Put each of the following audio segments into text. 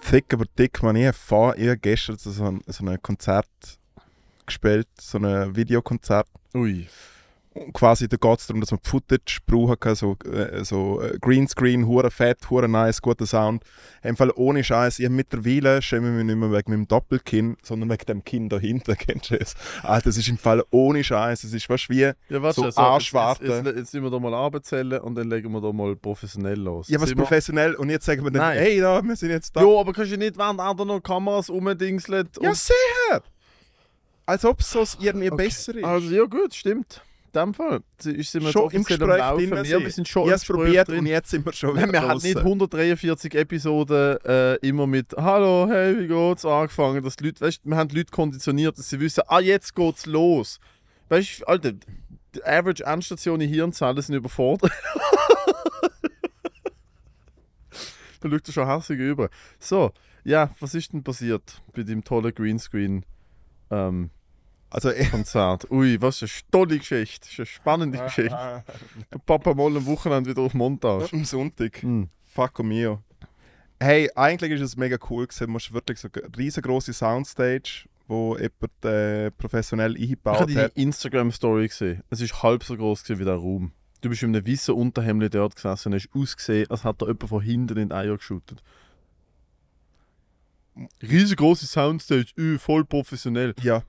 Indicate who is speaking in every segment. Speaker 1: Thick, aber dick, man, ich habe ich hab gestern so, so, ein, so ein Konzert gespielt, so ein Videokonzert.
Speaker 2: Ui.
Speaker 1: Und quasi da geht es darum, dass man Footage brauchen kann, so, äh, so äh, Greenscreen, hure fett, hure nice, guter Sound. Im Fall ohne Scheiß, ich mittlerweile schäme ich mich nicht mehr wegen meinem Doppelkinn, sondern wegen dem Kinn dahinter, kennst du es? Alter, das ist im Fall ohne Scheiß, es ist fast wie...
Speaker 2: Ja, weißt
Speaker 1: So
Speaker 2: du, also,
Speaker 1: Arschwarte.
Speaker 2: Jetzt, jetzt, jetzt nehmen wir da mal abzählen und dann legen wir da mal professionell los.
Speaker 1: Ja, was
Speaker 2: Sind wir-
Speaker 1: professionell und jetzt sagen wir dann,
Speaker 2: Nein.
Speaker 1: hey, da, wir sind jetzt da.
Speaker 2: Jo, aber kannst du nicht während andere noch Kameras rumdingseln?
Speaker 1: Ja,
Speaker 2: und-
Speaker 1: sicher! Als ob es sonst irgendwie besser ist.
Speaker 2: Also, ja, gut, stimmt. In dem Fall Sie- ist sind wir
Speaker 1: schon
Speaker 2: jetzt
Speaker 1: im
Speaker 2: offiziell
Speaker 1: Gespräch
Speaker 2: am Laufen.
Speaker 1: drin
Speaker 2: Ja, wir sind schon
Speaker 1: ich
Speaker 2: im
Speaker 1: hab's
Speaker 2: Gespräch
Speaker 1: probiert
Speaker 2: drin.
Speaker 1: und jetzt sind wir schon wieder
Speaker 2: Nein, Äh, wir haben nicht
Speaker 1: draussen.
Speaker 2: 143 Episoden äh, immer mit Hallo, hey, wie geht's angefangen. Dass die Leute, weißt, wir haben die Leute konditioniert, dass sie wissen, ah, jetzt geht's los. Weißt du, Alter, die Average Endstation in Hirnzellen sind überfordert. da schaut er schon hässlich über. So, ja, was ist denn passiert bei dem tollen Greenscreen-Konzert?
Speaker 1: Also,
Speaker 2: Ui, was für eine tolle Geschichte. Das ist eine spannende Geschichte. Der Papa mal am Wochenende wieder auf Montage.
Speaker 1: am Sonntag.
Speaker 2: Hm.
Speaker 1: Fuck mio. Hey, eigentlich ist es mega cool gewesen. Man hat wirklich so eine riesengroße Soundstage, wo jemand äh, professionell
Speaker 2: Ich habe
Speaker 1: eingebaut
Speaker 2: deine
Speaker 1: hat.
Speaker 2: Instagram-Story gesehen. Es ist halb so groß gewesen wie der Raum. Du bist in einem weißen Unterhemd dort gesessen und hast ausgesehen, als hätte da jemand von hinten in die Eier geschüttet. Riesengroße Soundstage, üh, voll professionell.
Speaker 1: Ja.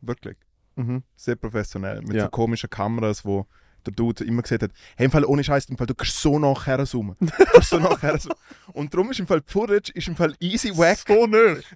Speaker 1: Wirklich.
Speaker 2: Mhm.
Speaker 1: Sehr professionell. Mit
Speaker 2: Ja.
Speaker 1: so komischen Kameras, wo der Dude immer gesagt hat, hey, im Fall ohne Scheiß, im Fall, du kannst so nachher zoomen. Du kannst so nachher zoomen. Und darum ist im Fall die Footage ist im Fall easy wack.
Speaker 2: So nicht.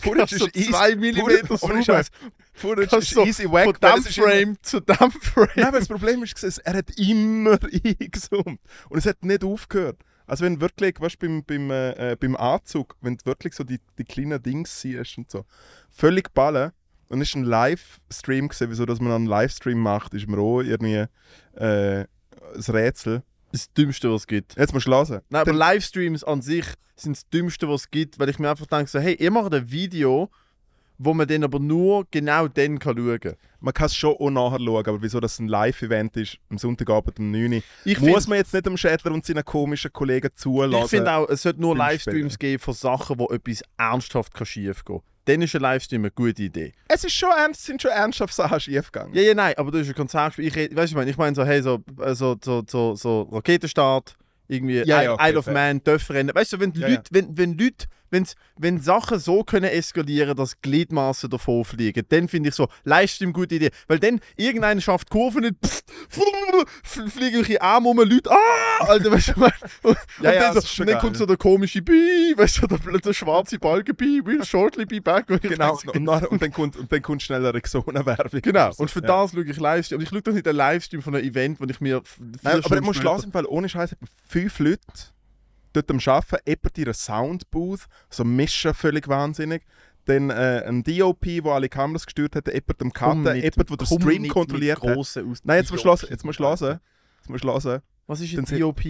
Speaker 1: Footage
Speaker 2: Kannst so
Speaker 1: ist easy.
Speaker 2: zwei Millimeter
Speaker 1: Footage- ohne
Speaker 2: zoomen.
Speaker 1: Scheiß. Footage
Speaker 2: Kannst
Speaker 1: ist
Speaker 2: so
Speaker 1: easy wack.
Speaker 2: Von
Speaker 1: weil
Speaker 2: dem
Speaker 1: es ist immer-
Speaker 2: Frame zu dem Frame.
Speaker 1: Nein, aber das Problem ist, gewesen, er hat immer eingesummt. Und es hat nicht aufgehört. Also wenn wirklich, weißt du, beim, beim, äh, äh, beim Anzug, wenn du wirklich so die, die kleinen Dings siehst und so, völlig ballen. Und es war ein Livestream, gewesen, wieso dass man einen Livestream macht, ist mir auch irgendwie äh, ein Rätsel.
Speaker 2: Das Dümmste, was es gibt.
Speaker 1: Jetzt musst du hören.
Speaker 2: Nein, aber Livestreams an sich sind das Dümmste, was es gibt, weil ich mir einfach denke, so, hey, ihr macht ein Video, wo man dann aber nur genau dann kann schauen kann.
Speaker 1: Man kann es schon auch nachher schauen, aber wieso das ein Live-Event ist, am Sonntagabend um 9 Uhr,
Speaker 2: Ich
Speaker 1: muss man jetzt nicht dem Schädler und seinen komischen Kollegen zulassen.
Speaker 2: Ich finde auch, es sollte nur
Speaker 1: Filmspiele.
Speaker 2: Livestreams geben von Sachen, wo etwas ernsthaft kann schiefgehen kann. Dann ist ein Livestream eine gute Idee.
Speaker 1: es ist schon ernst, sind schon ernsthaft Sachen schiefgegangen.
Speaker 2: Ja, ja, nein, aber das ist ein Konzertspiel. Ich, weißt du, ich meine, ich meine so, hey, so, äh, so, so, so, so Raketenstart, irgendwie
Speaker 1: Ja, ja,
Speaker 2: I-
Speaker 1: okay,
Speaker 2: Isle of
Speaker 1: fair.
Speaker 2: Man, Dörfrennen. Weißt du, wenn die
Speaker 1: Ja, ja.
Speaker 2: Leute, wenn, wenn Leute, wenn's, wenn Sachen so können eskalieren, dass Gliedmaßen davon fliegen, dann finde ich so, Livestream gute Idee. Weil dann irgendeiner schafft Kurven nicht, pfft, f- fliegen durch die Arme um, Leute, ah, Alter, weißt du, ich meine, und,
Speaker 1: Ja,
Speaker 2: und
Speaker 1: ja,
Speaker 2: dann,
Speaker 1: das ist
Speaker 2: so,
Speaker 1: schon
Speaker 2: und dann
Speaker 1: geil.
Speaker 2: kommt so der komische Bi, weißt du, der, der schwarze Balken Bi, will shortly be back. Und ich
Speaker 1: Genau,
Speaker 2: denk so,
Speaker 1: und, nach, und, dann kommt, und dann kommt schnell eine Rexona-Werbung.
Speaker 2: Genau, und für
Speaker 1: ja.
Speaker 2: das schaue ich Livestream. Und ich schaue doch nicht einen Livestream von einem Event, wo ich mir. f- vier
Speaker 1: Nein, aber
Speaker 2: Stunden
Speaker 1: du musst
Speaker 2: später-
Speaker 1: lassen, im Fall ohne Scheiß hat man fünf Leute dort am Arbeiten, jemand in einer Soundbooth, so mischen, völlig wahnsinnig. Dann äh, ein DOP, der alle Kameras gesteuert hat, jemand am
Speaker 2: Komm
Speaker 1: Cutten,
Speaker 2: mit-
Speaker 1: jemand, der den
Speaker 2: komm
Speaker 1: Stream
Speaker 2: nicht
Speaker 1: kontrolliert
Speaker 2: mit
Speaker 1: hat.
Speaker 2: grossen Aus
Speaker 1: Nein, jetzt musst du hören, jetzt musst du hören. Jetzt musst du hören.
Speaker 2: Was ist
Speaker 1: Dann
Speaker 2: ein
Speaker 1: sind- Äh,
Speaker 2: DOP?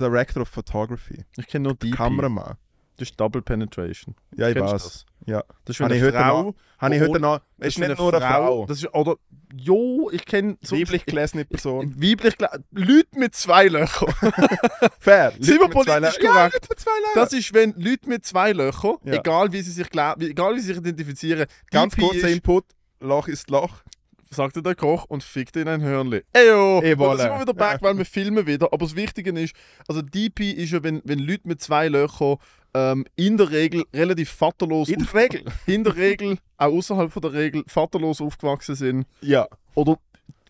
Speaker 1: Director of Photography.
Speaker 2: Ich kenne nur DP.
Speaker 1: Kameramann.
Speaker 2: Das ist Double Penetration.
Speaker 1: Ja, ich
Speaker 2: Kennst du
Speaker 1: weiß.
Speaker 2: das?
Speaker 1: Ja.
Speaker 2: Das ist, wenn
Speaker 1: Habe ich
Speaker 2: eine
Speaker 1: heute
Speaker 2: Frau.
Speaker 1: noch. Habe ich
Speaker 2: wo
Speaker 1: heute
Speaker 2: ohne-
Speaker 1: noch.
Speaker 2: das
Speaker 1: Es ist nicht
Speaker 2: wenn
Speaker 1: nur eine Frau.
Speaker 2: Das ist, oder, jo, ich kenne.
Speaker 1: Weiblich gelesene Person.
Speaker 2: Weiblich. gele- Leute mit zwei Löchern.
Speaker 1: Fair.
Speaker 2: Sind wir
Speaker 1: Leute mit zwei
Speaker 2: politisch
Speaker 1: Lä- Ja,
Speaker 2: korrekt?
Speaker 1: Leute mit zwei Ländern.
Speaker 2: Das ist, wenn Leute mit zwei Löchern,
Speaker 1: Ja.
Speaker 2: egal, wie sie sich, gla- wie- egal wie sie sich identifizieren,
Speaker 1: Ganz
Speaker 2: DP
Speaker 1: kurzer
Speaker 2: ist,
Speaker 1: Input. Loch ist Loch.
Speaker 2: sagte der Koch und fickte in ein Hörnli. Ejo!
Speaker 1: Eh,
Speaker 2: Und da sind
Speaker 1: voilà.
Speaker 2: wir wieder back, weil wir filmen wieder. Aber das Wichtige ist, also DP ist ja, wenn, wenn Leute mit zwei Löchern ähm, in der Regel relativ vaterlos,
Speaker 1: In
Speaker 2: auf-
Speaker 1: der Regel.
Speaker 2: in der Regel, auch außerhalb von der Regel, vaterlos aufgewachsen sind.
Speaker 1: Ja.
Speaker 2: Oder,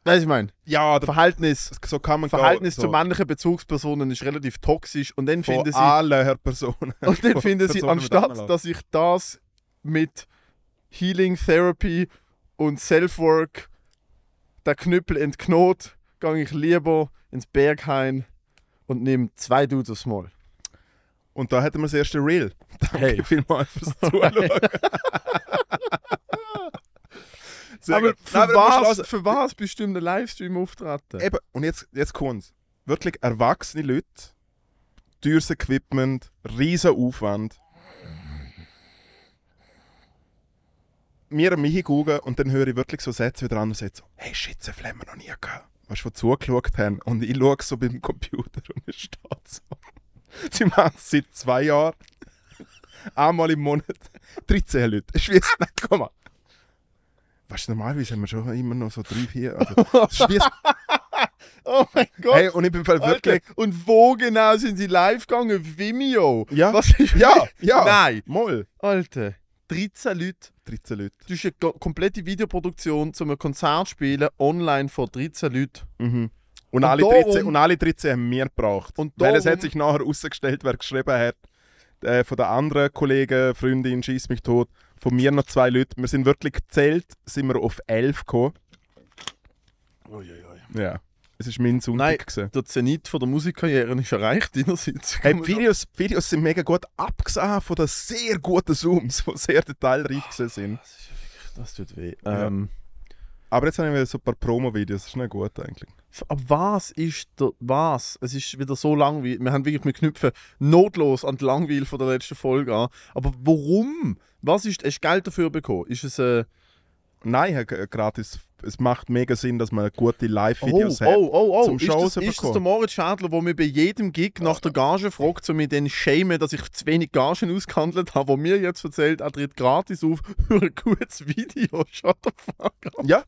Speaker 2: weiß ich mein,
Speaker 1: Ja, der
Speaker 2: Verhältnis.
Speaker 1: so kann man
Speaker 2: Verhältnis
Speaker 1: so,
Speaker 2: zu männlichen Bezugspersonen ist relativ toxisch und dann
Speaker 1: von
Speaker 2: finden sie,
Speaker 1: allen Personen.
Speaker 2: und dann finden sie
Speaker 1: Personen mit
Speaker 2: anstatt,
Speaker 1: anderen
Speaker 2: dass ich das mit Healing Therapy und Self-Work der Knüppel entknot, gehe ich lieber ins Berghain und nehme zwei Dudes aufs Mal.
Speaker 1: Und da hätten wir das erste Reel. Danke
Speaker 2: Hey.
Speaker 1: vielmals fürs Zuschauen. Sehr
Speaker 2: Aber
Speaker 1: gut.
Speaker 2: für,
Speaker 1: Nein, aber du musst
Speaker 2: was,
Speaker 1: hören.
Speaker 2: für was bist du in einem Livestream auftreten?
Speaker 1: Eben, und jetzt, jetzt kommt's. Wirklich erwachsene Leute, teures Equipment, riesen Aufwand. Mir an mich gucken und dann höre ich wirklich so Sätze wieder an und sage so, hey, Schützenfle haben wir noch nie gehabt. Weißt du, die zugeschaut haben? Und ich schaue so beim Computer und es steht so. Sie machen es seit zwei Jahren. Einmal im Monat. 13 Leute. Das ist wie ein Snack, komm mal. Weißt du, normalerweise haben wir schon immer noch so drei, vier. Also, das ist wie ein-
Speaker 2: Oh mein Gott.
Speaker 1: hey, und ich bin voll
Speaker 2: Alter.
Speaker 1: wirklich.
Speaker 2: Und wo genau sind sie live gegangen? Vimeo.
Speaker 1: Ja.
Speaker 2: Was ist
Speaker 1: Ja, ja.
Speaker 2: Nein.
Speaker 1: Moll.
Speaker 2: Alter, 13 Leute.
Speaker 1: 13 Leute.
Speaker 2: Du hast eine go- komplette Videoproduktion zu einem Konzert spielen, online vor 13 Leuten.
Speaker 1: Mhm. Und,
Speaker 2: Und
Speaker 1: alle
Speaker 2: darum-
Speaker 1: 13, und alle 13 haben wir gebraucht.
Speaker 2: Und um-
Speaker 1: Weil es
Speaker 2: darum-
Speaker 1: hat sich nachher herausgestellt, wer geschrieben hat, äh, von den anderen Kollegen, Freundin, schieß mich tot, von mir noch zwei Leute. Wir sind wirklich gezählt, sind wir auf 11 gekommen. Ja. Es war mein
Speaker 2: Nein.
Speaker 1: Sonntag. Gewesen.
Speaker 2: Der Zenit von der Musikkarriere ist erreicht, einerseits.
Speaker 1: Hey, die Videos, die Videos sind mega gut, abgesehen von den sehr guten Zooms, die sehr detailreich gewesen sind.
Speaker 2: Das, ist wirklich- das tut weh.
Speaker 1: Ja.
Speaker 2: Ähm,
Speaker 1: Aber jetzt haben wir so ein paar Promo-Videos, das ist nicht gut eigentlich.
Speaker 2: aber was ist der, was? Es ist wieder so langweilig. Wir haben wirklich mit Knüpfen notlos an die Langweil von der letzten Folge an. Aber warum? Was ist, hast du Geld dafür bekommen? Ist es äh,
Speaker 1: Nein, Herr G- äh, gratis. Es macht mega Sinn, dass man gute
Speaker 2: Oh,
Speaker 1: Live-Videos hat.
Speaker 2: oh, oh, oh.
Speaker 1: zum
Speaker 2: Ist
Speaker 1: Shows
Speaker 2: das, ist das
Speaker 1: bekommen.
Speaker 2: der Moritz Schädler, der mich bei jedem Gig nach der Gage fragt, so mich dann schämen, dass ich zu wenig Gagen ausgehandelt habe, wo mir jetzt erzählt, er tritt gratis auf für ein gutes Video. Shut the fuck up.
Speaker 1: oh, Ja.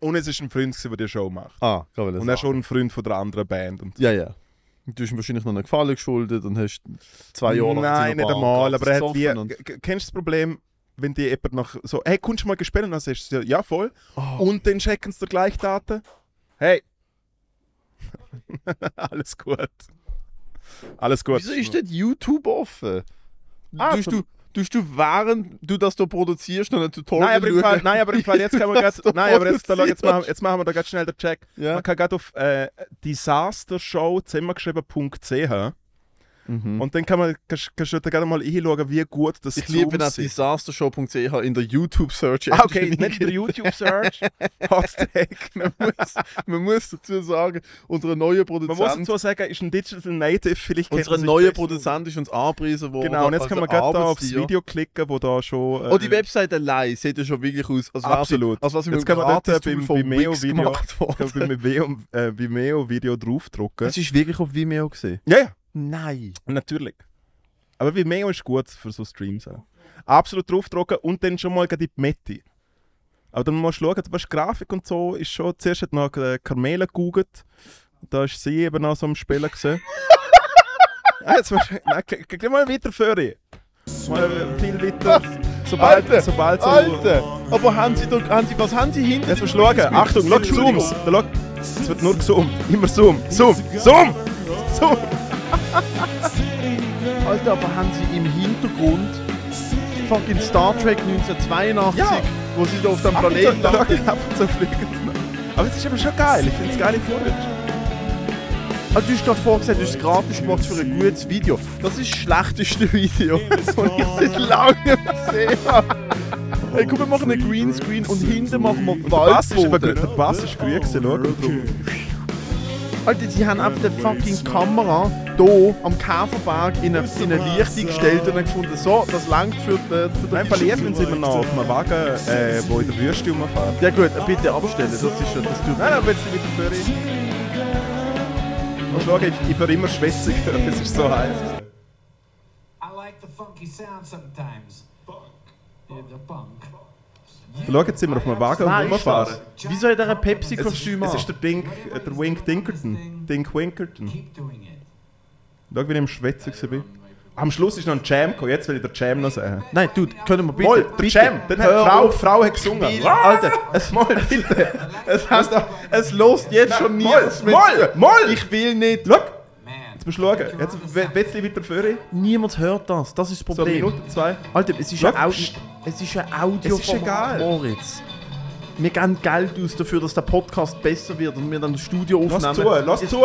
Speaker 1: Und es ist ein Freund, gewesen, der die Show macht.
Speaker 2: Ah, kann man
Speaker 1: Und er ist schon ein Freund von der anderen Band. Und
Speaker 2: Ja, ja. Du hast ihm wahrscheinlich noch einen Gefallen geschuldet und hast zwei Jahre lang
Speaker 1: Nein,
Speaker 2: in seiner
Speaker 1: nicht
Speaker 2: Bar
Speaker 1: einmal.
Speaker 2: gratis
Speaker 1: Aber er hat wie,
Speaker 2: gesoffen und-
Speaker 1: K- k- kennst du das Problem, wenn die jemand nach so, hey, kommst du mal gespielt? Und dann sagst du, ja, voll.
Speaker 2: Oh,
Speaker 1: Und dann checken sie dir gleich Daten. Hey. Alles gut. Alles gut.
Speaker 2: wieso ist denn YouTube offen?
Speaker 1: Ah,
Speaker 2: tust, du,
Speaker 1: zum-
Speaker 2: tust du, während du das hier produzierst, noch ein Tutorial
Speaker 1: Nein, aber im Fall,
Speaker 2: schauen?
Speaker 1: nein, aber im Fall, jetzt kann man grad, nein, aber jetzt, da, schau, jetzt, machen, jetzt machen wir da ganz schnell den Check.
Speaker 2: Ja.
Speaker 1: Man kann gerade auf äh, disastershow.ch
Speaker 2: Mhm.
Speaker 1: und dann kann man kannst, kannst du da gerade mal hinschauen, wie gut das
Speaker 2: Ich liebe,
Speaker 1: Zooms
Speaker 2: wenn das
Speaker 1: sind.
Speaker 2: disastershow.ch in der YouTube-Search
Speaker 1: Ah, okay,
Speaker 2: Engine
Speaker 1: nicht der YouTube-Search. Hashtag.
Speaker 2: Man muss, man muss dazu sagen, unser neuer
Speaker 1: Man muss
Speaker 2: Produzent,
Speaker 1: dazu sagen, ist ein Digital Native, vielleicht kennt
Speaker 2: unser
Speaker 1: man sich
Speaker 2: neuer
Speaker 1: besser.
Speaker 2: Produzent ist uns angepriesen worden.
Speaker 1: Genau, und jetzt
Speaker 2: als
Speaker 1: kann man gerade da aufs
Speaker 2: Arbeitstier.
Speaker 1: Video klicken, wo da schon. Äh,
Speaker 2: also Oh, die Website allein sieht ja schon wirklich aus, als wäre
Speaker 1: Absolut.
Speaker 2: Sie, als wäre sie
Speaker 1: Jetzt
Speaker 2: mit
Speaker 1: kann
Speaker 2: einem
Speaker 1: man dort, äh,
Speaker 2: Gratis-Tool
Speaker 1: beim-
Speaker 2: von
Speaker 1: beim Mail
Speaker 2: Wix
Speaker 1: Video-
Speaker 2: gemacht
Speaker 1: kann
Speaker 2: worden.
Speaker 1: man beim Vimeo, äh, Vimeo-Video draufdrücken.
Speaker 2: ist wirklich auf Vimeo gesehen.
Speaker 1: Ja, ja,
Speaker 2: Nein.
Speaker 1: natürlich. Aber Vimeo ist gut für so Streams auch. Absolut draufdrücken und dann schon mal gerade in die Mitte. Aber dann musst du schauen, du weißt, Grafik und so ist schon. Zuerst hat noch äh, Carmela gegoogelt. Da war sie eben noch so am Spielen. Gewesen. ah, jetzt musst du. Nein, geh- geh mal weiter vorne. Mal viel weiter. Sobald,
Speaker 2: Alter,
Speaker 1: sobald so.
Speaker 2: Alter, aber haben sie, doch, haben sie was haben sie hinten?
Speaker 1: Jetzt musst du schauen. Achtung, schau,
Speaker 2: Entschuldigung.
Speaker 1: Zooms. Da, schau. Es wird nur gezoomt. Immer Zoom. Zoom. Zoom. Zoom.
Speaker 2: Alter, aber haben sie im Hintergrund fucking Star Trek 1982,
Speaker 1: Ja.
Speaker 2: wo sie da auf dem
Speaker 1: Ab und zu-
Speaker 2: Planeten
Speaker 1: da schau ich ab und zu fliegen. Aber es ist eben schon geil. Ich finde es geile Footage.
Speaker 2: Ah, du hast gerade vorgesagt, du hast es gratis gemacht für ein gutes Video. Das ist das schlechteste Video, das ich seit langem gesehen habe. Hey, guck, wir machen einen Greenscreen und hinten machen wir
Speaker 1: Bass ist aber
Speaker 2: Waldboden.
Speaker 1: grün. Der Bass ist grün. gewesen, Schau. Und drum. ne?
Speaker 2: Alter, sie haben einfach die fucking Kamera hier am Käferberg in eine, in eine Lichte gestellt und dann gefunden, so, das langt für die, für die
Speaker 1: Nein, verliert sind wir noch auf einem Wagen, äh, wo in der Wüste rumfährt.
Speaker 2: Ja gut, bitte abstellen, das ist schon, das tut
Speaker 1: Nein, aber jetzt wieder für Und schau, ich, ich werde immer schwätziger. Es ist so heiß.
Speaker 3: I like the funky sound sometimes. Punk. Yeah, the punk.
Speaker 1: Schau, jetzt sind wir auf einem Wagen und
Speaker 2: Nein, ist
Speaker 1: rumfahren.
Speaker 2: das? Wieso hat er ein
Speaker 1: Es ist,
Speaker 2: Pepsi-Kostüm
Speaker 1: es
Speaker 2: an?
Speaker 1: ist der Dink, äh, der Wink Dinkerton. Dink Winkerton.
Speaker 3: Keep doing it.
Speaker 1: Schau, wie ich im Schwätzen war. Am Schluss ist noch ein Jam gekommen. Jetzt will ich den Jam noch sehen.
Speaker 2: Nein, Dude, können wir bitte...
Speaker 1: Moll, der Jam! Dann hat die
Speaker 2: Hör
Speaker 1: Frau,
Speaker 2: auf.
Speaker 1: Frau hat gesungen.
Speaker 2: Spiel, Alter, es
Speaker 1: Moll, bitte!
Speaker 2: Es, hat, es lost jetzt schon
Speaker 1: Moll,
Speaker 2: niemand mit.
Speaker 1: Moll, Moll! Ich,
Speaker 2: Ich will nicht.
Speaker 1: schau,
Speaker 3: Man.
Speaker 1: jetzt musst du schauen. Jetzt ein bisschen weiter vorne.
Speaker 2: Niemand hört das. Das ist das
Speaker 1: So eine Minute, zwei.
Speaker 2: Alter, es ist
Speaker 1: Schau,
Speaker 2: ein Audio.
Speaker 1: pst.
Speaker 2: Es ist ein Audio.
Speaker 1: Es ist egal.
Speaker 2: Moritz. Wir geben Geld aus dafür, dass der Podcast besser wird und wir dann das Studio aufnehmen.
Speaker 1: Lass zu, lass
Speaker 2: Es-
Speaker 1: zu!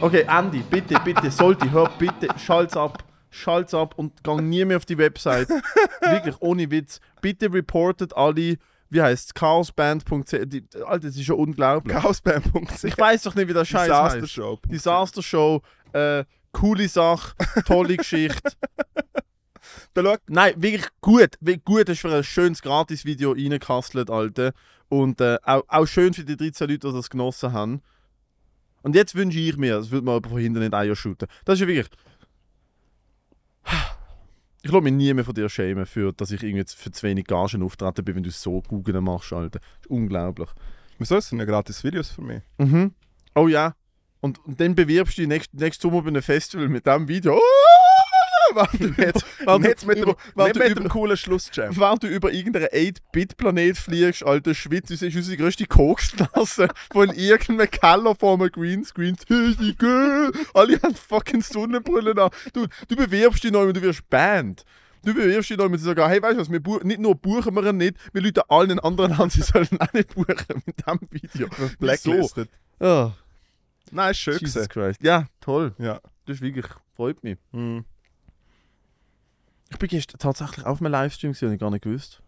Speaker 2: Okay, Andy, bitte, bitte, sollte, hör bitte, schalt's ab. Schalt's ab und gang nie mehr auf die Website. Wirklich, ohne Witz. Bitte reportet alle, wie heißt's, chaosband.c. die- Alter, das ist ja unglaublich.
Speaker 1: Chaosband.ch
Speaker 2: Ich weiß doch nicht, wie der Scheiß heißt.
Speaker 1: Disaster Show.
Speaker 2: Disaster Show, äh, coole Sache, tolle Geschichte.
Speaker 1: Da schau,
Speaker 2: Nein, wirklich gut. Wirklich gut hast du für ein schönes Gratis-Video reingekastelt, Alter. Und äh, auch, auch schön für die 13 Leute, die das genossen haben. Und jetzt wünsche ich mir, es würde mal jemand von hinten in die Eier shooten. Das ist ja wirklich. Ich lasse mich nie mehr von dir schämen, für, dass ich irgendwie für zu wenig Gagen auftreten bin, wenn du so Google machst, Alter. Das ist unglaublich.
Speaker 1: Wieso? Das sind ja gratis Videos für mich.
Speaker 2: Mhm. Oh ja. Und, und dann bewirbst du dich nächst, nächsten Sommer bei einem Festival mit diesem Video. Oh! Während du, jetzt,
Speaker 1: Und jetzt mit dem, nicht
Speaker 2: während du
Speaker 1: mit
Speaker 2: über-
Speaker 1: dem coolen Schlussjam.
Speaker 2: während du über irgendeinen 8-Bit-Planet fliegst, Alter, Schweiz, das ist unsere grösste Koksstraße, wo in irgendeinem Keller vor einem Greenscreen die Girl, alle haben fucking Sonnenbrillen an. Du, du bewirbst dich neu und du wirst Band. Du bewirbst dich neu und sie sagen, hey, weißt du was, wir bu- nicht nur buchen wir ihn nicht, wir rufen allen anderen an, sie sollen ihn auch nicht buchen mit diesem Video.
Speaker 1: Blacklisted.
Speaker 2: Wieso? Ah,
Speaker 1: Nein, ist schön
Speaker 2: Jesus
Speaker 1: gesehen.
Speaker 2: Christ. Ja, toll.
Speaker 1: Ja.
Speaker 2: Das ist wirklich, freut mich.
Speaker 1: Hm.
Speaker 2: Ich bin gestern tatsächlich auf einem Livestream gewesen, hab ich gar nicht gewusst.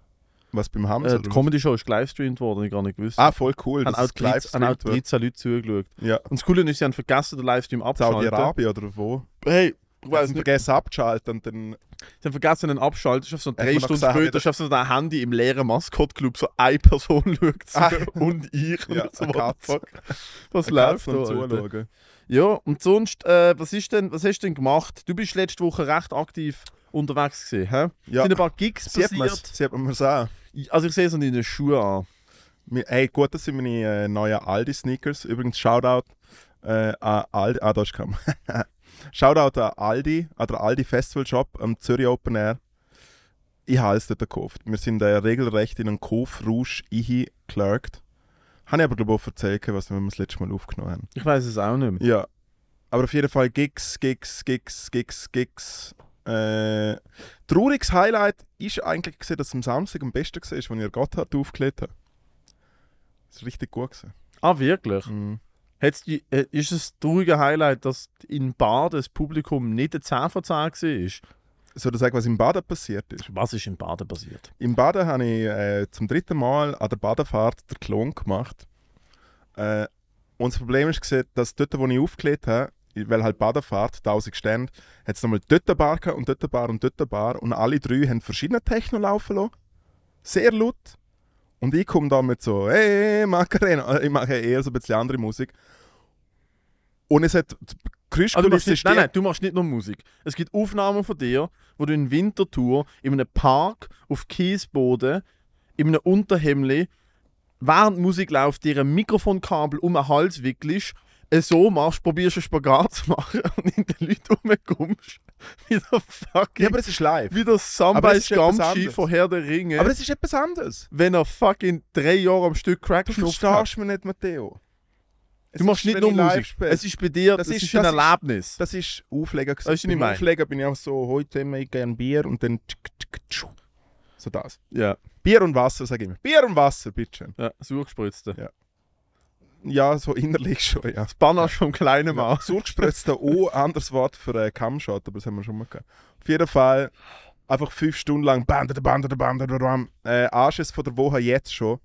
Speaker 1: Was beim Hamza?
Speaker 2: Äh, die Comedy-Show ist gelivestreamt worden, hab ich gar nicht gewusst.
Speaker 1: ah, voll cool.
Speaker 2: Haben
Speaker 1: dass
Speaker 2: auch,
Speaker 1: es live
Speaker 2: 13, haben auch
Speaker 1: gestreamt wird.
Speaker 2: 13 Leute zugeschaut.
Speaker 1: Ja.
Speaker 2: Und das Coole ist, sie haben vergessen, den Livestream abzuschalten.
Speaker 1: Saudi-Arabien oder wo?
Speaker 2: Hey, ich
Speaker 1: Ich weiß
Speaker 2: weiß nicht.
Speaker 1: vergessen abzuschalten und dann
Speaker 2: Sie haben vergessen, den abzuschalten. Ich habe so
Speaker 1: man
Speaker 2: drei
Speaker 1: noch
Speaker 2: Stunden
Speaker 1: gesagt,
Speaker 2: später,
Speaker 1: dass-
Speaker 2: ich habe so ein Handy im leeren Maskottclub, so eine Person schaut zu
Speaker 1: Ah.
Speaker 2: und ich.
Speaker 1: Ja,
Speaker 2: und so,
Speaker 1: eine
Speaker 2: what the
Speaker 1: Katze.
Speaker 2: fuck? Was
Speaker 1: kannst
Speaker 2: läuft
Speaker 1: du dann
Speaker 2: da? Alter?
Speaker 1: zuschauen.
Speaker 2: Ja, und sonst, äh, was, ist denn, was hast du denn gemacht? Du bist letzte Woche recht aktiv unterwegs gewesen, hä?
Speaker 1: Ja.
Speaker 2: Sind ein paar Gigs
Speaker 1: Sieht man
Speaker 2: passiert?
Speaker 1: es? Sieht man es auch?
Speaker 2: Also ich sehe es an deinen Schuhen an.
Speaker 1: Mir- Hey, gut, das sind meine äh, neuen Aldi-Sneakers. Übrigens, Shoutout äh, an Aldi. Ah, da ist kein. Shoutout an Aldi, an der Aldi Festival Shop am Zürich Open Air. Ich habe es dort gekauft. Wir sind äh, regelrecht in einen Kaufrausch eingeklagt. Habe ich aber, glaube ich, auch erzählt, was wir das letzte Mal aufgenommen haben.
Speaker 2: Ich weiß es auch nicht mehr.
Speaker 1: Ja. Aber auf jeden Fall Gigs, Gigs, Gigs, Gigs, Gigs. Äh, trauriges Highlight ist eigentlich, gewesen, dass es am Samstag am besten war, als ihr Gotthard aufgelegt habt. Das war richtig gut. Gewesen.
Speaker 2: Ah, wirklich?
Speaker 1: Mhm.
Speaker 2: Hat's die, äh, ist es das traurige Highlight, dass in Baden das Publikum nicht ein 10 von 10 war?
Speaker 1: Soll ich sagen, was im Baden passiert ist?
Speaker 2: Was ist in Baden passiert?
Speaker 1: Im Baden habe ich äh, zum dritten Mal an der Badenfahrt den Klon gemacht. Äh, und das Problem ist, gewesen, dass dort, wo ich aufgelegt habe, weil halt Badenfahrt, 1000 Stände, hat es nochmal dort eine Bar gehabt und dort eine Bar und dort eine Bar. Und alle drei haben verschiedene Techno laufen lassen. Sehr laut. Und ich komme da mit so, hey, Macarena. Äh, Ich mache eher so ein bisschen andere Musik. Und es hat die
Speaker 2: Ah, du machst
Speaker 1: Geräuschkulisse
Speaker 2: nicht, nein, nein, du machst nicht nur Musik. Es gibt Aufnahmen von dir, wo du in Winterthur in einem Park auf Kiesboden in einem Unterhemdli während die Musik läuft, dir ein Mikrofonkabel um den Hals wickelst, es so machst, probierst einen Spagat zu machen und in den Leuten rumkommst. Wie der fucking...
Speaker 1: Ja, aber es ist live.
Speaker 2: wie der
Speaker 1: aber
Speaker 2: Sambai
Speaker 1: es ist etwas
Speaker 2: Scamschi
Speaker 1: anderes.
Speaker 2: von Herr der Ringe.
Speaker 1: Aber es ist etwas anderes.
Speaker 2: wenn er fucking drei Jahre am Stück Crack
Speaker 1: Du
Speaker 2: geschnupft hat.
Speaker 1: verstehst mich nicht, Matteo.
Speaker 2: Du machst nicht nur Musik. Es
Speaker 1: Es ist,
Speaker 2: ist bei dir, das,
Speaker 1: Das
Speaker 2: ist,
Speaker 1: ist-
Speaker 2: ein
Speaker 1: das ist-
Speaker 2: Erlebnis.
Speaker 1: das ist Aufleger. gewesen.
Speaker 2: Weißt du, was ich
Speaker 1: Beim
Speaker 2: meine?
Speaker 1: Aufleger bin ich auch so, heute immer ich gerne Bier und dann tsch, tsch, tsch. so das.
Speaker 2: ja,
Speaker 1: Bier und Wasser, sage ich immer. Bier und Wasser, bitteschön.
Speaker 2: ja, surgespritzte.
Speaker 1: Ja. Ja, so innerlich schon, ja.
Speaker 2: Das Banasch vom kleinen
Speaker 1: Genau.
Speaker 2: Mann.
Speaker 1: Surgespritzter O, anderes Wort für äh, Kamshot, aber das haben wir schon mal gehabt. Auf jeden Fall einfach fünf Stunden lang Bande, Bande, Bande, Bande, äh, Arsches von der Woche jetzt schon.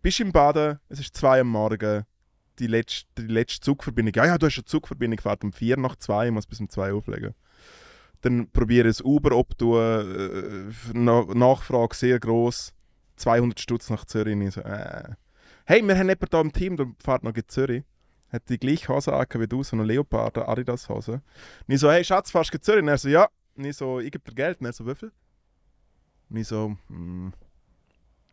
Speaker 1: Bist im Baden, es ist zwei am Morgen, die letzte, die letzte Zugverbindung. Ja, ja, du hast eine Zugverbindung, fährt um vier nach zwei, ich muss bis um zwei auflegen. Dann probiere ich ein Uber abzutun, äh, Na- Nachfrage sehr groß, 200 Stutz nach Zürich. Und ich so, äh. Hey, wir haben jemanden da im Team, der fährt noch in Zürich hat die gleiche Hose angehört wie du, so eine Leopard, eine Adidas-Hose. Und ich so, hey Schatz, fährst du in Zürich? Und er so, ja. Und ich so, ich gebe dir Geld. Und er so, wie viel? Und ich so, hm.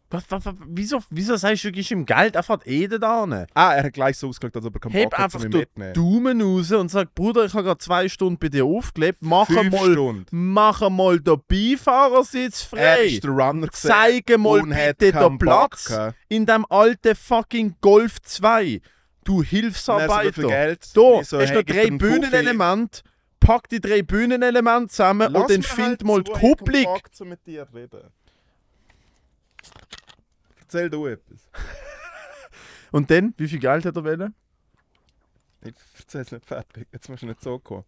Speaker 2: Was, was, was, wieso, wieso sagst du, du gibst ihm Geld? Er fährt eh da hin.
Speaker 1: Ah, er hat gleich so ausgelegt, als ob er keinen
Speaker 2: Heb
Speaker 1: Bock hat, um zu
Speaker 2: einfach
Speaker 1: mir
Speaker 2: den
Speaker 1: mitnehmen.
Speaker 2: Daumen raus und sag, Bruder, ich habe gerade zwei Stunden bei dir aufgelebt. Mach
Speaker 1: Fünf
Speaker 2: mal,
Speaker 1: Stunden.
Speaker 2: mach mal den Beifahrersitz
Speaker 1: Er
Speaker 2: frei.
Speaker 1: ist der Runner gewesen.
Speaker 2: Zeige mal
Speaker 1: und hat
Speaker 2: bitte den
Speaker 1: keinen Bock
Speaker 2: Platz
Speaker 1: gehabt.
Speaker 2: in dem alten fucking Golf 2. Du
Speaker 1: Und er so, wie
Speaker 2: Hilfsarbeiter.
Speaker 1: viel Geld? Und
Speaker 2: Da,
Speaker 1: ich so,
Speaker 2: hast
Speaker 1: hey,
Speaker 2: du noch
Speaker 1: gib
Speaker 2: drei
Speaker 1: dir einen Fuffi.
Speaker 2: Bühnenelemente. Pack die drei Bühnenelemente zusammen
Speaker 1: Lass
Speaker 2: und dann
Speaker 1: mir
Speaker 2: find
Speaker 1: halt
Speaker 2: mal die
Speaker 1: zu, ich hab
Speaker 2: Kupplung.
Speaker 1: Bock, zu mit dir reden. Erzähl du etwas.
Speaker 2: Und dann, wie viel Geld hat er wollen?
Speaker 1: Ich erzähl's nicht fertig. Jetzt musst du nicht so kommen.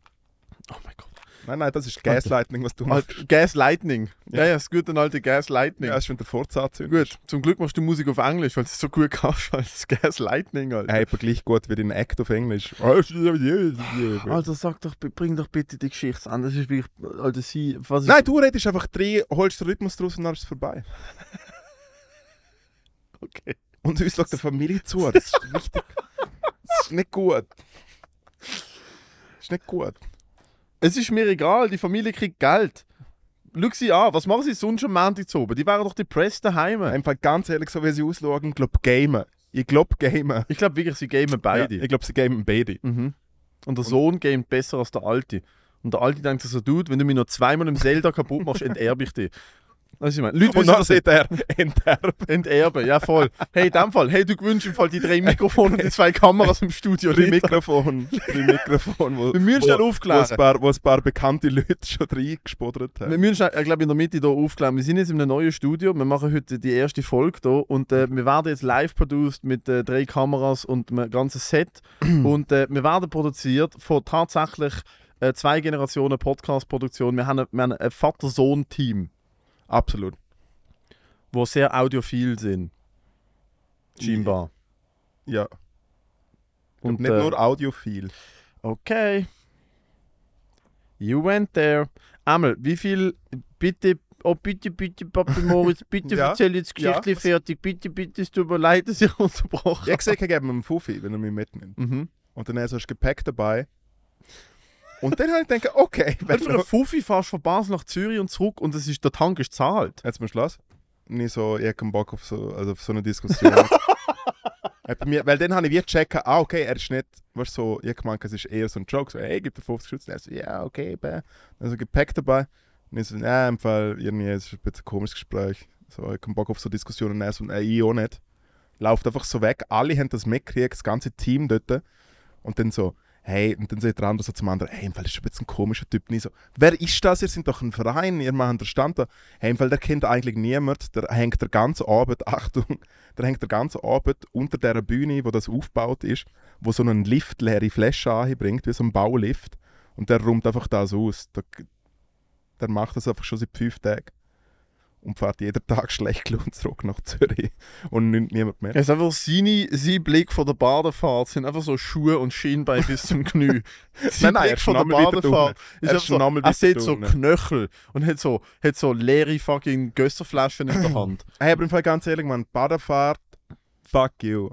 Speaker 2: Oh mein Gott.
Speaker 1: Nein, nein, das ist Gaslighting, was du machst.
Speaker 2: Alt, Gas Lightning. Ja,
Speaker 1: Ja.
Speaker 2: ja, das gute alte Gas Lightning.
Speaker 1: Ja, das ist, wenn der Forza anzündet.
Speaker 2: Gut, zum Glück machst du Musik auf Englisch, weil du es so gut kannst als Gas Lightning, Alter.
Speaker 1: Hey, aber gleich gut wie dein Act auf Englisch.
Speaker 2: Alter, sag doch, bring doch bitte die Geschichte an. Das ist wirklich, Alter, sie, was ist
Speaker 1: Nein, du redest einfach drei, holst den Rhythmus draus und dann ist es vorbei.
Speaker 2: okay.
Speaker 1: Und uns schaut der Familie zu. Das ist richtig. ist nicht gut. ist nicht gut.
Speaker 2: Es ist mir egal, die Familie kriegt Geld. Schau sie an, was machen sie sonst am Montag zu oben? Die wären doch depressed daheim.
Speaker 1: Einfach ganz ehrlich, so wie sie ausschauen, ich glaube, gamen. Ich glaube, gamen.
Speaker 2: Ich glaube wirklich, sie gamen beide.
Speaker 1: Ja, ich glaube, sie gamen beide.
Speaker 2: Und der Sohn gamet besser als der Alte. Und der Alte denkt sich so, Dude, wenn du mich noch zweimal im Zelda kaputt machst, enterbe ich dich. Weißt du, was ich meine? Leute
Speaker 1: Und
Speaker 2: wissen
Speaker 1: dann
Speaker 2: das
Speaker 1: sieht er, enterbt.
Speaker 2: enterben, ja voll. Hey, in dem Fall, hey, du gewünschst im Fall die drei Mikrofone und die zwei Kameras im Studio.
Speaker 1: Drei
Speaker 2: Ritter.
Speaker 1: Mikrofon. Drei Mikrofon, wo,
Speaker 2: Wir müssen schnell
Speaker 1: wo, wo,
Speaker 2: aufklären.
Speaker 1: ein paar, wo ein paar bekannte Leute schon reingespudert haben.
Speaker 2: Wir müssen, schnell, ich glaube, in der Mitte hier aufklären. Wir sind jetzt in einem neuen Studio. Wir machen heute die erste Folge hier. Und äh, wir werden jetzt live produced mit äh, drei Kameras und einem ganzen Set. und äh, wir werden produziert von tatsächlich äh, zwei Generationen Podcast-Produktion. Wir haben, wir haben ein Vater-Sohn-Team,
Speaker 1: Absolut.
Speaker 2: wo sehr audiophil sind. Scheinbar.
Speaker 1: Ja.
Speaker 2: Und,
Speaker 1: nicht
Speaker 2: äh,
Speaker 1: nur audiophil.
Speaker 2: Okay. You went there. Amel, wie viel. Bitte. Oh, bitte, bitte, Papi Moritz, bitte
Speaker 1: Ja,
Speaker 2: erzähl jetzt
Speaker 1: ja.
Speaker 2: Geschichte fertig. Bitte, bitte, es tut mir leid, dass ich unterbrochen
Speaker 1: Ich sehe, ich gebe ihm einen Fuffi, wenn er mich mitnimmt.
Speaker 2: Mhm.
Speaker 1: Und dann hast du Gepäck dabei. Und dann habe ich gedacht, okay, wenn
Speaker 2: Einfach
Speaker 1: du...
Speaker 2: ein Fuffi fährst von Basel nach Zürich und zurück und es ist, der Tank ist zahlt.
Speaker 1: Jetzt mal Schluss. Nicht so, ich habe keinen Bock auf so, also auf so eine Diskussion. Hat bei mir, weil dann habe ich wie checken, ah, okay, er ist nicht, weißt du, so, ich gemeint, es ist eher so ein Joke, so, hey, gib dir 50 Schutz. Er so, ja, okay, bäh. Dann so Gepäck dabei. Und ich so, nein, im Fall, irgendwie, es ist ein bisschen ein komisches Gespräch. So, ich habe keinen Bock auf so Diskussionen. Er so, nein, ich auch nicht. Läuft einfach so weg. Alle haben das mitgekriegt, das ganze Team dort. Und dann so, hey, und dann sagt der andere so zum anderen, hey, im Fall ist das ein bisschen ein komischer Typ. Nicht so, wer ist das? Ihr seid doch ein Verein, ihr macht den Stand da. Hey, im Fall, der kennt eigentlich niemand. Der hängt der ganze Abend, Achtung, der hängt der ganze Abend unter der Bühne, wo das aufgebaut ist, wo so einen Lift leere Flasche anbringt, wie so ein Baulift. Und der räumt einfach das aus. Der, der macht das einfach schon seit fünf Tagen. Und fährt jeden Tag schlecht gelaunt zurück nach Zürich. Und nimmt niemand mehr.
Speaker 2: Es ist einfach seine, sein Blick von der Badefahrt sind einfach so Schuhe und Schienbein bis zum Knie.
Speaker 1: Nein,
Speaker 2: Sein
Speaker 1: nein, er
Speaker 2: Blick
Speaker 1: ist
Speaker 2: von der
Speaker 1: noch mal weiter
Speaker 2: Badefahrt
Speaker 1: unten.
Speaker 2: ist
Speaker 1: Er ist
Speaker 2: einfach so,
Speaker 1: noch mal
Speaker 2: er sieht
Speaker 1: weiter
Speaker 2: so
Speaker 1: unten.
Speaker 2: Knöchel und hat so, hat so leere fucking Gösserflaschen in der Hand.
Speaker 1: Hey, aber im Fall ganz ehrlich, man, Badefahrt, fuck you.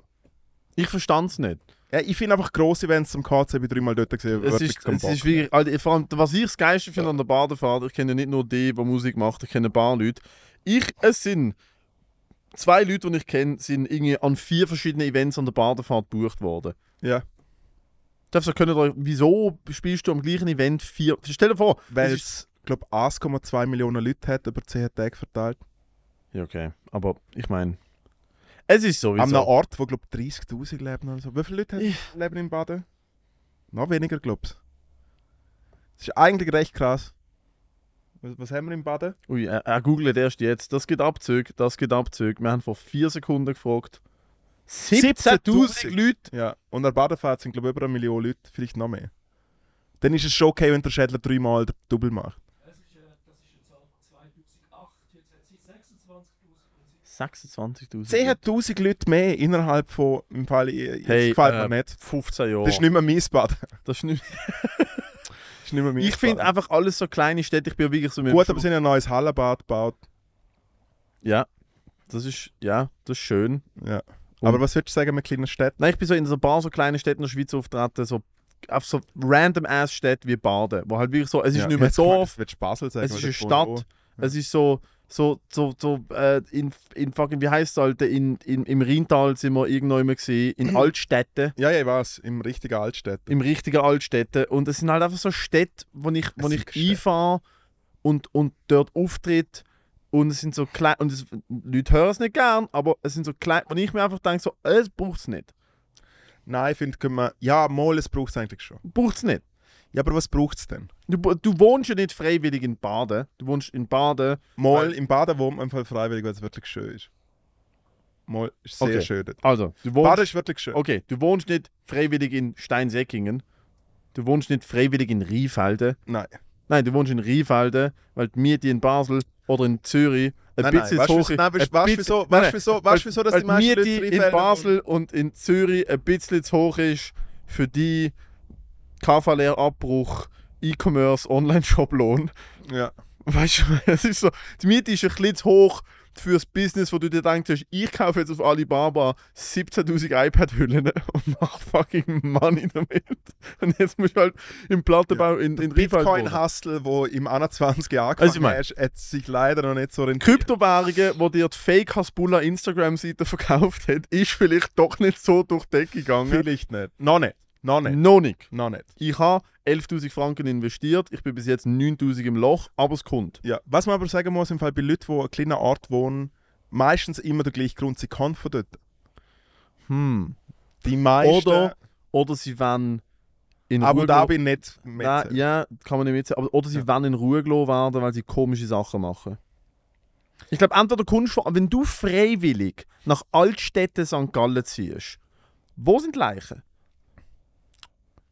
Speaker 2: Ich verstand's nicht.
Speaker 1: Ja, ich finde einfach grosse Events zum KC, ich dreimal dort gesehen.
Speaker 2: Es ist, es ist wie, also, vor allem, was ich das Geilste finde an der Badefahrt, ich kenne nicht nur die, die Musik macht, ich kenne ein paar Leute. Ich, es sind zwei Leute, die ich kenne, sind irgendwie an vier verschiedenen Events an der Badefahrt gebucht worden.
Speaker 1: ja,
Speaker 2: Darfst du können, euch- wieso spielst du am gleichen Event vier? Stell dir vor,
Speaker 1: weil
Speaker 2: es ist-
Speaker 1: es, glaube 1,2 Millionen Leute hat, über 10 Tage verteilt.
Speaker 2: Ja, okay, aber ich meine, es ist sowieso.
Speaker 1: An einem Ort, wo, glaube 30'000 leben oder so. Wie viele Leute hat, leben in Baden? Noch weniger, glaube ich. Das ist eigentlich recht krass. Was, was haben wir in Baden?
Speaker 2: Ui, er, er googelt erst jetzt. Das gibt Abzüge, das gibt Abzüge. Wir haben vor vier Sekunden gefragt. 17.000 Leute
Speaker 1: Ja, und an Badenfahrt sind, glaube ich, über eine Million Leute, vielleicht noch mehr. Dann ist es schon okay, wenn der Schädler dreimal den Double macht.
Speaker 2: 26.000.
Speaker 1: 10.000 Leute mehr innerhalb von im Fall, ich-
Speaker 2: Hey,
Speaker 1: das gefällt
Speaker 2: äh,
Speaker 1: mir nicht.
Speaker 2: 15 Jahre.
Speaker 1: Das ist nicht mehr mein Bad.
Speaker 2: Das ist nicht-
Speaker 1: Das ist nicht mehr mein
Speaker 2: ich finde
Speaker 1: Bad.
Speaker 2: einfach alles so kleine Städte. Ich bin ja wirklich so mit.
Speaker 1: Gut, aber sie haben ein neues Hallenbad gebaut.
Speaker 2: Ja, das ist ja, das ist schön.
Speaker 1: Ja.
Speaker 2: Und-
Speaker 1: Aber was würdest du sagen mit kleinen Städten?
Speaker 2: Nein, ich bin so in so ein paar so kleinen Städten in der Schweiz auftreten, so auf so random ass Städte wie Baden, wo halt wirklich so, es ist
Speaker 1: Ja,
Speaker 2: nicht mehr
Speaker 1: jetzt gemeint,
Speaker 2: Dorf,
Speaker 1: Es wird Basel sagen.
Speaker 2: es
Speaker 1: weil
Speaker 2: ist eine
Speaker 1: das wohnt
Speaker 2: Stadt,
Speaker 1: auch.
Speaker 2: es ist so so so so äh, in, in fucking wie heißt es Alter, in, in im Rheintal sind wir irgendwo immer gesehen, in Altstädten.
Speaker 1: Ja, ja, ich weiß, im richtigen Altstädten.
Speaker 2: im richtigen Altstädten. Und es sind halt einfach so Städte, wo ich, wo
Speaker 1: Es
Speaker 2: ich
Speaker 1: sind Städte.
Speaker 2: einfahre und, und dort auftritt. Und es sind so klein und es, Leute hören es nicht gern, aber es sind so klein, wo ich mir einfach denke, so, äh, es braucht es nicht.
Speaker 1: Nein, ich finde, können wir. Ja, mal, es braucht es eigentlich schon.
Speaker 2: Braucht es nicht.
Speaker 1: Ja, aber was braucht es denn?
Speaker 2: Du, du wohnst ja nicht freiwillig in Baden. Du wohnst in Baden.
Speaker 1: Mal,
Speaker 2: Weil-
Speaker 1: im Baden wohnt man im Fall freiwillig, weil es wirklich schön ist. Mal ist sehr
Speaker 2: Okay.
Speaker 1: schön dort.
Speaker 2: Also, du wohnst,
Speaker 1: Baden ist wirklich schön.
Speaker 2: okay, du wohnst nicht freiwillig in Steinsäckingen. Du wohnst nicht freiwillig in Rheinfelden.
Speaker 1: Nein.
Speaker 2: Nein, du wohnst in Rheinfelden, weil die Miete in Basel oder in Zürich ein
Speaker 1: Nein, nein,
Speaker 2: bisschen
Speaker 1: weißt du,
Speaker 2: zu hoch
Speaker 1: wieso-
Speaker 2: ist.
Speaker 1: nein, weißt du,
Speaker 2: Ein
Speaker 1: weißt du,
Speaker 2: bisschen-
Speaker 1: wieso- weißt
Speaker 2: nein,
Speaker 1: du,
Speaker 2: nein.
Speaker 1: wieso- weißt du, wieso, dass die
Speaker 2: weil
Speaker 1: meisten
Speaker 2: Miete
Speaker 1: Leute
Speaker 2: in
Speaker 1: Rheinfelden-
Speaker 2: Basel und in Zürich ein bisschen zu hoch ist für die KV-Lehrabbruch, E-Commerce, Online-Shop-Lohn.
Speaker 1: Ja.
Speaker 2: Weißt du, es ist so, die Miete ist ein bisschen zu hoch fürs Business, wo du dir denkst, hast, ich kaufe jetzt auf Alibaba 17.000 iPad-Hüllen und mach fucking Money damit. Und jetzt musst du halt im Plattenbau in, in Riefeld wohnen.
Speaker 1: Bitcoin-Hustle, wo im 21 Jahr
Speaker 2: Also ich
Speaker 1: angefangen
Speaker 2: meine-
Speaker 1: hast, hat sich leider noch nicht so rentiert.
Speaker 2: Kryptowährungen, wo dir die Fake Hasbulla Instagram-Seite verkauft hat, ist vielleicht doch nicht so durch die Decke gegangen.
Speaker 1: Vielleicht nicht. Noch nicht. Noch nicht.
Speaker 2: Noch nicht.
Speaker 1: Noch nicht.
Speaker 2: Ich habe 11.000 Franken investiert, ich bin bis jetzt 9.000 im Loch, aber es kommt.
Speaker 1: Ja, was man aber sagen muss, im Fall bei Leuten, die an kleinen Ort wohnen, meistens immer der gleiche Grund, sie kann von dort.
Speaker 2: Hm.
Speaker 1: Die meisten
Speaker 2: Oder, oder sie wollen in
Speaker 1: Abu
Speaker 2: Ruhe
Speaker 1: Dhabi nicht
Speaker 2: gelassen-
Speaker 1: mit.
Speaker 2: Nein, ja, kann man nicht mitzählen. Aber, oder sie wollen in Ruhe gelassen werden, weil sie komische Sachen machen. Ich glaube, entweder kommst du, wenn du freiwillig nach Altstädte St. Gallen ziehst, wo sind die Leichen?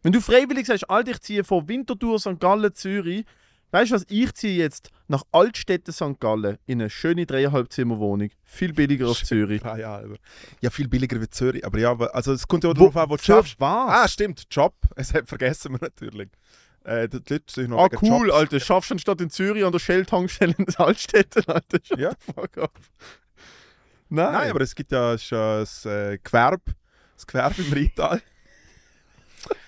Speaker 2: Wenn du freiwillig sagst, Alter, ich ziehe von Winterthur, St. Gallen, Zürich, weißt du was, ich ziehe jetzt nach Altstädte St. Gallen in eine schöne dreieinhalb Zimmer Wohnung, viel billiger als Zürich.
Speaker 1: Drei Jahre. aber- Ja, viel billiger wie Zürich. Aber ja, aber- also es kommt ja auch
Speaker 2: Wo-
Speaker 1: darauf an, wo du
Speaker 2: für
Speaker 1: schaffst.
Speaker 2: was?
Speaker 1: Ah, stimmt, Job. Es hat vergessen wir natürlich. Äh, die die Leute sind noch
Speaker 2: Ah,
Speaker 1: wegen
Speaker 2: cool,
Speaker 1: Jobs.
Speaker 2: Alter. Schaffst du anstatt in Zürich an der Shell-Tankstelle in Altstädten, Alter? Shut
Speaker 1: Ja.
Speaker 2: the fuck up. Nein.
Speaker 1: Nein, aber es gibt ja schon das äh, Gewerbe. Das Gewerbe im Rital.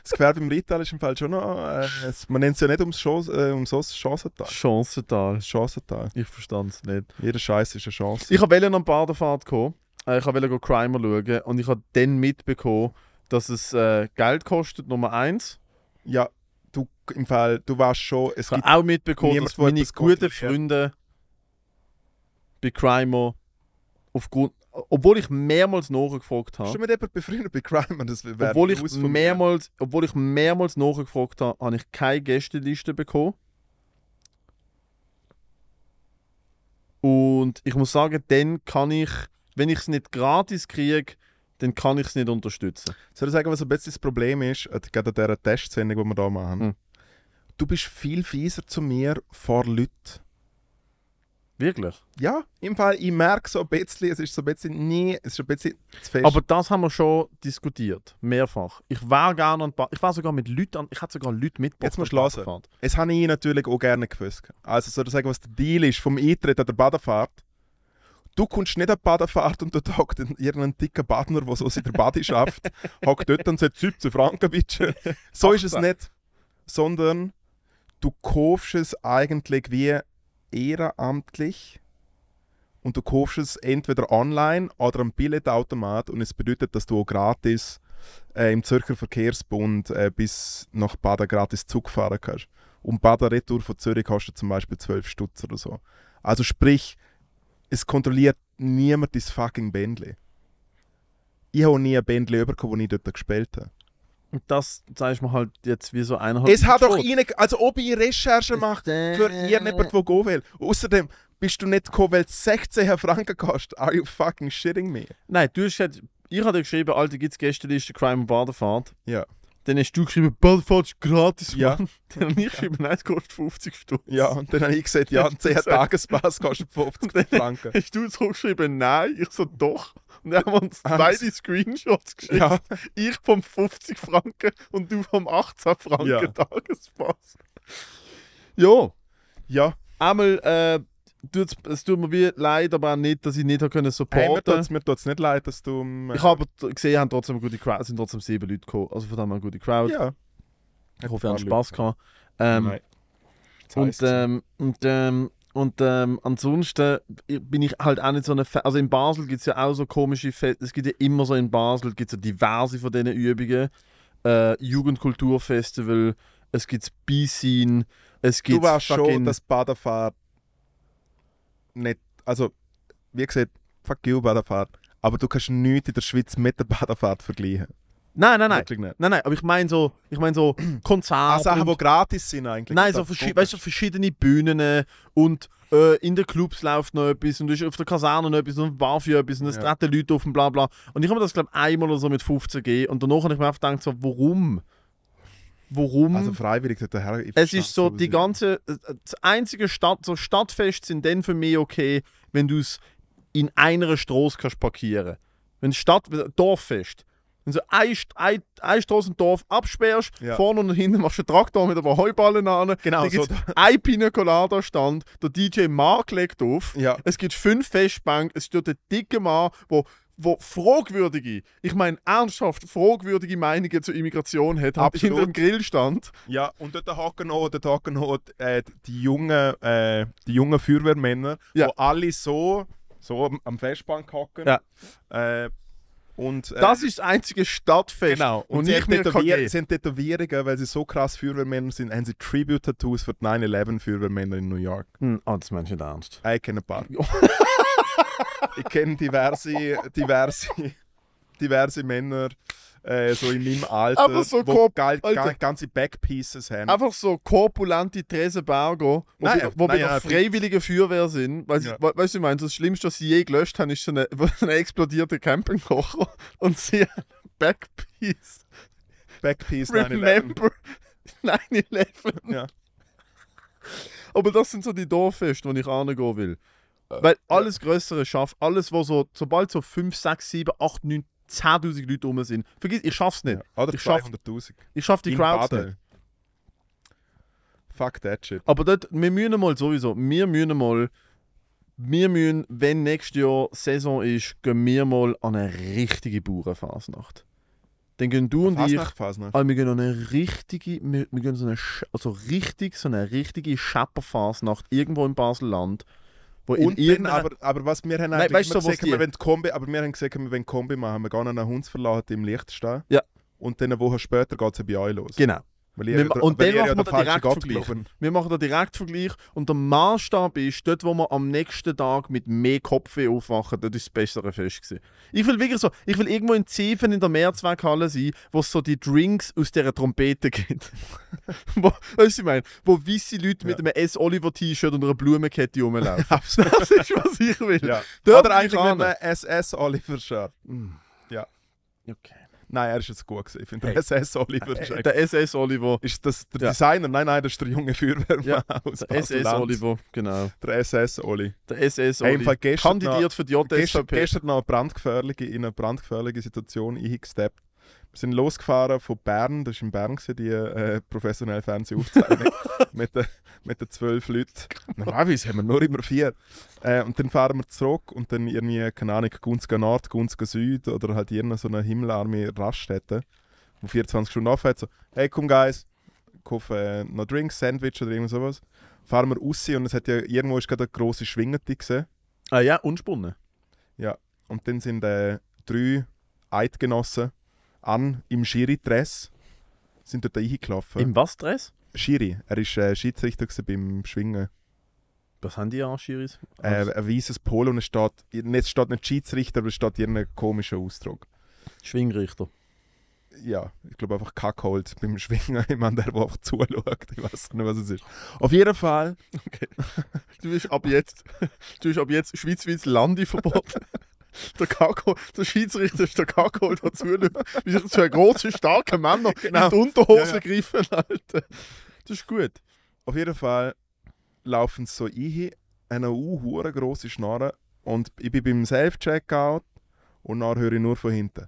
Speaker 1: Das Gewerbe im Rital ist im Fall schon noch. Äh, es- man nennt es ja nicht ums Chance, äh, um so das Chancental.
Speaker 2: Chancental.
Speaker 1: Das Chancental.
Speaker 2: Ich verstand's nicht.
Speaker 1: Jeder Scheiß ist eine Chance.
Speaker 2: Ich wollte an die Badefahrt kommen. Äh, Ich wollte Crimer schauen. Und ich habe dann mitbekommen, dass es äh, Geld kostet, Nummer eins.
Speaker 1: Ja, du im Fall, du weißt schon, es
Speaker 2: Ich habe
Speaker 1: gibt.
Speaker 2: auch mitbekommen,
Speaker 1: niemand,
Speaker 2: dass
Speaker 1: der
Speaker 2: meine
Speaker 1: etwas
Speaker 2: guten
Speaker 1: kontrolliert.
Speaker 2: Freunde bei Crimer aufgrund. Obwohl ich mehrmals nachgefragt habe.
Speaker 1: Hast du mit jemandem befreundet bei Crime? Das wär-
Speaker 2: Obwohl ich,
Speaker 1: aus von mir.
Speaker 2: mehrmals, obwohl ich mehrmals nachgefragt habe, habe ich keine Gästeliste bekommen. Und ich muss sagen, dann kann ich, wenn ich es nicht gratis kriege, dann kann ich es nicht unterstützen.
Speaker 1: Soll ich sagen, was ein bisschen das Problem ist, äh, gerade an dieser Testsendung, die wir hier machen?
Speaker 2: Mhm.
Speaker 1: Du bist viel fieser zu mir vor Leuten.
Speaker 2: Wirklich.
Speaker 1: Ja, im Fall, ich merke so ein bisschen, es ist so ein bisschen, nee, es ist ein bisschen zu fest.
Speaker 2: Aber das haben wir schon diskutiert. Mehrfach. Ich war gerne an die Ba- Ich war sogar mit Leuten an. Ich hatte sogar Leute mitgebracht.
Speaker 1: Jetzt musst
Speaker 2: an die
Speaker 1: du hören.
Speaker 2: Badefahrt.
Speaker 1: es habe ich natürlich auch gerne gewusst. Also soll ich sagen, was der Deal ist vom Eintritt an der Badefahrt? Du kommst nicht an die Badefahrt und dort hockt ein- irgendein dicker Badner, der so in der Bade schafft, hockt dort und sagt 17 Franken bitte. So ist es nicht. Sondern du kaufst es eigentlich wie ehrenamtlich und du kaufst es entweder online oder am Billetautomat und es bedeutet, dass du auch gratis äh, im Zürcher Verkehrsbund äh, bis nach Baden gratis Zug fahren kannst. Und Baden Retour von Zürich kostet zum Beispiel 12 Stutz oder so. Also sprich, es kontrolliert niemand dein fucking Bändli. Ich habe nie ein Bändli bekommen, das ich dort gespielt habe.
Speaker 2: Und das zeige ich mir halt jetzt wie so eineinhalb
Speaker 1: Es hat doch
Speaker 2: Stunden.
Speaker 1: eine, also ob ich Recherche mache für irgendjemanden, der gehen will. Außerdem bist du nicht gekommen, weil es 16 Franken kostet. Are you fucking shitting me?
Speaker 2: Nein, du hast gesagt, ich habe dir geschrieben, Alter, gibt es Gästeliste Crime und Badefahrt?
Speaker 1: Ja.
Speaker 2: Dann hast du geschrieben, Badefahrt ist gratis,
Speaker 1: Ja.
Speaker 2: Mann. Dann habe ich geschrieben, nein, es kostet 50 Stunden.
Speaker 1: Ja, und dann habe ich gesagt, ja, ein 10-Tagespass kostet 50 Franken.
Speaker 2: Hast du zurückgeschrieben, nein? Ich so, doch. Und dann haben wir uns
Speaker 1: Ah,
Speaker 2: beide Screenshots geschickt.
Speaker 1: Ja.
Speaker 2: Ich vom 50 Franken und du vom 18 Franken
Speaker 1: Ja.
Speaker 2: Tagespass. Jo,
Speaker 1: Ja,
Speaker 2: einmal, äh, tut's- es tut mir wie leid, aber auch nicht, dass ich nicht habe können
Speaker 1: hey,
Speaker 2: supporten
Speaker 1: mir tut es mir tut's nicht leid, dass du... ähm,
Speaker 2: Ich habe aber gesehen, haben trotzdem eine gute Crowd, es sind trotzdem sieben Leute gekommen. Also von dem her eine gute Crowd.
Speaker 1: Ja.
Speaker 2: Ich hoffe, ihr habt Spass gehabt. Ähm,
Speaker 1: Nein. äh, Das
Speaker 2: und,
Speaker 1: heisst's.
Speaker 2: ähm, und, ähm, und ähm, ansonsten bin ich halt auch nicht so eine Fan. Also in Basel gibt es ja auch so komische Feste. Es gibt ja immer so in Basel gibt's ja diverse von diesen Übungen. Äh, Jugendkulturfestival, es gibt B-Scene, es gibt
Speaker 1: du weißt schon, dass Badefahrt nicht. Also, wie gesagt, fuck you, Badefahrt. Aber du kannst nichts in der Schweiz mit der Badefahrt vergleichen.
Speaker 2: Nein, nein, nein.
Speaker 1: Wirklich nicht.
Speaker 2: Nein, nein, aber ich meine so, ich meine so Konzerte.
Speaker 1: Ah, Sachen,
Speaker 2: und-
Speaker 1: die gratis sind eigentlich.
Speaker 2: Nein,
Speaker 1: Das
Speaker 2: so
Speaker 1: ist
Speaker 2: verschi
Speaker 1: gut.
Speaker 2: weißt, du, verschiedene Bühnen äh, und äh, in den Clubs läuft noch etwas und du hast auf der Kaserne noch etwas und auf dem Bar für etwas und es
Speaker 1: Ja.
Speaker 2: treten Leute auf und bla bla. Und ich habe mir das, glaube ich, einmal oder so mit 15 gegeben und danach habe ich mir einfach gedacht, so, warum? Warum?
Speaker 1: Also, freiwillig dort her. ich
Speaker 2: es
Speaker 1: verstehe
Speaker 2: ist so,
Speaker 1: es
Speaker 2: die
Speaker 1: nicht.
Speaker 2: ganze, äh, das einzige Stadt, so Stadtfest sind dann für mich okay, wenn du es in einer Straße kannst parkieren. Wenn Stadt, äh, Dorffest, Wenn du so ein, St- ein, ein Strassendorf absperrst,
Speaker 1: Ja.
Speaker 2: vorne und hinten machst du einen Traktor mit ein paar Heuballen an.
Speaker 1: Genau,
Speaker 2: Dann
Speaker 1: so
Speaker 2: gibt's ein Pina Colada Stand, der DJ Mark legt auf.
Speaker 1: Ja.
Speaker 2: Es gibt fünf Festbänke, es steht ein dicker Mann, wo wo fragwürdige, ich meine ernsthaft fragwürdige Meinungen zur Immigration hat, hat
Speaker 1: Absolut.
Speaker 2: hinter dem Grillstand.
Speaker 1: Ja, und dort haken noch, dort haken noch äh, die, jungen, äh, die jungen Feuerwehrmänner,
Speaker 2: Ja.
Speaker 1: die alle so, so am- am Festbank hacken.
Speaker 2: Ja.
Speaker 1: Äh, und, äh,
Speaker 2: Das ist das einzige Stadtfest,
Speaker 1: Genau.
Speaker 2: wo
Speaker 1: Und sie
Speaker 2: ich
Speaker 1: haben,
Speaker 2: mir kann
Speaker 1: Tätowier
Speaker 2: geben.
Speaker 1: sie haben Tätowierungen, weil sie so krass Feuerwehrmänner sind, haben sie Tribute-Tattoos für die 9-11-Feuerwehrmänner in New York.
Speaker 2: Hm, Ah, das meinst du nicht ernst.
Speaker 1: Ah, Ich kenne ein paar. ich kenne diverse, diverse, diverse Männer äh, so in meinem Alter,
Speaker 2: Aber so
Speaker 1: wo
Speaker 2: Korb-
Speaker 1: geil,
Speaker 2: Alter.
Speaker 1: ga- ganze Backpieces haben.
Speaker 2: Einfach so korpulente Therese Bargo, wo
Speaker 1: Nein,
Speaker 2: wir-
Speaker 1: ja,
Speaker 2: wo wir
Speaker 1: nein, ja,
Speaker 2: noch freiwillige Feuerwehr sind. Weißt
Speaker 1: Ja.
Speaker 2: du, we- weißt du, ich meine, das Schlimmste, was sie je gelöscht haben, ist so ein ein explodierter Campingkocher und sie haben Backpiece.
Speaker 1: Backpiece 9-11.
Speaker 2: Remember 9-11.
Speaker 1: Ja.
Speaker 2: Aber das sind so die Dorffeste, wo ich angehen will.
Speaker 1: Äh,
Speaker 2: Weil alles Größere schafft, alles, was so, sobald so 5, 6, 7, 8, 9, 10.000 Leute rum sind, vergiss, ich schaff's nicht.
Speaker 1: Oder
Speaker 2: Ich schaff-
Speaker 1: 200.000.
Speaker 2: Ich schaff die
Speaker 1: In
Speaker 2: Crowds
Speaker 1: Baden.
Speaker 2: nicht.
Speaker 1: Fuck that shit.
Speaker 2: Aber dort, wir müssen mal sowieso, wir müssen mal, wir müssen, wenn nächstes Jahr Saison ist, gehen wir mal an eine richtige Bauernfasnacht. Dann gehen du und ich,
Speaker 1: Fasnacht, Fasnacht.
Speaker 2: also wir gehen an eine richtige, wir, wir gehen so eine, Sch- also richtig, so eine richtige Schepperfasnacht irgendwo im Baselland, wo in
Speaker 1: Und dann,
Speaker 2: irgendeiner,
Speaker 1: aber, aber was wir haben
Speaker 2: Nein,
Speaker 1: eigentlich
Speaker 2: weißt
Speaker 1: immer
Speaker 2: du, was
Speaker 1: gesagt, wir
Speaker 2: die-
Speaker 1: wollen die Kombi, aber wir haben gesagt, wir wollen die Kombi machen. Wir gehen an einen Hund verlassen, die im Licht stehen.
Speaker 2: Ja.
Speaker 1: Und dann eine Woche später geht es bei euch los.
Speaker 2: genau.
Speaker 1: Weil
Speaker 2: Wir-
Speaker 1: ja-
Speaker 2: und
Speaker 1: weil ihr
Speaker 2: dann
Speaker 1: ja
Speaker 2: machen wir
Speaker 1: den falschen
Speaker 2: direkt
Speaker 1: Gott
Speaker 2: Vergleich.
Speaker 1: glaubt.
Speaker 2: Wir machen da direkt Vergleich und der Maßstab ist, dort, wo wir am nächsten Tag mit mehr Kopfweh aufwachen, dort ist das bessere Fest gewesen. Ich will wirklich so, ich will irgendwo in Zeven in der Mehrzweckhalle sein, wo es so die Drinks aus dieser Trompete gibt. wo, weißt du, was ich meine, wo weisse Leute mit
Speaker 1: Ja.
Speaker 2: einem S. Oliver T-Shirt und einer Blumenkette rumlaufen. das ist, was ich will.
Speaker 1: Ja.
Speaker 2: Dort
Speaker 1: Oder
Speaker 2: will ich
Speaker 1: eigentlich mit
Speaker 2: hin.
Speaker 1: einem SS-Oliver-Shirt.
Speaker 2: Okay.
Speaker 1: Nein, er ist jetzt gut gewesen. Ich finde,
Speaker 2: Hey.
Speaker 1: der SS-Oliver ist eigentlich-
Speaker 2: Äh, Der SS. Oliver.
Speaker 1: Ist das der
Speaker 2: Ja.
Speaker 1: Designer? Nein, nein, das ist der junge Feuerwehrmann
Speaker 2: Ja,
Speaker 1: aus
Speaker 2: Der
Speaker 1: Basel-Land.
Speaker 2: SS. Oliver, genau.
Speaker 1: Der SS-Oli.
Speaker 2: Der SS.
Speaker 1: Hey, im
Speaker 2: Oliver.
Speaker 1: Fall gestern
Speaker 2: Kandidiert für die
Speaker 1: Gestern,
Speaker 2: JSVP.
Speaker 1: gestern noch eine brandgefährliche, in eine brandgefährliche Situation eingesteppt. Wir sind losgefahren von Bern, das war in Bern, gewesen, die äh, professionelle Fernsehaufzeichnung mit, den, mit den zwölf Leuten. Normalerweise haben wir nur immer vier. Äh, und dann fahren wir zurück und dann irgendwie, keine Ahnung, Gunzga Nord, Gunzga Süd oder halt irgendeine so eine himmelarme Raststätte, wo 24 Stunden aufhört, so, hey komm Guys, kaufe äh, noch Drinks, Sandwich oder irgend sowas. Fahren wir raus und es hat ja irgendwo ist gerade eine grosse Schwingerte gesehen.
Speaker 2: Ah ja, unspunnen.
Speaker 1: Und dann sind äh, drei Eidgenossen an im Schiri-Dress sind dort reingelaufen.
Speaker 2: Im was Dress?
Speaker 1: Schiri, er war äh, Schiedsrichter gewesen beim Schwingen.
Speaker 2: Was haben die Anschiris?
Speaker 1: Äh,
Speaker 2: Also
Speaker 1: ein weißes Polo und es steht, es steht nicht Schiedsrichter, aber es steht irgendein komischer Ausdruck.
Speaker 2: Schwingrichter.
Speaker 1: Ja, ich glaube einfach Kackholz beim Schwingen. Jemand, der der einfach zuschaut. Ich weiß nicht, was es ist. Auf jeden Fall,
Speaker 2: Du bist ab jetzt, du bist ab jetzt schweizweit Landeverbot. Der, Kako, der Schiedsrichter ist der Kako, der zuschaut. Wie sich zwei große, starke Männer
Speaker 1: Genau.
Speaker 2: in die Unterhose
Speaker 1: Ja, ja.
Speaker 2: greifen, Alter. Das ist gut.
Speaker 1: auf jeden Fall laufen sie so rein, eine uh, grosse Schnarre. Und ich bin beim Self-Checkout und dann höre ich nur von hinten.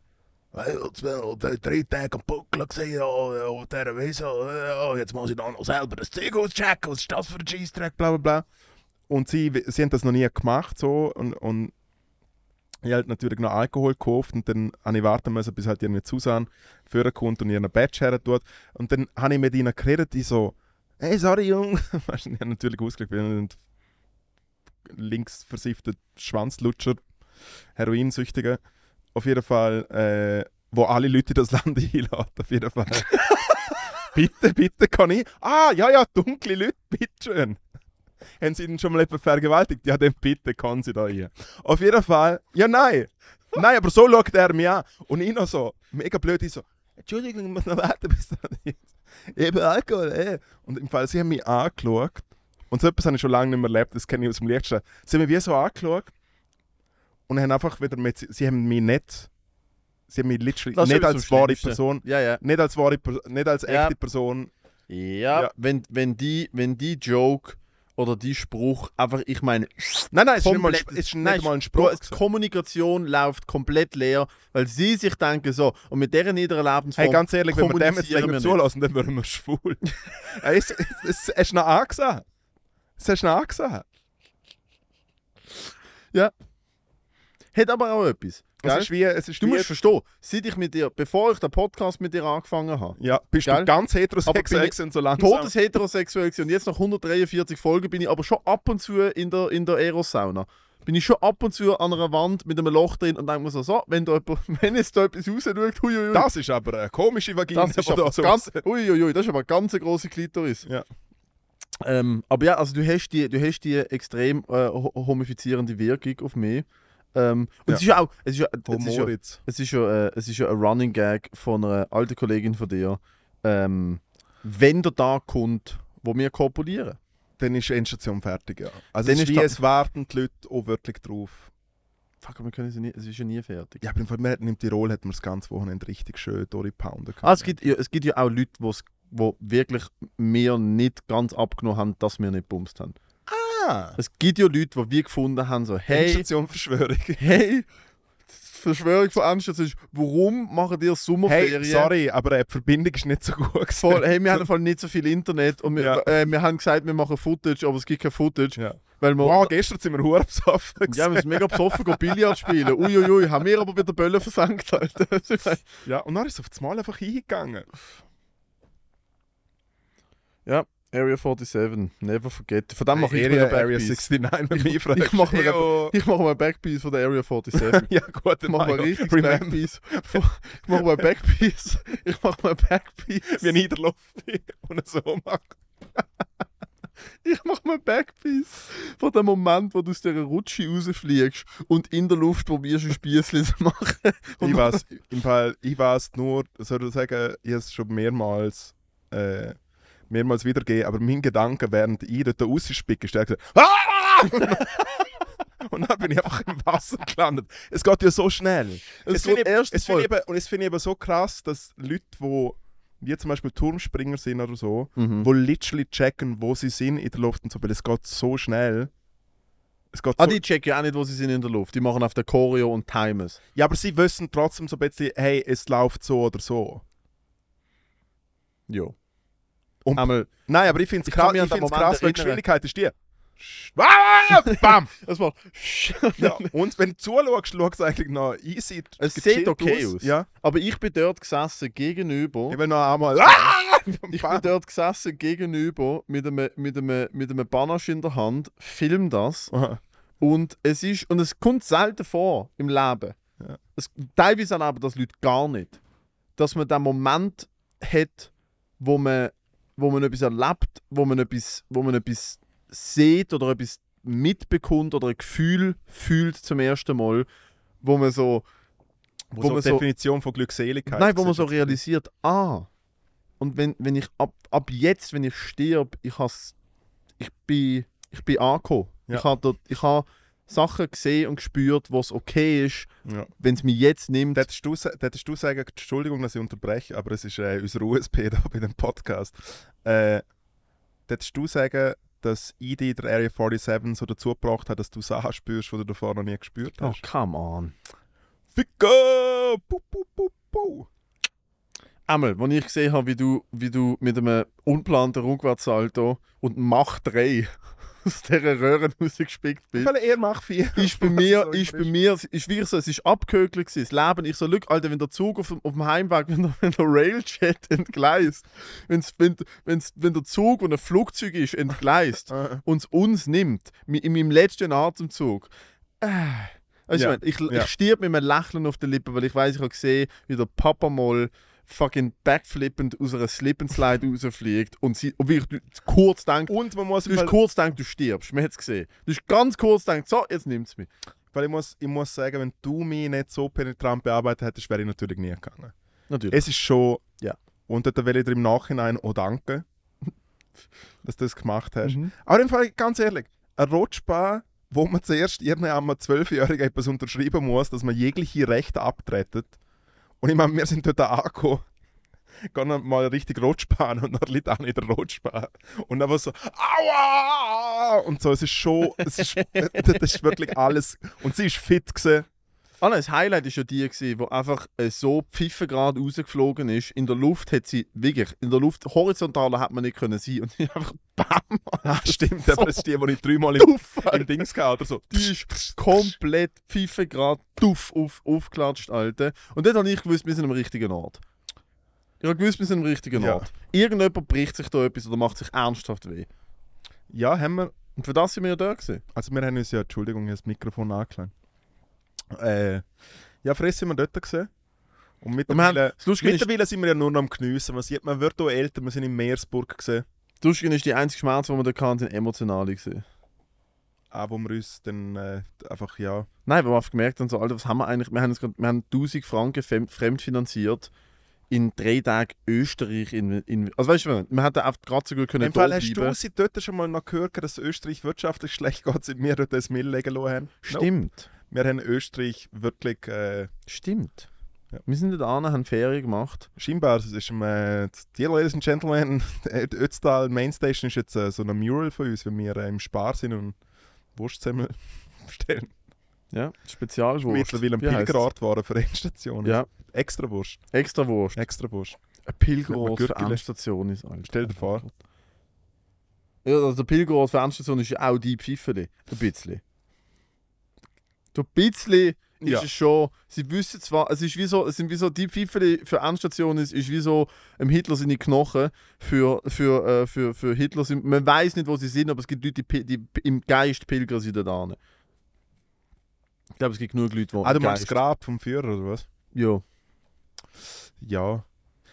Speaker 4: Hey, jetzt bin ich drei Tage am Buckel gesehen, auf dieser Wiese. Ja, jetzt muss ich dann noch selber das Zeug auschecken. Was ist das für ein Scheissdreck?
Speaker 1: bla bla bla. Und sie, sie haben das noch nie gemacht so und, und ich habe natürlich noch Alkohol gekauft und dann habe ich warten müssen, bis halt irgendwie Susan vorkommt und ihren Badge her tut. Und dann habe ich mit ihnen geredet, die so, hey, sorry, Jung. Weißt du, ich habe natürlich ausgelegt, weil ich ein links versiffter Schwanzlutscher, Heroinsüchtiger. Auf jeden Fall, äh, wo alle Leute in das Land einladen, auf jeden Fall. bitte, bitte, kann ich. Ah, ja, ja, dunkle Leute, bitteschön. Haben sie ihn schon mal etwa vergewaltigt? Ja, dann bitte kann sie da hier. Auf jeden Fall, ja, nein. Nein, aber so schaut er mich an. Und ich noch so, mega blöd, ich so, Entschuldigung, ich muss noch warten, bis da ist. Eben Alkohol, ey. Und im Fall, sie haben mich angeschaut. Und so etwas habe ich schon lange nicht mehr erlebt, das kenne ich aus dem Lichtstein. Sie haben mich wie so angeschaut. Und haben einfach wieder mit, sie haben mich nicht, sie haben mich literally
Speaker 2: Das ist
Speaker 1: nicht
Speaker 2: etwas
Speaker 1: als
Speaker 2: am
Speaker 1: wahre
Speaker 2: Schlimmsten.
Speaker 1: Person,
Speaker 2: Ja, ja.
Speaker 1: nicht als wahre, Per- nicht als
Speaker 2: Ja.
Speaker 1: echte Person
Speaker 2: Ja,
Speaker 1: Ja.
Speaker 2: Wenn, wenn, die, wenn die Joke oder die Spruch einfach, ich meine,
Speaker 1: Nein, nein, es ist nicht mal, ein
Speaker 2: komplett-
Speaker 1: Sp- es ist nicht
Speaker 2: Nein,
Speaker 1: mal ein
Speaker 2: es-
Speaker 1: Spruch.
Speaker 2: Die Kommunikation läuft komplett leer, weil sie sich denken so, und mit dieser niederen Lebensform
Speaker 1: Hey, ganz ehrlich, wenn wir dem jetzt
Speaker 2: kommunizieren
Speaker 1: länger
Speaker 2: wir nicht.
Speaker 1: zulassen, dann würden wir schwul. hey, es, es, es, hast du noch angesehen? Es hast du noch angesehen?
Speaker 2: Hat aber auch etwas.
Speaker 1: Es
Speaker 2: gell?
Speaker 1: ist wie, es ist
Speaker 2: Du
Speaker 1: wie,
Speaker 2: musst verstehen, seit ich mit dir, bevor ich den Podcast mit dir angefangen habe,
Speaker 1: ja, bist
Speaker 2: Gell?
Speaker 1: du ganz
Speaker 2: Aber bin ich-
Speaker 1: heterosexuell und so langsam.
Speaker 2: todesheterosexuell gewesen und jetzt nach 143 Folgen bin ich aber schon ab und zu in der, in der Eros-Sauna. Bin ich schon ab und zu an einer Wand mit einem Loch drin und denke mir so, so wenn, da jemand, wenn jetzt da etwas rausschaut, huiuiui.
Speaker 1: Das ist aber eine komische Vagina.
Speaker 2: das ist
Speaker 1: die da
Speaker 2: aber
Speaker 1: so-
Speaker 2: ganz, uiuiui, das ist aber eine ganz große Klitoris.
Speaker 1: Ja.
Speaker 2: Ähm, aber ja, also du hast die, du hast die extrem äh, ho- homifizierende Wirkung auf mich. Ähm, und
Speaker 1: Ja.
Speaker 2: es ist ja auch, es ist ja,
Speaker 1: Oh,
Speaker 2: es ist ja,
Speaker 1: Homoritz.
Speaker 2: es ist ja, äh, es ist ja ein Running Gag von einer alten Kollegin von dir. Ähm, wenn der Tag kommt, wo wir kopulieren.
Speaker 1: Dann ist die Endstation fertig, ja. Also
Speaker 2: Dann
Speaker 1: es ist
Speaker 2: ist
Speaker 1: wie,
Speaker 2: da-
Speaker 1: es warten die Leute auch wirklich drauf.
Speaker 2: Fuck, wir können sie nie, es ist ja nie fertig.
Speaker 1: Ja, aber im Fall, wir hätten im Tirol hätten wir das ganze Wochenende richtig schön durchgepounden.
Speaker 2: Ah, es, gibt, ja, es gibt ja auch Leute, die wo wirklich mir nicht ganz abgenommen haben, dass wir nicht bumst haben.
Speaker 1: Ah,
Speaker 2: Es gibt ja Leute, die wir gefunden haben, so, hey,
Speaker 1: Endstation Verschwörung.
Speaker 2: hey, die Verschwörung von Anstatt ist, warum machen ihr Sommerferien?
Speaker 1: Hey, sorry, aber äh, die Verbindung ist nicht so gut. gewesen.
Speaker 2: Voll, hey, wir haben im Fall nicht so viel Internet und wir,
Speaker 1: Ja.
Speaker 2: äh, wir haben gesagt, wir machen Footage, aber es gibt kein Footage,
Speaker 1: Ja.
Speaker 2: weil wir,
Speaker 1: Wow, gestern sind wir hurbsoffen.
Speaker 2: Ja, wir sind mega besoffen, gehen Billard spielen. Uiuiui, haben wir aber wieder Böllen versenkt, Alter.
Speaker 1: Ja, und dann ist es auf das Mal einfach eingegangen.
Speaker 2: ja, Area 47, never forget. Von dem mache ich mir
Speaker 1: Area,
Speaker 2: einen
Speaker 1: Area
Speaker 2: Backpiece.
Speaker 1: 69, wenn mich fragst.
Speaker 2: ich mach mir-
Speaker 1: Eyo.
Speaker 2: Ich mache mal einen Backpiece von der Area 47.
Speaker 1: Ja, gut,
Speaker 2: Ich
Speaker 1: dann
Speaker 2: mache
Speaker 1: Eyo.
Speaker 2: mal einen richtigen
Speaker 1: Remember,
Speaker 2: Backpiece. Ich mache mal einen Backpiece. Ich mache mal einen Backpiece.
Speaker 1: wie Niederluft und so macht.
Speaker 2: Ich mache mal einen Backpiece. Von dem Moment, wo du aus dieser Rutsche rausfliegst und in der Luft probierst, ein Spiessli zu machen. Und
Speaker 1: Ich weiß, im Fall, ich weiß nur, soll ich sagen, ich habe es schon mehrmals, äh, mehrmals wiedergegeben, aber mein Gedanke, während ich dort rausspicke, ist der gesagt, "Ah!" Und dann bin ich einfach im Wasser gelandet. Es geht ja so schnell.
Speaker 2: Es
Speaker 1: finde
Speaker 2: geht
Speaker 1: ich-
Speaker 2: erst
Speaker 1: es finde ich, eben- und das finde ich eben so krass, dass Leute, die wie zum Beispiel Turmspringer sind oder so,
Speaker 2: Mhm.
Speaker 1: wo literally checken, wo sie sind in der Luft und so, weil es geht so schnell. Es geht
Speaker 2: Ah,
Speaker 1: so,
Speaker 2: die checken ja auch nicht, wo sie sind in der Luft. Die machen auf der Choreo und timen es.
Speaker 1: ja, aber sie wissen trotzdem so ein bisschen, hey, es läuft so oder so.
Speaker 2: Jo.
Speaker 1: Und-
Speaker 2: Einmal
Speaker 1: Nein, aber ich finde es
Speaker 2: kann
Speaker 1: krass, ich
Speaker 2: mich an den
Speaker 1: find's
Speaker 2: Moment
Speaker 1: krass weil die
Speaker 2: erinnern.
Speaker 1: Geschwindigkeit ist die. Sch- Ah, Bam!
Speaker 2: Das macht.
Speaker 1: ja. Und wenn du zuschaust, schaut es eigentlich noch easy.
Speaker 2: Es sieht
Speaker 1: gechillt
Speaker 2: okay aus.
Speaker 1: Ja,
Speaker 2: Aber ich bin dort gesessen gegenüber.
Speaker 1: ich will noch einmal. Ah!
Speaker 2: Ich bin
Speaker 1: Bam.
Speaker 2: dort gesessen gegenüber mit einem, mit einem, mit einem Banasch in der Hand, film das.
Speaker 1: Aha.
Speaker 2: Und es ist. Und es kommt selten vor im Leben.
Speaker 1: Ja.
Speaker 2: Es, teilweise erleben das Leute gar nicht. Dass man den Moment hat, wo man, wo man etwas erlebt, wo man etwas, wo man etwas sieht oder etwas mitbekommt oder ein Gefühl fühlt zum ersten Mal, wo man so.
Speaker 1: Wo,
Speaker 2: Wo
Speaker 1: so
Speaker 2: man
Speaker 1: die
Speaker 2: so-
Speaker 1: Definition von Glückseligkeit.
Speaker 2: Nein, wo man
Speaker 1: ist.
Speaker 2: so realisiert, ah, und wenn, wenn ich ab, ab jetzt, wenn ich stirb, ich has, ich bin, ich bin angekommen.
Speaker 1: Ja.
Speaker 2: Ich habe dort, ich habe Sachen gesehen und gespürt, was okay ist,
Speaker 1: Ja.
Speaker 2: wenn es mich jetzt nimmt.
Speaker 1: Dort hast du, sa- dort hast du sagen, Entschuldigung, dass ich unterbreche, aber es ist äh, unser USP da bei dem Podcast. Äh, dort hast du sagen, dass ID der Area 47 so dazu gebracht hat, dass du Sachen spürst, die du davor noch nie gespürt
Speaker 2: oh,
Speaker 1: hast.
Speaker 2: come on.
Speaker 1: Ficker! Bu, bu, bu, bu.
Speaker 2: Einmal, als ich gesehen habe, wie du, wie du mit einem unplanten Rückwärtssalto und Mach 3 aus dieser Röhre rausgespickt bist.
Speaker 1: Weil er macht viel.
Speaker 2: ist bei
Speaker 1: Was
Speaker 2: mir,
Speaker 1: so
Speaker 2: ist bei
Speaker 1: ist.
Speaker 2: mir, es ist wirklich so, es ist abgehökelt gewesen, das Leben. Ich so, look, Alter, wenn der Zug auf, dem- auf dem Heimweg, wenn der, wenn der Railjet entgleist, wenn's, wenn, wenn's, wenn der Zug, wo ein Flugzeug ist, entgleist
Speaker 1: Äh.
Speaker 2: und es uns nimmt, mi- in meinem letzten Atemzug, äh, weißt du,
Speaker 1: Ja,
Speaker 2: ich, mein, ich,
Speaker 1: ja.
Speaker 2: ich stirb mit einem Lächeln auf den Lippen, weil ich weiß, ich habe gesehen, wie der Papa mal fucking backflippend aus einer Slip and Slide rausfliegt und, sie, und wie ich kurz denke,
Speaker 1: Und man muss,
Speaker 2: Du hast
Speaker 1: Oh, weil,
Speaker 2: kurz gedacht, du stirbst. Man hat es gesehen. Du hast ganz kurz gedacht, so, jetzt nimmt es mich.
Speaker 1: weil ich, muss, ich muss sagen, wenn du mich nicht so penetrant bearbeitet hättest, wäre ich natürlich nie gegangen.
Speaker 2: Natürlich.
Speaker 1: Es ist schon.
Speaker 2: Ja.
Speaker 1: Und dort will ich dir im Nachhinein auch danken, dass du das gemacht hast.
Speaker 2: Mhm.
Speaker 1: Aber im Fall, ganz ehrlich, ein Rutschbahn, wo man zuerst irgendeinem Zwölfjährigen etwas unterschreiben muss, dass man jegliche Rechte abtretet. Und ich meine, wir sind dort angekommen. gehe noch mal richtig Rotsparen und dann liegt auch nicht der Rotsparen. Und dann war so, aua! Und so, es ist schon, es ist, das ist wirklich alles. Und sie ist fit gewesen.
Speaker 2: Ah, nein, das Highlight war ja die, gewesen, wo einfach äh, so pfiffen gerade rausgeflogen ist. In der Luft hat sie, wirklich, in der Luft horizontaler hat man nicht können sein. Und die einfach bam!
Speaker 1: Ah, stimmt, aber das ist die, die ich dreimal im, im Dings gehabt Also, oder so.
Speaker 2: Die ist komplett pfiffen gerade duff auf, aufgeklatscht, Alter. Und dann habe ich gewusst, wir sind am richtigen Ort. Ich habe gewusst, wir sind am richtigen
Speaker 1: Ja.
Speaker 2: Ort. Irgendjemand bricht sich da etwas oder macht sich ernsthaft weh.
Speaker 1: Ja, haben wir,
Speaker 2: Und für das sind wir ja da gewesen.
Speaker 1: also wir haben uns ja, Entschuldigung, ich habe das Mikrofon angelangt. Äh, ja, Fresse sind wir dort gesehen. Und
Speaker 2: Und wir haben,
Speaker 1: mittlerweile,
Speaker 2: das, Lustige ist,
Speaker 1: mittlerweile sind wir ja nur noch am Geniessen. Man sieht, man wird auch älter, wir sind in Meersburg gesehen.
Speaker 2: das Lustige ist, die einzige Schmerz, die wir da hatten, sind emotionale. Gewesen.
Speaker 1: Auch wo wir uns dann äh, einfach, ja,
Speaker 2: Nein, weil wir haben gemerkt haben, so, Alter, was haben wir eigentlich? Wir haben, uns grad, wir haben 1000 Franken fem- fremdfinanziert in drei Tagen Österreich. In, in, also weißt du, wir hätten auch gerade so gut können
Speaker 1: Im Fall hast du sie dort schon mal noch gehört, dass Österreich wirtschaftlich schlecht geht, seit wir dort das Mill legen lassen haben?
Speaker 2: Stimmt,
Speaker 1: Nope. Wir haben Österreich wirklich, äh,
Speaker 2: stimmt.
Speaker 1: Ja.
Speaker 2: Wir sind da an, haben Ferien gemacht.
Speaker 1: scheinbar, es ist, äh, die Ladies and Gentlemen, die Ötztal Mainstation ist jetzt äh, so ein Mural von uns, wenn wir äh, im Spar sind und Wurstsemmel bestellen.
Speaker 2: Ja, Spezialwurst.
Speaker 1: Mittlerweile ein
Speaker 2: Wie heisst's?
Speaker 1: Pilgerort waren für Endstationen.
Speaker 2: Ja,
Speaker 1: Extra Wurst,
Speaker 2: extra Wurst.
Speaker 1: extra Wurst.
Speaker 2: Ein
Speaker 1: Mit einem
Speaker 2: Pilgerort für
Speaker 1: Gürtel.
Speaker 2: Endstation ist, Alter.
Speaker 1: Stell dir vor.
Speaker 2: Ja, also der Pilgerort für Endstation ist ja auch die Pfiffeli. Ein bisschen. So ein bisschen ist
Speaker 1: Ja.
Speaker 2: es schon, sie wissen zwar, es ist wie so, es sind wie so, die Pfiffeli für Endstation ist, ist wie so, im Hitler seine Knochen für, für, äh, für, für Hitler sind, man weiß nicht, wo sie sind, aber es gibt Leute, die, pi- die im Geist pilgern sie da hin. Ich glaube, es gibt genug Leute, die
Speaker 1: Ah, du meinst das
Speaker 2: im Oh, Geist...
Speaker 1: Grab vom Führer oder was?
Speaker 2: Ja.
Speaker 1: Ja.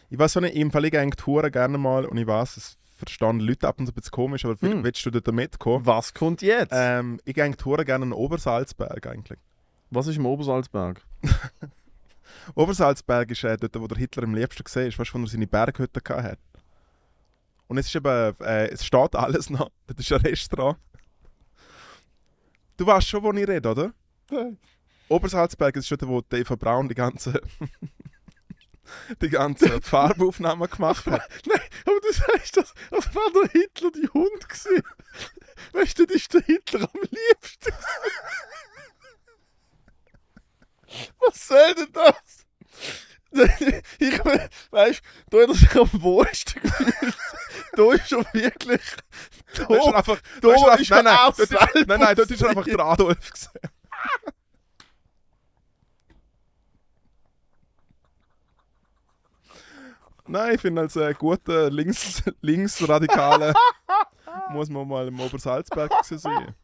Speaker 1: Ich weiß auch nicht, im Fall ich eigentlich Huren gerne mal und ich weiß, es verstehen Leute ab und zu ein bisschen komisch, aber
Speaker 2: Hm.
Speaker 1: willst du dort mitkommen?
Speaker 2: Was kommt jetzt?
Speaker 1: Ähm, ich gehe eigentlich hure gerne in Obersalzberg eigentlich.
Speaker 2: Was ist im Obersalzberg?
Speaker 1: Obersalzberg ist äh, dort, wo der Hitler am liebsten gesehen ist, weißt du, wo er seine Berghütte gehabt hat. Und es ist eben, äh, es steht alles noch. Das ist ein Restaurant. Du weißt schon, wo ich rede, oder? Obersalzberg ist schon der, wo Dave Brown die ganze, die ganze Farbaufnahmen gemacht hat.
Speaker 2: Nein, aber du sagst das, als wäre der Hitler die Hund gewesen. Weißt du, das ist der Hitler am liebsten. Was soll denn das? Ich meine, weißt du, da hat er sich am wohlsten gefühlt. Da ist er wirklich. Da,
Speaker 1: Da ist er einfach, da
Speaker 2: da
Speaker 1: ist er einfach,
Speaker 2: ist
Speaker 1: nein, nein,
Speaker 2: er auch
Speaker 1: dort ist,
Speaker 2: selber
Speaker 1: nein, nein, dort ist er einfach der Adolf gewesen. Nein, ich finde, als äh, guter Links, Linksradikaler muss man mal im Obersalzberg gewesen sein.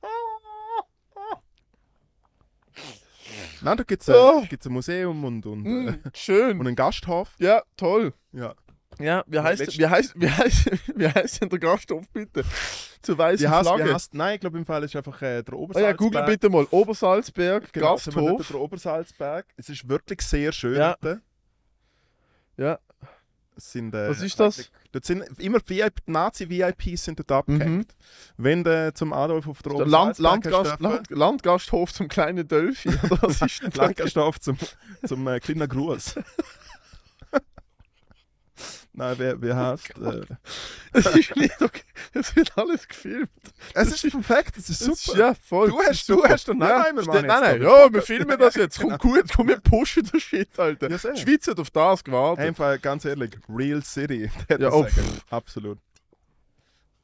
Speaker 1: Nein, da gibt es
Speaker 2: Oh.
Speaker 1: gibt's ein Museum und, und, äh,
Speaker 2: Mm, schön.
Speaker 1: und einen Gasthof.
Speaker 2: Ja, toll.
Speaker 1: Ja.
Speaker 2: Ja, wie heißt,
Speaker 1: letztes-
Speaker 2: wie heißt, wie heißt, wie heißt denn der Gasthof bitte? Zur weißen
Speaker 1: Wie heißt, wie
Speaker 2: Flagge.
Speaker 1: heißt, nein, ich glaube, im Fall ist einfach äh, der
Speaker 2: Ah
Speaker 1: Obersalzberg.
Speaker 2: ja, google bitte mal Obersalzberg,
Speaker 1: Genau, sind wir dort
Speaker 2: Gasthof.
Speaker 1: an der Obersalzberg. Es ist wirklich sehr schön.
Speaker 2: Ja.
Speaker 1: dort.
Speaker 2: Ja.
Speaker 1: Es sind, äh,
Speaker 2: Was ist das?
Speaker 1: Dort sind immer VIP, Nazi-VIPs sind dort abgehängt. Wenn du zum Adolf auf der
Speaker 2: Der Mhm. Land,
Speaker 1: Obersalzberg
Speaker 2: Landgast, Land, Landgasthof zum kleinen Dölfi. Oder was ist denn das?
Speaker 1: Landgasthof zum, zum äh, kleinen Gruß. Nein, wer, wer heißt?
Speaker 2: Oh
Speaker 1: Äh,
Speaker 2: Das ist nicht okay. Es wird alles gefilmt.
Speaker 1: es ist perfekt, es ist
Speaker 2: Das ist-
Speaker 1: super.
Speaker 2: Ja, voll.
Speaker 1: Du hast- du
Speaker 2: Super.
Speaker 1: hast doch- nein, nein, wir
Speaker 2: steht-
Speaker 1: machen
Speaker 2: nein,
Speaker 1: jetzt
Speaker 2: nein.
Speaker 1: da den
Speaker 2: Ja, wir filmen das jetzt. Komm gut, komm, wir pushen das Shit, Alter.
Speaker 1: Ja, sehr.
Speaker 2: Die Schweiz hat auf das
Speaker 1: Hey, im
Speaker 2: gewartet.
Speaker 1: Fall, ganz ehrlich, Real City.
Speaker 2: Ja,
Speaker 1: ja,
Speaker 2: oh,
Speaker 1: Absolut.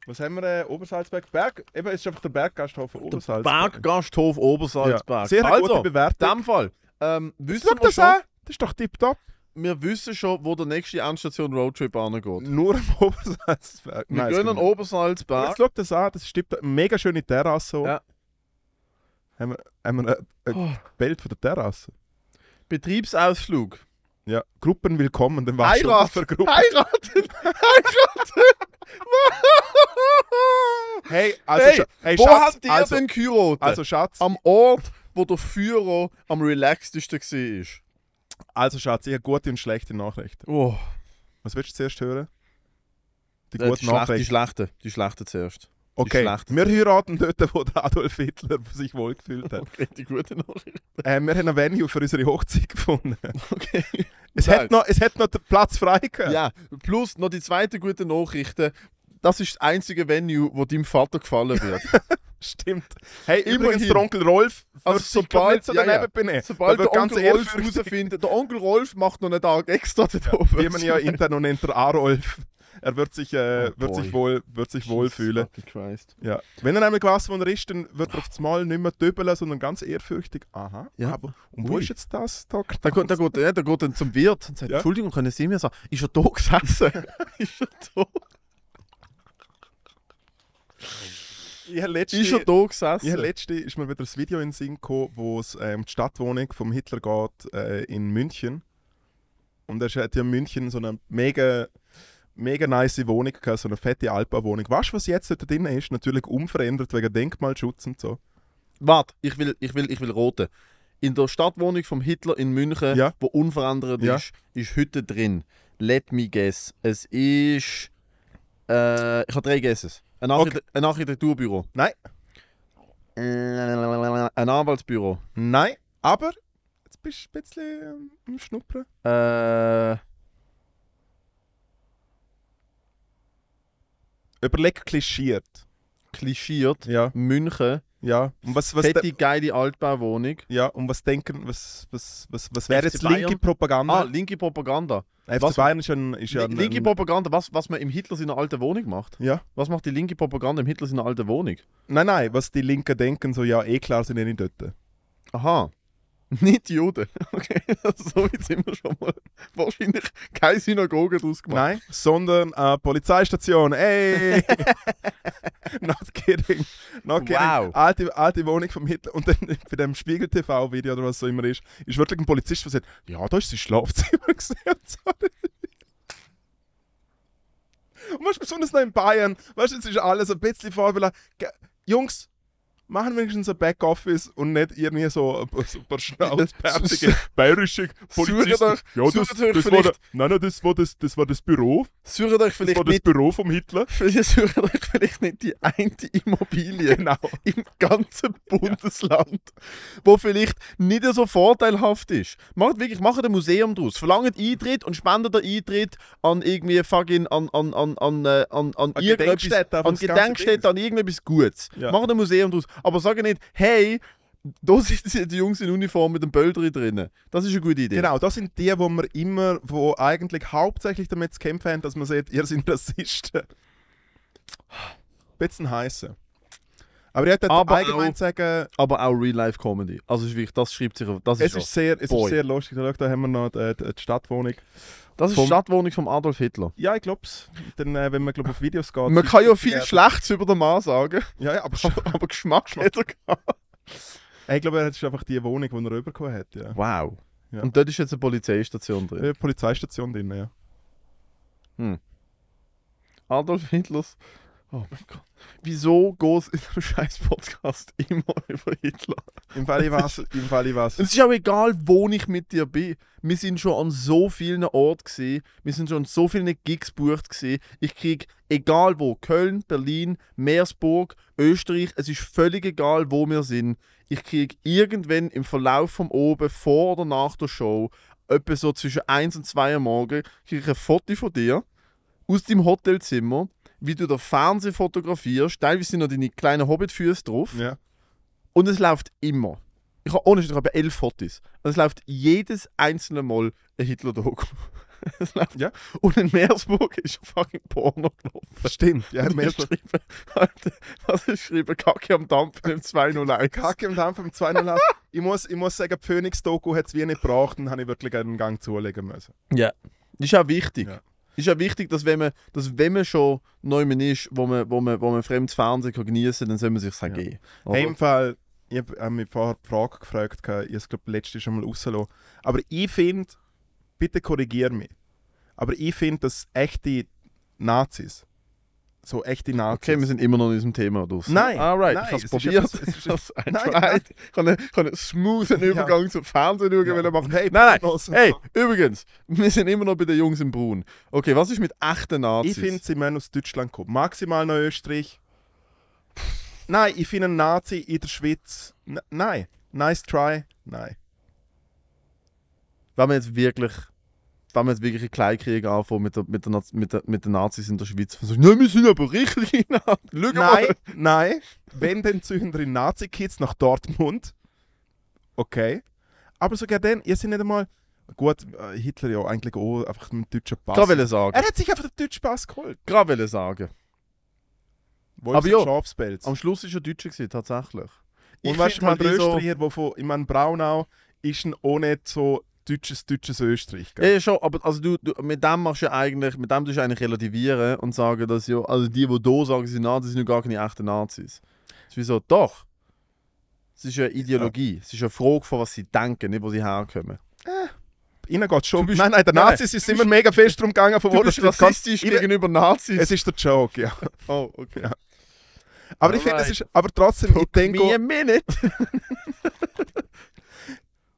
Speaker 1: Was haben wir? Äh, Obersalzberg? Berg? Eben, es ist einfach der Berggasthof von Obersalzberg.
Speaker 2: Berggasthof Obersalzberg.
Speaker 1: Sehr
Speaker 2: also,
Speaker 1: gute
Speaker 2: in
Speaker 1: Bewertung.
Speaker 2: dem Fall. Ähm, wissen
Speaker 1: Schau
Speaker 2: wir,
Speaker 1: das
Speaker 2: schon,
Speaker 1: an! Das ist doch tipptopp.
Speaker 2: wir wissen schon, wo der nächste Endstation Roadtrip angeht.
Speaker 1: Nur am Obersalzberg.
Speaker 2: Wir
Speaker 1: Nein, es
Speaker 2: gehen an
Speaker 1: geht nicht.
Speaker 2: Obersalzberg.
Speaker 1: Jetzt schau das an, das ist tipptopp. Mega schöne Terrasse.
Speaker 2: Ja.
Speaker 1: Ja. Haben wir, haben wir ein, ein
Speaker 2: Oh.
Speaker 1: Bild von der Terrasse?
Speaker 2: Betriebsausflug.
Speaker 1: Ja, Gruppen willkommen, dann weißt du, was für
Speaker 2: Heiraten!
Speaker 1: Gruppen.
Speaker 2: Heiraten! Heiraten!
Speaker 1: Hey, also,
Speaker 2: Hey,
Speaker 1: Scha- hey
Speaker 2: wo
Speaker 1: Schatz,
Speaker 2: habt ihr
Speaker 1: also,
Speaker 2: denn geheiratet?
Speaker 1: also, Schatz,
Speaker 2: am Ort, wo der Führer am relaxtesten war.
Speaker 1: also Schatz, ich habe gute und schlechte Nachrichten.
Speaker 2: Oh,
Speaker 1: Was willst du zuerst hören? Die
Speaker 2: die,
Speaker 1: gute
Speaker 2: schlechte, Äh,
Speaker 1: äh,
Speaker 2: die
Speaker 1: Nachricht.
Speaker 2: schlechte, die schlechte zuerst.
Speaker 1: Okay,
Speaker 2: schlecht.
Speaker 1: wir heiraten dort, wo der Adolf Hitler sich wohlgefühlt hat.
Speaker 2: Okay, die gute Nachricht.
Speaker 1: äh, wir haben ein Venue für unsere Hochzeit gefunden.
Speaker 2: Okay.
Speaker 1: Es,
Speaker 2: Nein.
Speaker 1: hat noch, es hat noch den Platz frei gehabt.
Speaker 2: Ja, plus noch die zweite gute Nachricht. äh, Das ist das einzige Venue, wo deinem Vater gefallen wird.
Speaker 1: Stimmt. Hey, übrigens,
Speaker 2: Immerhin.
Speaker 1: der Onkel Rolf
Speaker 2: Also
Speaker 1: wird sich glaub nicht so daneben benehmen. Weil
Speaker 2: sobald der
Speaker 1: wir ganz
Speaker 2: Onkel Rolf
Speaker 1: ehrfürchtig-
Speaker 2: herausfindet, der Onkel Rolf macht noch einen Tag extra da oben.
Speaker 1: Wie man ja intern noch nennt, der Arolf. Er wird sich, äh,
Speaker 2: Oh
Speaker 1: wird sich
Speaker 2: boy.
Speaker 1: wohl, wird sich wohl fühlen.
Speaker 2: Jesus fucking Christ.
Speaker 1: Ja. Wenn er nämlich weiß, wo er ist, dann wird er auf das Mal nicht mehr dübeln, sondern ganz ehrfürchtig. Aha.
Speaker 2: Ja.
Speaker 1: Aber, und wo
Speaker 2: Ui.
Speaker 1: ist jetzt das? Da genau?
Speaker 2: Da geht, da, geht, ja, da geht dann zum Wirt und sagt,
Speaker 1: Ja.
Speaker 2: Entschuldigung, können Sie mir sagen, ist er da gesessen? ist er da?
Speaker 1: ich habe letzte,
Speaker 2: Ist er da gesessen?
Speaker 1: ich habe letzte ist mir wieder das Video in den Sinn gekommen, wo es ähm, die Stadtwohnung vom Hitler geht äh, in München. Und er hat ja in München so eine mega, mega nice Wohnung gehabt, so eine fette Altbauwohnung. Weißt du, was jetzt dort drin ist? Natürlich unverändert wegen Denkmalschutz und so.
Speaker 2: Warte, ich will, ich will, ich will roten. In der Stadtwohnung vom Hitler in München,
Speaker 1: Ja.
Speaker 2: wo unverändert
Speaker 1: Ja.
Speaker 2: ist, ist Hütte drin. Let me guess. Es ist. Äh, ich habe drei Guesses. Ein, Archite ein Architekturbüro.
Speaker 1: Nein.
Speaker 2: Ein Anwaltsbüro.
Speaker 1: Nein, aber jetzt bist du ein bisschen ähm, am Schnuppern.
Speaker 2: Äh,
Speaker 1: Überleg klischiert.
Speaker 2: klischiert.
Speaker 1: Ja,
Speaker 2: München.
Speaker 1: ja. Und was, was,
Speaker 2: Fette, geile Altbauwohnung.
Speaker 1: de- ja, und was denken, was, was, was, was wäre
Speaker 2: FC
Speaker 1: jetzt linke
Speaker 2: Bayern?
Speaker 1: Propaganda?
Speaker 2: Ah, linke Propaganda.
Speaker 1: FC
Speaker 2: was-
Speaker 1: Bayern ist ja ein. Ist ja ein,
Speaker 2: linke
Speaker 1: ein
Speaker 2: Propaganda, was, was man im Hitler seiner alten Wohnung macht.
Speaker 1: ja.
Speaker 2: Was macht die linke Propaganda im Hitler seiner alten Wohnung?
Speaker 1: Nein, nein, was die Linken denken, so ja, eh klar sind ja nicht dort.
Speaker 2: Aha. Nicht Juden. Okay, so jetzt sind wir schon mal wahrscheinlich keine Synagoge draus gemacht.
Speaker 1: Nein, sondern äh, Polizeistation, ey! not kidding, not kidding.
Speaker 2: Wow.
Speaker 1: Alte, alte Wohnung vom Hitler. Und dann bei dem Spiegel-TV-Video oder was so immer ist, ist wirklich ein Polizist, der sagt, ja, da ist sein Schlafzimmer gesehen. Sorry. Und was besonders noch in Bayern, weißt du, jetzt ist alles ein bisschen vorbelastet. Ge- Jungs, machen wenigstens ein Backoffice und nicht irgendwie so ein so ein paar schnauzbärtige bayerische Polizisten.
Speaker 2: euch-
Speaker 1: ja, das,
Speaker 2: sucht
Speaker 1: das,
Speaker 2: euch
Speaker 1: war der,
Speaker 2: vielleicht-
Speaker 1: nein, nein, das war das, das war das Büro.
Speaker 2: Sucht euch
Speaker 1: Das war
Speaker 2: vielleicht
Speaker 1: das
Speaker 2: nicht,
Speaker 1: Büro vom Hitler.
Speaker 2: sucht euch vielleicht nicht die eine Immobilie
Speaker 1: Genau.
Speaker 2: im ganzen Bundesland, wo vielleicht nicht so vorteilhaft ist. Macht wirklich, macht ein Museum draus. Verlangt Eintritt und spendet den Eintritt an irgendwie fucking an an an an äh, an an
Speaker 1: Gedenkstätte, aber
Speaker 2: an
Speaker 1: das ganze
Speaker 2: Gedenkstätte,
Speaker 1: Ding.
Speaker 2: an irgendetwas Gutes.
Speaker 1: Ja.
Speaker 2: Macht ein Museum draus, aber sag nicht, hey, da sitzen die Jungs in Uniform mit dem Böldri drinnen. Das ist eine gute Idee.
Speaker 1: Genau, das sind die, wo man immer, wo eigentlich hauptsächlich damit zu kämpfen haben, dass man sagt, ihr seid Rassisten. Bisschen heiße. Aber ich hätte
Speaker 2: Aber
Speaker 1: allgemein
Speaker 2: auch-
Speaker 1: sagen,
Speaker 2: Aber auch Real Life Comedy. Also ist wirklich, das schreibt sich auf. Das
Speaker 1: es
Speaker 2: ist,
Speaker 1: ist sehr, es ist
Speaker 2: Boy.
Speaker 1: sehr lustig. Schau, da haben wir noch die, die die Stadtwohnung.
Speaker 2: das ist die
Speaker 1: vom-
Speaker 2: Stadtwohnung von Adolf Hitler.
Speaker 1: Ja, ich glaub's. Dann, äh, wenn man glaub, auf Videos geht.
Speaker 2: Man kann ja viel
Speaker 1: werden.
Speaker 2: Schlechtes über den Mann sagen,
Speaker 1: Ja, ja, aber schon.
Speaker 2: aber Geschmack hat er gehabt.
Speaker 1: ich glaube, er hat einfach die Wohnung, die er rübergekommen hat. Ja.
Speaker 2: Wow.
Speaker 1: Ja.
Speaker 2: Und dort ist jetzt eine Polizeistation drin.
Speaker 1: Äh, Polizeistation drin, ja.
Speaker 2: Adolf Hitlers. Oh mein Gott. Wieso geht es in einem scheiß Podcast immer über Hitler?
Speaker 1: Im Fall ich weiß, im Fall ich weiß.
Speaker 2: Und es ist auch egal, wo ich mit dir bin. Wir sind schon an so vielen Orten gesehen. Wir sind schon an so vielen Gigs bucht gesehen. Ich krieg egal wo, Köln, Berlin, Meersburg, Österreich, es ist völlig egal, wo wir sind. Ich krieg irgendwann im Verlauf vom Oben vor oder nach der Show, etwa so zwischen 1 und 2 am Morgen, krieg ich ein Foto von dir aus deinem Hotelzimmer, wie du den Fernseher fotografierst. Teilweise sind noch deine kleinen Hobbitfüße drauf.
Speaker 1: Ja.
Speaker 2: Und es läuft immer. Ich habe ohne Scheiß, ich habe elf Fotos. Und es läuft jedes einzelne Mal ein Hitler-Doku. Es läuft.
Speaker 1: Ja.
Speaker 2: Und in Meersburg ist ein fucking Porno gelaufen.
Speaker 1: Stimmt, ja,
Speaker 2: Und
Speaker 1: mehr
Speaker 2: ich schreibe, Alter, was ist geschrieben? Kacke am Dampfen im 201.
Speaker 1: Kacke im Dampf im 2-0 ich, muss, ich muss sagen, die Phoenix-Doku hat es wie nicht gebraucht und habe ich wirklich einen Gang zulegen müssen.
Speaker 2: Ja. Ist auch wichtig.
Speaker 1: Ja.
Speaker 2: Ist auch wichtig, dass wenn man, dass wenn man schon neu ist, wo man, wo man, wo man fremdes Fernsehen kann geniessen kann, dann soll man sich auch geben.
Speaker 1: Hey,
Speaker 2: Oder?
Speaker 1: im Fall, ich habe äh, mich vorher die Frage gefragt, gehabt, ich habe es glaube letztes schon mal rausgelassen. Aber ich finde, bitte korrigier mich, aber ich finde, dass echte Nazis, so echte Nazis,
Speaker 2: Okay, wir sind immer noch in diesem Thema draus.
Speaker 1: Nein,
Speaker 2: Alright,
Speaker 1: nein,
Speaker 2: ich habe
Speaker 1: es
Speaker 2: es
Speaker 1: ist
Speaker 2: probiert.
Speaker 1: etwas- es
Speaker 2: Ich
Speaker 1: ist-
Speaker 2: hab's tried.
Speaker 1: Nein, nein.
Speaker 2: Ich habe einen, ich habe einen smoothen Übergang zum Fernsehen schauen,
Speaker 1: Ja.
Speaker 2: weil er macht.
Speaker 1: Hey,
Speaker 2: Hey, nein, nein.
Speaker 1: Pornos.
Speaker 2: Hey, übrigens, wir sind immer noch bei den Jungs im Brun. Okay, was ist mit echten Nazis?
Speaker 1: ich finde, sie müssen aus Deutschland kommen. Maximal nach Österreich, Nein, ich finde einen Nazi in der Schweiz. N nein. Nice try. Nein.
Speaker 2: Wenn man jetzt wirklich, wenn man jetzt wirklich einen Kleinkrieg anfängt mit, der, mit, der, Naz- mit, der, mit den Nazis in der Schweiz, von so, nein, wir sind aber richtig in Hand. Schau
Speaker 1: Nein,
Speaker 2: mal.
Speaker 1: nein. Wenn dann zünden die Nazi-Kids nach Dortmund. Okay. Aber sogar dann, ihr seid nicht einmal. Gut, äh, Hitler ja eigentlich auch einfach mit dem deutschen Pass.
Speaker 2: Gerade will sagen.
Speaker 1: Er hat sich einfach den deutschen Pass geholt.
Speaker 2: Gerade will sagen.
Speaker 1: Wolfs
Speaker 2: Aber ja,
Speaker 1: und Schafspelz.
Speaker 2: Am Schluss war er Deutscher, gewesen, tatsächlich.
Speaker 1: Und weißt du,
Speaker 2: find halt eh
Speaker 1: mein Österreicher, der von, ich meine, Braunau ist ein auch nicht so deutsches, deutsches Österreich.
Speaker 2: Ja,
Speaker 1: Gell?
Speaker 2: ja, schon, aber also du, du, mit dem machst du ja eigentlich, mit dem tust du eigentlich relativieren und sagen, dass ja, also die, die hier sagen, sie sind Nazis, sind ja gar keine echten Nazis. Das ist wie so, doch. Es ist ja Ideologie. Es ist eine Frage von, was sie denken, nicht wo sie herkommen.
Speaker 1: Ihnen geht schon.
Speaker 2: Du bist-
Speaker 1: nein, nein, der
Speaker 2: Nein,
Speaker 1: Nazis ist immer mega fest darum gegangen, von wo das steht. Ihnen-
Speaker 2: gegenüber Nazis.
Speaker 1: Es ist der Joke, ja.
Speaker 2: oh, okay.
Speaker 1: Ja. Aber ich finde, es ist. Aber trotzdem, ich denke.
Speaker 2: Me a minute.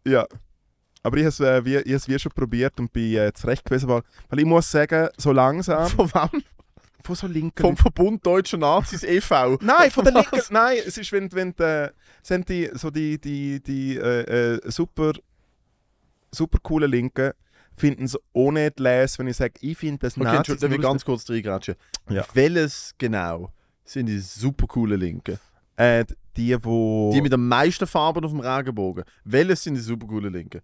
Speaker 1: Ja. Aber ich habe es äh, wie, ich habe es wie schon probiert und bin äh, zurecht gewesen, weil, weil ich muss sagen, so langsam.
Speaker 2: Von wem?
Speaker 1: Von so linken.
Speaker 2: Vom Verbund Deutscher Nazis E e.V.
Speaker 1: nein, von der linken. Nein, es ist, wenn, wenn äh, sind die, so die, die, die äh, äh, super, super coolen Linken finden es ohne zu lesen, wenn ich sage, ich finde das
Speaker 2: Okay,
Speaker 1: Nazis
Speaker 2: Entschuldigung, darf ich
Speaker 1: nur aus
Speaker 2: ganz kurz reingratschen.
Speaker 1: Ja.
Speaker 2: Welches genau sind die super coolen Linken?
Speaker 1: der- Äh, die, wo...
Speaker 2: Die mit den meisten Farben auf dem Regenbogen. Welches sind die super coolen Linken?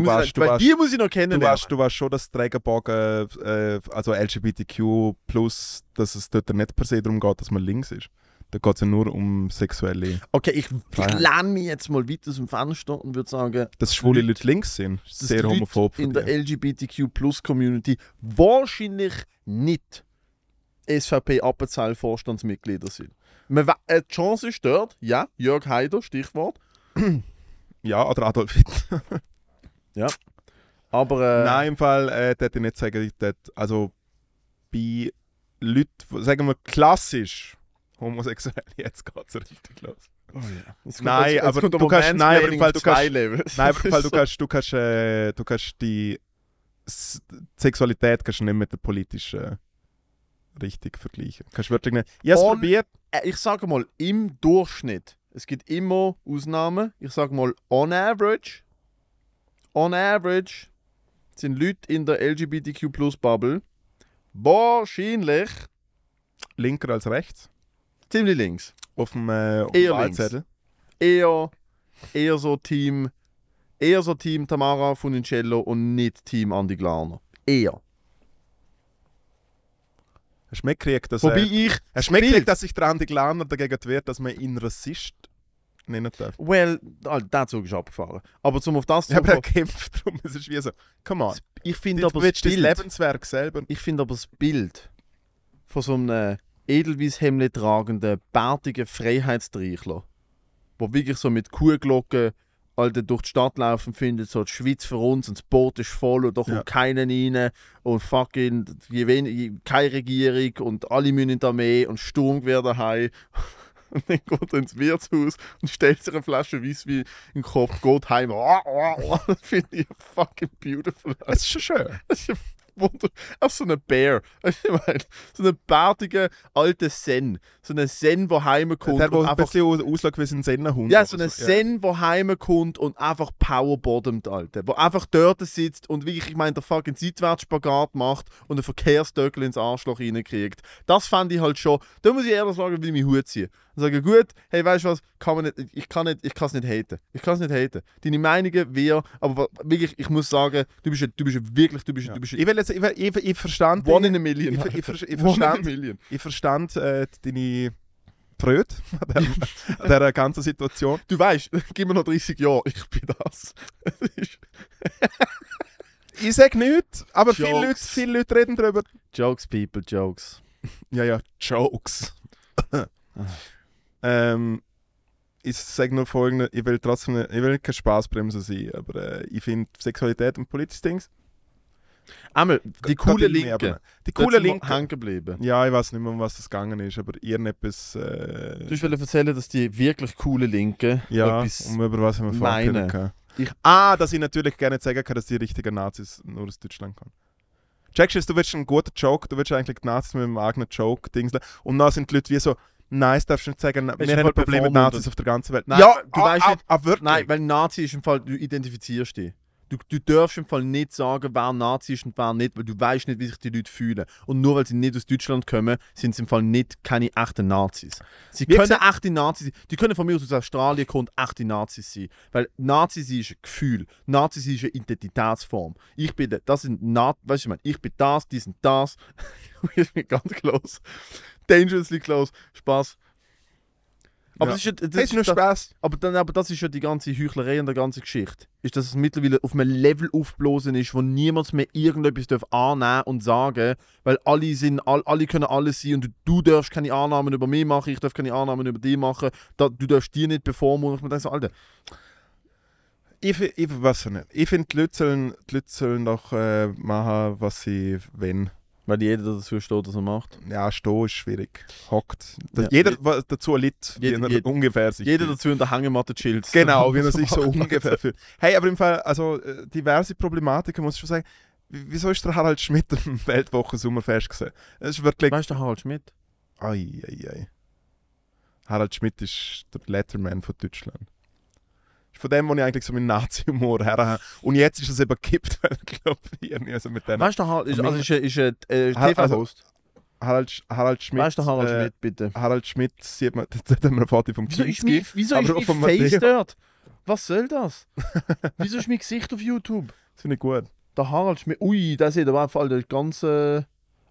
Speaker 1: Du
Speaker 2: muss ich-
Speaker 1: weißt, du
Speaker 2: weil
Speaker 1: weißt-
Speaker 2: die muss ich noch kennen.
Speaker 1: Du weißt, du weißt schon, dass die Regenbogen, äh, also LGBTQ, plus, dass es dort nicht per se darum geht, dass man links ist. Da geht es ja nur um sexuelle.
Speaker 2: Okay, ich, ich
Speaker 1: Freiheit.
Speaker 2: lerne mich jetzt mal weit aus dem Fenster und würde sagen,
Speaker 1: Dass schwule Leute links sind, ist
Speaker 2: dass
Speaker 1: sehr
Speaker 2: die Leute
Speaker 1: homophob. von
Speaker 2: in der
Speaker 1: dir.
Speaker 2: LGBTQ-Plus-Community wahrscheinlich nicht svp appenzell vorstandsmitglieder sind. Man, we- äh, die Chance ist dort, ja, Jörg Haider, Stichwort. E-
Speaker 1: Ja, oder Adolf Hitler.
Speaker 2: Aber äh,
Speaker 1: Nein, im Fall, äh, das hätte ich nicht sagen. ich hätte- Also bei Leuten, die- sagen wir klassisch homosexuell, jetzt geht es richtig los.
Speaker 2: Oh jetzt kommt-
Speaker 1: nein,
Speaker 2: jetzt, jetzt
Speaker 1: aber
Speaker 2: kommt der
Speaker 1: du kannst-
Speaker 2: Moment
Speaker 1: nein, aber
Speaker 2: Blaming
Speaker 1: im Fall,
Speaker 2: auf
Speaker 1: du kannst-
Speaker 2: zwei Levels.
Speaker 1: Nein, aber im Fall, du kannst, du kannst, äh, du kannst die, S die Sexualität kannst du nicht mit der politischen äh, Richtung vergleichen. Kannst wirklich nicht. Ich habe es
Speaker 2: On-
Speaker 1: probiert.
Speaker 2: Äh, ich sage mal, im Durchschnitt. Es gibt immer Ausnahmen. Ich sage mal, on average. On average sind Leute in der LGBTQ-Plus-Bubble wahrscheinlich
Speaker 1: Linker als rechts.
Speaker 2: ziemlich links.
Speaker 1: Auf dem, äh, auf
Speaker 2: Eher
Speaker 1: dem Wahlzettel.
Speaker 2: Eher, eher so Team. Eher so Team Tamara Funicello und nicht Team Andi Glarner. Eher.
Speaker 1: Hast du mitgekriegt, dass,
Speaker 2: Wobei
Speaker 1: äh,
Speaker 2: ich.
Speaker 1: hast du
Speaker 2: das
Speaker 1: mitgekriegt,
Speaker 2: Bild-
Speaker 1: dass sich der Andi Glaner dagegen wehrt, dass man ihn Rassist nennen darf?
Speaker 2: Well, ah, der Zug ist abgefahren. Aber zum auf das zu
Speaker 1: Ich habe
Speaker 2: kommen.
Speaker 1: gekämpft drum. Es ist wie so, come on.
Speaker 2: Ich finde
Speaker 1: Du
Speaker 2: aber das
Speaker 1: willst dein
Speaker 2: Bild.
Speaker 1: Lebenswerk selber.
Speaker 2: Ich finde aber das Bild von so einem Edelweisshemd tragenden, bärtigen Freiheitsdreichler, wo wirklich so mit Kuhglocken Alter, durch die Stadt laufen findet, so die Schweiz für uns und das Boot ist voll und da kommt
Speaker 1: Ja.
Speaker 2: keiner rein und fucking je wen, je, keine Regierung und alle müssen in die Armee und Sturmgewehr daheim. Und dann geht er ins Wirtshaus und stellt sich eine Flasche Weisswein in den Kopf, geht heim. Das finde ich fucking beautiful.
Speaker 1: Es ist schon schön.
Speaker 2: Das ist ein Wunder. Auch so ein Bär. Weisst du, Ich meine, so ein bärtiger alter Zen. So ein Zen, der heimkommt.
Speaker 1: Der, der
Speaker 2: und
Speaker 1: ein
Speaker 2: einfach,
Speaker 1: bisschen aus- aussieht wie ein Sennenhund.
Speaker 2: ja, so
Speaker 1: oder
Speaker 2: ein Zen, der heimkommt und einfach powerbottomt, Alter. Der einfach dort sitzt und wirklich, ich meine, der fucking Seitwärtsspagat macht und einen Verkehrsdöckel ins Arschloch reinkriegt. Das fände ich halt schon. Da muss ich ehrlich sagen, will ich meinen Hut ziehen. Und sagen, gut, hey, weißt du was, kann man nicht, ich kann nicht, ich kann es nicht haten. Ich kann es nicht haten. Deine Meinungen, wir, aber wirklich, ich muss sagen, du bist, ein- du bist ein wirklich, du bist, ein- du bist ein
Speaker 1: Ich will jetzt, ich, will- ich, ich verstand. deine-
Speaker 2: One in a million.
Speaker 1: Ich, ver- ich, ver- ich
Speaker 2: One in a
Speaker 1: verstand,
Speaker 2: million.
Speaker 1: ich verstand äh, deine Freude an der- an dieser ganzen Situation.
Speaker 2: Du weißt, gib mir noch 30 Jahre, ich bin das. Es ist-
Speaker 1: Ich sage nichts, aber viele
Speaker 2: Jokes.
Speaker 1: Leute, viele Leute reden darüber.
Speaker 2: jokes, people, jokes.
Speaker 1: Ja, ja, Jokes. ähm, ich sage nur folgendes, ich will trotzdem nicht, ich will keine Spaßbremse sein, aber äh, ich finde Sexualität und politische Dings...
Speaker 2: Einmal, die coole
Speaker 1: gerade in mir,
Speaker 2: Linke.
Speaker 1: aber- Die coole Linke...
Speaker 2: Hängen geblieben.
Speaker 1: Ja, ich weiß nicht mehr, um was es gegangen ist, aber irgendetwas... Äh,
Speaker 2: Du willst erzählen, dass die wirklich coole Linke
Speaker 1: ja,
Speaker 2: etwas...
Speaker 1: um über was haben wir
Speaker 2: meinen.
Speaker 1: vorhin geredet.
Speaker 2: Ich-
Speaker 1: Ah, dass ich natürlich gerne nicht sagen kann, dass die richtigen Nazis nur aus Deutschland kommen. Checkst du, es, du willst einen guten Joke, du willst eigentlich die Nazis mit einem eigenen Joke dingseln. Und dann sind die Leute wie so, Nein, das darfst du nicht sagen.
Speaker 2: ist
Speaker 1: Wir
Speaker 2: im
Speaker 1: haben
Speaker 2: Fall
Speaker 1: ein Problem mit
Speaker 2: bevormundet.
Speaker 1: Nazis auf der ganzen Welt.
Speaker 2: Nein,
Speaker 1: ja,
Speaker 2: du weißt nicht-
Speaker 1: Ah, wirklich?
Speaker 2: Nein, weil Nazi ist im Fall, du identifizierst dich. Du, du darfst im Fall nicht sagen, wer Nazi ist und wer nicht, weil du weißt nicht, wie sich die Leute fühlen. Und nur weil sie nicht aus Deutschland kommen, sind sie im Fall nicht keine echten Nazis. Sie
Speaker 1: Wie
Speaker 2: können echte Nazis sein. Die können von mir aus aus Australien kommen und echte Nazis sein. Weil Nazi sein ist ein Gefühl. Nazi sein ist eine Identitätsform. Ich bin der, das sind Nazis, weißt du, ich meine, ich bin das, die sind das. ich bin ganz close. Dangerously close. Spaß. Aber
Speaker 1: Ja.
Speaker 2: es ist, ja- das
Speaker 1: Das ist nur
Speaker 2: das-
Speaker 1: Spaß.
Speaker 2: aber, dann, aber das ist ja die ganze Heuchlerei an der ganzen Geschichte. Ist, dass es mittlerweile auf einem Level aufblosen ist, wo niemand mehr irgendetwas darf annehmen und sagen weil alle, sind, all, alle können alles sein und du, du darfst keine Annahmen über mich machen, ich darf keine Annahmen über dich machen, da, du darfst die nicht bevormunden. Ich mir denke so, Alter,
Speaker 1: Ich, fi- ich weiß es nicht. Ich finde, die Leute sollen, die Leute sollen doch äh, machen, was sie wollen.
Speaker 2: weil jeder dazu steht, was er macht.
Speaker 1: Ja, stehen ist schwierig. Hockt. Da,
Speaker 2: Ja.
Speaker 1: Jeder wa- dazu litt, wie
Speaker 2: Jed-
Speaker 1: er
Speaker 2: jed-
Speaker 1: ungefähr sich
Speaker 2: Jeder
Speaker 1: fühlt.
Speaker 2: dazu in der Hängematte chillt.
Speaker 1: Genau, wie man
Speaker 2: Was
Speaker 1: sich so
Speaker 2: macht er?
Speaker 1: ungefähr fühlt. Hey, aber im Fall, also äh, diverse Problematiken muss ich schon sagen. W- Wieso ist der Harald Schmidt am Weltwochen-Sommerfest gesehen? Es ist wirklich.
Speaker 2: Weißt du, der Harald Schmidt?
Speaker 1: Ai, ai, ai. Harald Schmidt ist der Letterman von Deutschland. Ist von dem, wo ich eigentlich so meinen Nazi-Humor her habe. Und jetzt ist es eben gekippt, weil ich glaube, ich also mit denen.
Speaker 2: Weißt du, der Harald ist, also ist, ein- ist ein äh,
Speaker 1: Ha- also,
Speaker 2: TV-Host?
Speaker 1: Harald, Sch- Harald Schmidt.
Speaker 2: Weißt du, der Harald
Speaker 1: äh,
Speaker 2: Schmidt, bitte?
Speaker 1: Harald Schmidt sieht man, das hat man ein Foto vom
Speaker 2: Wieso ist
Speaker 1: Kinski.
Speaker 2: mein, wieso
Speaker 1: aber
Speaker 2: ist
Speaker 1: auch
Speaker 2: mein
Speaker 1: von
Speaker 2: Face
Speaker 1: Matteo.
Speaker 2: dort? Was soll das? wieso ist mein Gesicht auf YouTube?
Speaker 1: Das finde ich gut.
Speaker 2: Der Harald Schmidt. Ui, der Ah, sieht aber einfach den ganzen.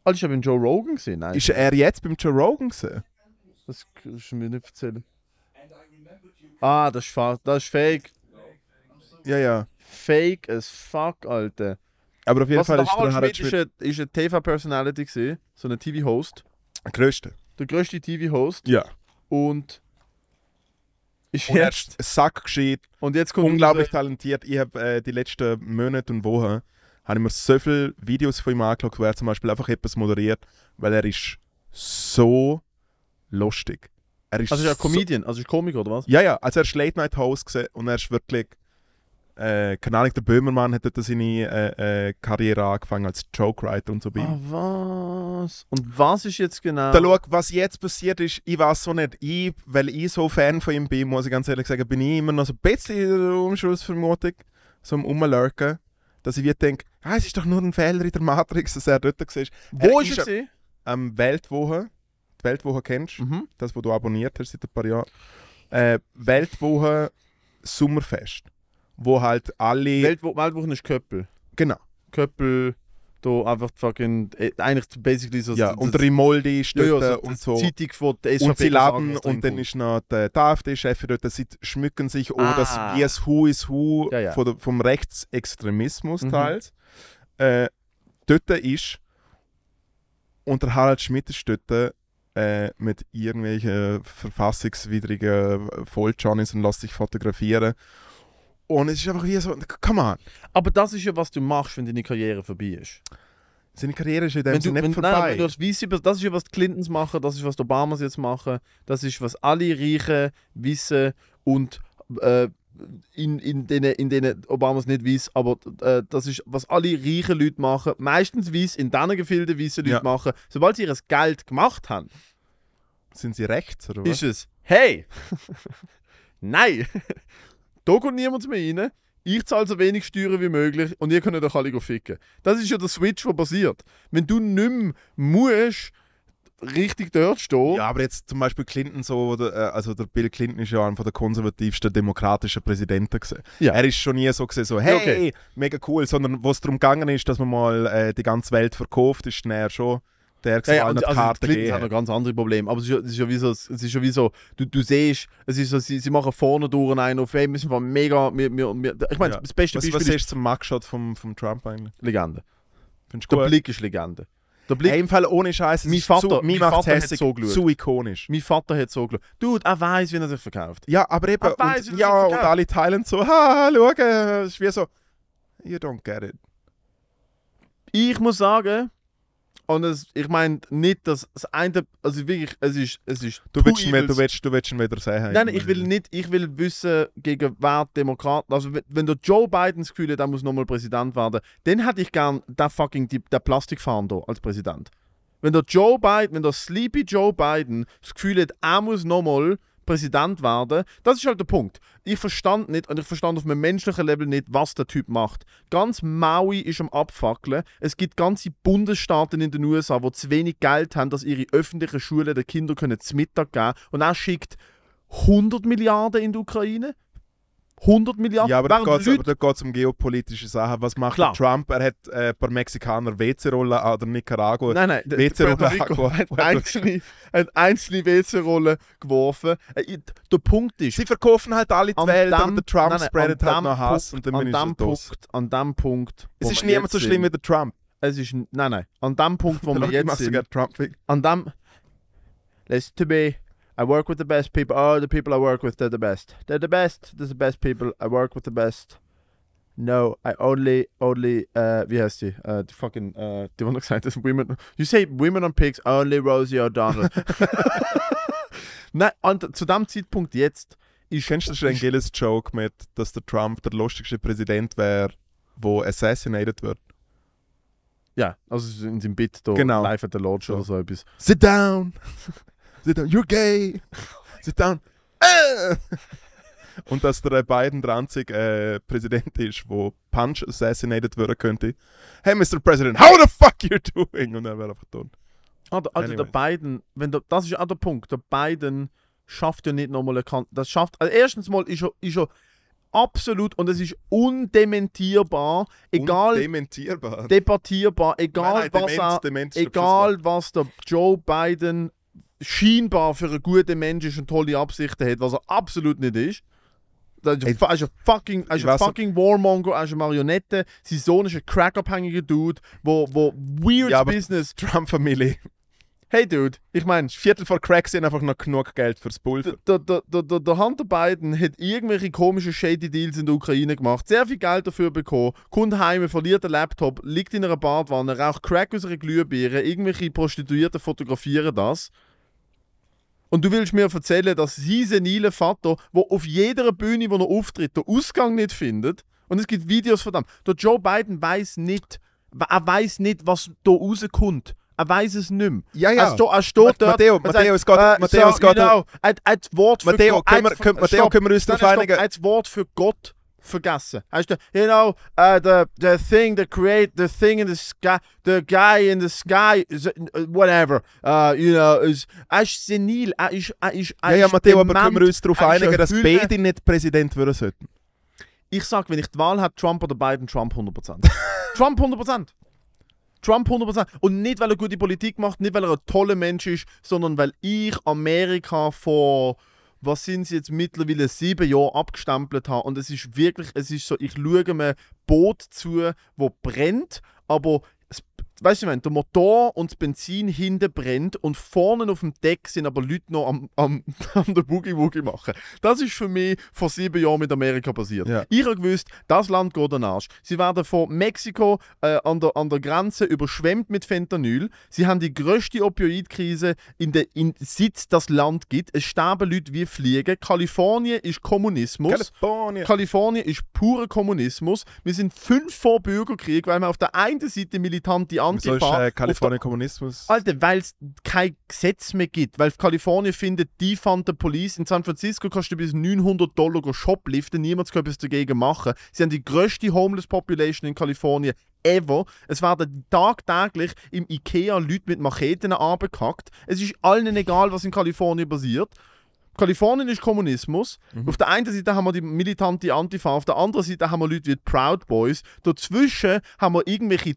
Speaker 2: Alter, ich habe ihn Joe Rogan gesehen. Nein,
Speaker 1: Ist er jetzt beim Joe Rogan gesehen?
Speaker 2: das kannst du mir nicht erzählen. Ah, das ist, fa- das ist fake.
Speaker 1: Ja, ja.
Speaker 2: Fake as fuck, Alter.
Speaker 1: Aber auf jeden
Speaker 2: Was,
Speaker 1: Fall
Speaker 2: der
Speaker 1: ist der
Speaker 2: Harald
Speaker 1: Harald
Speaker 2: Schmidt
Speaker 1: Schmidt
Speaker 2: ist ein, ist ein TV-Personality gesehen, so ein TV-Host.
Speaker 1: der Größte.
Speaker 2: Der größte TV-Host.
Speaker 1: Ja.
Speaker 2: Und. Ist
Speaker 1: Und er
Speaker 2: jetzt.
Speaker 1: ist Sack gescheit.
Speaker 2: Und äh, jetzt kommt.
Speaker 1: unglaublich talentiert. Ich habe äh, die letzten Monate und Wochen habe ich mir so viele Videos von ihm angeschaut, wo er zum Beispiel einfach etwas moderiert, weil er ist so lustig. Er ist
Speaker 2: Also ist er ein
Speaker 1: so-
Speaker 2: Comedian, also ist Komiker oder was?
Speaker 1: Ja, ja, also er ist Late Night Host gewesen und er ist wirklich, äh, keine Ahnung, der Böhmermann hat dort seine äh, äh, Karriere angefangen als Joke-Writer und so bei ihm.
Speaker 2: Ah, was? Und was ist jetzt genau?
Speaker 1: Da schau, was jetzt passiert ist, ich weiß so nicht. Ich, weil ich so Fan von ihm bin, muss ich ganz ehrlich sagen, bin ich immer noch so ein bisschen in der Umschlussvermutung, so am Rumlurken, dass ich wie denke, ah, es ist doch nur ein Fehler in der Matrix, dass er dort war.
Speaker 2: Wo
Speaker 1: Er
Speaker 2: ist
Speaker 1: ist
Speaker 2: er? gesehen?
Speaker 1: Am Weltwoche, die Weltwoche kennst du,
Speaker 2: Mhm.
Speaker 1: das, was du abonniert hast seit ein paar Jahren, äh, Weltwoche Sommerfest, wo halt alle...
Speaker 2: Weltwo Weltwochen ist Köppel.
Speaker 1: genau.
Speaker 2: Köppel, da einfach fucking. äh, Eigentlich basically so.
Speaker 1: Ja,
Speaker 2: so-
Speaker 1: und der Rimoldi ist
Speaker 2: Also ja, also
Speaker 1: dort
Speaker 2: ja, so,
Speaker 1: äh, und so.
Speaker 2: Zeitung von der SVP
Speaker 1: und sie laden
Speaker 2: sagen, was
Speaker 1: und dann
Speaker 2: drin
Speaker 1: ist noch der AfD-Chefin dort, sie schmücken sich oh, das
Speaker 2: Ah.
Speaker 1: wie ein Who is Who
Speaker 2: Ja, ja.
Speaker 1: Von der, vom Rechtsextremismus
Speaker 2: Mhm.
Speaker 1: teils. Äh, dort ist und der Harald Schmidt ist dort äh, mit irgendwelchen verfassungswidrigen Volljohnnies und lässt sich fotografieren. Und es ist einfach wie so, come on,
Speaker 2: kommt. Aber das ist ja, was du machst, wenn deine Karriere vorbei ist.
Speaker 1: seine Karriere ist in dem
Speaker 2: Wenn du,
Speaker 1: Sinne
Speaker 2: wenn,
Speaker 1: nicht
Speaker 2: nein,
Speaker 1: vorbei.
Speaker 2: wenn du als Weiße bist, das ist ja, was die Clintons machen, das ist, was die Obamas jetzt machen, das ist, was alle Reichen wissen und äh, in, in, denen, in denen Obamas nicht weiß, aber äh, das ist, was alle reichen Leute machen, meistens weiß, in diesen Gefilden weiße Leute
Speaker 1: Ja.
Speaker 2: machen, sobald sie ihr Geld gemacht haben,
Speaker 1: Sind sie rechts oder was?
Speaker 2: ist es, hey, nein, da kommt niemand mehr rein, ich zahle so wenig Steuern wie möglich und ihr könnt euch alle go ficken. Das ist ja der Switch, der passiert. Wenn du nicht mehr musst, richtig dort stehen,
Speaker 1: Ja, aber jetzt zum Beispiel Clinton so, oder, äh, also der Bill Clinton ist ja einer der konservativsten demokratischen Präsidenten gewesen.
Speaker 2: Ja.
Speaker 1: Er ist schon nie so gesehen, so hey,
Speaker 2: Ja, okay.
Speaker 1: mega cool, sondern wo es darum gegangen ist, dass man mal äh, die ganze Welt verkauft, ist dann er schon der
Speaker 2: Ja,
Speaker 1: gewesen,
Speaker 2: ja,
Speaker 1: allen
Speaker 2: und,
Speaker 1: die
Speaker 2: also die
Speaker 1: Karte
Speaker 2: Clintons haben
Speaker 1: gegeben
Speaker 2: noch
Speaker 1: hat.
Speaker 2: ganz andere Probleme. Aber es ist, ja- es ist ja wie so, es ist ja wie so du, du siehst, es ist so, sie, sie machen vorne durch einen auf, hey, wir sind mega, wir, wir, wir, ich meine,
Speaker 1: Ja.
Speaker 2: das beste
Speaker 1: Was,
Speaker 2: Beispiel
Speaker 1: was
Speaker 2: ist
Speaker 1: siehst du zum Mugshot vom, vom Trump eigentlich?
Speaker 2: Legende.
Speaker 1: Findest du
Speaker 2: Der
Speaker 1: gut?
Speaker 2: Blick ist Legende. Der Blick,
Speaker 1: Hey, Im Fall ohne Scheiß, es
Speaker 2: Mein
Speaker 1: ist
Speaker 2: Vater-
Speaker 1: zu,
Speaker 2: mein
Speaker 1: mich macht's
Speaker 2: Vater hat
Speaker 1: hässig,
Speaker 2: so geschaut.
Speaker 1: zu ikonisch.
Speaker 2: mein Vater hat so geschaut. Dude, er weiß, wie er sich verkauft.
Speaker 1: Ja, aber eben,
Speaker 2: Ah, weiss, wie
Speaker 1: und,
Speaker 2: das
Speaker 1: ja,
Speaker 2: jetzt
Speaker 1: und
Speaker 2: geht.
Speaker 1: alle teilen so, haha, schau, äh, es ist wie so, you don't get it.
Speaker 2: Ich muss sagen, und es, ich meine nicht, dass das eine, also wirklich, es ist, es ist
Speaker 1: Du
Speaker 2: two
Speaker 1: willst ihn wieder-
Speaker 2: evils.
Speaker 1: du willst- du willst ihn wieder sehen.
Speaker 2: Nein, nein, ich will nicht, ich will wissen, gegen wer die Demokraten. Also, wenn- wenn der Joe Biden das Gefühl hat, er muss nochmal Präsident werden, dann hätte ich gern den fucking, die- den Plastikfahren hier als Präsident. Wenn der Joe Biden, wenn der Sleepy Joe Biden das Gefühl hat, er muss nochmal Präsident werden, das ist halt der Punkt. Ich verstand nicht und ich verstand auf einem menschlichen Level nicht, was der Typ macht. Ganz Maui ist am Abfackeln. Es gibt ganze Bundesstaaten in den USA, die zu wenig Geld haben, dass ihre öffentlichen Schulen den Kindern können zu Mittag geben können. Und er schickt 100 Milliarden in die Ukraine. 100 Milliarden.
Speaker 1: Ja, aber da
Speaker 2: Während
Speaker 1: geht es
Speaker 2: Leute-
Speaker 1: um geopolitische Sachen. Was macht
Speaker 2: Klar.
Speaker 1: der Trump? Er hat äh, ein paar Mexikaner WC-Rollen an der Nicaragua.
Speaker 2: Nein, nein, der-
Speaker 1: WC
Speaker 2: der
Speaker 1: Rolle
Speaker 2: Puerto Rico
Speaker 1: hat-
Speaker 2: hat einzelne, hat einzelne WC-Rollen geworfen. Äh, ich- Der Punkt ist,
Speaker 1: Sie verkaufen halt alle die
Speaker 2: an
Speaker 1: Welt, aber
Speaker 2: dem-
Speaker 1: der Trump
Speaker 2: nein, nein,
Speaker 1: spreadet
Speaker 2: an
Speaker 1: halt
Speaker 2: dem
Speaker 1: noch Hass
Speaker 2: Punkt-
Speaker 1: und dann bin ich
Speaker 2: an dem
Speaker 1: schon tot.
Speaker 2: Punkt, An dem Punkt,
Speaker 1: Es
Speaker 2: wo
Speaker 1: ist
Speaker 2: wir
Speaker 1: niemand so
Speaker 2: jetzt
Speaker 1: schlimm wie
Speaker 2: sind-
Speaker 1: der Trump.
Speaker 2: Es ist, n- nein, nein, an dem Punkt, wo wir
Speaker 1: Ich
Speaker 2: jetzt
Speaker 1: mache
Speaker 2: sind,
Speaker 1: sogar Trump weg.
Speaker 2: an dem, listen to me, I work with the best people, oh, the people I work with, they're the best, they're the best, they're the best people, I work with the best, no, I only, only, äh, wie heißt die, äh, die fucking, äh, die, die noch gesagt hat, women, you say women on pigs, only Rosie O'Donnell. nein, und zu dem Zeitpunkt jetzt, ist,
Speaker 1: Kennst du den Angeles Joke mit, dass der Trump der lustigste Präsident wäre, wo assassinated wird?
Speaker 2: ja, also in dem Bit da,
Speaker 1: Genau.
Speaker 2: live at the lodge oder so etwas.
Speaker 1: Sit down! Sit down, you're gay! Sit down! Äh! Und dass der Biden der einzige äh, Präsident ist, wo Punch assassinated werden könnte. Hey, Mr. President, how the fuck you doing? Und er wäre einfach tot.
Speaker 2: Ah, der- Also der Biden, wenn der, das ist auch der Punkt. Der Biden schafft ja nicht nochmal eine Kante. Das schafft. Also erstens mal ist er, ist er absolut und es ist undementierbar, egal,
Speaker 1: Dementierbar.
Speaker 2: debattierbar, egal
Speaker 1: Nein, nein,
Speaker 2: was
Speaker 1: Demenz-
Speaker 2: er,
Speaker 1: Demenz ist
Speaker 2: egal was der Joe Biden scheinbar für einen guten Mensch ist und tolle Absichten hat, was er absolut nicht ist. Das ist ein,
Speaker 1: Ey,
Speaker 2: fu- er ist ein fucking, er
Speaker 1: ich
Speaker 2: ist ein
Speaker 1: weiß nicht.
Speaker 2: fucking Warmonger, er ist eine Marionette. Sein Sohn ist ein crackabhängiger Dude, wo, wo weird
Speaker 1: Ja, aber-
Speaker 2: Business.
Speaker 1: Trump-Familie.
Speaker 2: Hey Dude, ich meine,
Speaker 1: Viertel vor Crack sind einfach noch genug Geld fürs Pulver.
Speaker 2: der, der, der, der, der Hunter Biden hat irgendwelche komischen shady Deals in der Ukraine gemacht, sehr viel Geld dafür bekommen, kommt heim, verliert den Laptop, liegt in einer Badwanne, raucht Crack aus einer Glühbirne, irgendwelche Prostituierten fotografieren das. Und du willst mir erzählen, dass sein senile Vater, wo auf jeder Bühne, wo er auftritt, den Ausgang nicht findet, und es gibt Videos von dem, der Joe Biden weiß nicht, er weiß nicht, was da rauskommt. Er weiß es nicht mehr.
Speaker 1: Ja, ja.
Speaker 2: Er, sto- er steht dort
Speaker 1: Matteo,
Speaker 2: und
Speaker 1: Matteo, es geht-
Speaker 2: äh,
Speaker 1: Matteo,
Speaker 2: so,
Speaker 1: es geht- um-
Speaker 2: you know, ein, ein Wort für
Speaker 1: Matteo,
Speaker 2: Gott.
Speaker 1: können wir-
Speaker 2: ein-
Speaker 1: können- Matteo,
Speaker 2: Stopp.
Speaker 1: können wir uns
Speaker 2: Nein,
Speaker 1: darauf
Speaker 2: nein, stopp.
Speaker 1: einigen?
Speaker 2: Ein Wort für Gott vergessen. Hast du, you know, uh, the, the thing, the create, the thing in the sky, the guy in the sky, is, uh, whatever, uh, you know, is, er ist senil, er ist, er ist, er
Speaker 1: Ja, ja,
Speaker 2: ist
Speaker 1: Matteo, aber
Speaker 2: dement,
Speaker 1: können wir uns darauf
Speaker 2: er ist eine
Speaker 1: einigen, dass
Speaker 2: Hülle.
Speaker 1: beide nicht Präsident werden sollten?
Speaker 2: Ich sag, wenn ich die Wahl habe, Trump oder Biden, Trump 100%. Trump 100%. Trump 100%. Und nicht, weil er gute Politik macht, nicht, weil er ein toller Mensch ist, sondern weil ich Amerika vor, was sind es jetzt mittlerweile, sieben Jahren abgestempelt habe. Und es ist wirklich, es ist so, ich schaue mir Boot zu, wo brennt, aber es- Weißt du, wenn der Motor und das Benzin hinten brennt und vorne auf dem Deck sind aber Leute noch am, am, am der Boogie-Woogie machen. Das ist für mich vor sieben Jahren mit Amerika passiert.
Speaker 1: Ja.
Speaker 2: Ich habe gewusst, das Land geht an den Arsch. Sie werden von Mexiko äh, an, der, an der Grenze überschwemmt mit Fentanyl. Sie haben die größte Opioidkrise in der in, seit das Land gibt. Es sterben Leute wie Fliegen. Kalifornien ist Kommunismus.
Speaker 1: Kalifornien.
Speaker 2: Kalifornien ist purer Kommunismus. Wir sind fünf vor Bürgerkrieg, weil wir auf der einen Seite militante
Speaker 1: Wieso ist
Speaker 2: Antifa.
Speaker 1: äh, Kalifornien Kommunismus?
Speaker 2: Alter, weil es kein Gesetz mehr gibt. Weil Kalifornien findet, die fand der Police. In San Francisco kannst du bis 900 Dollar go shopliften. Niemand kann etwas dagegen machen. Sie haben die größte Homeless-Population in Kalifornien ever. Es werden tagtäglich im Ikea Leute mit Macheten abgekackt. Es ist allen egal, was in Kalifornien passiert. Kalifornien ist Kommunismus. Auf der einen Seite haben wir die militante Antifa, auf der anderen Seite haben wir Leute wie die Proud Boys. Dazwischen haben wir irgendwelche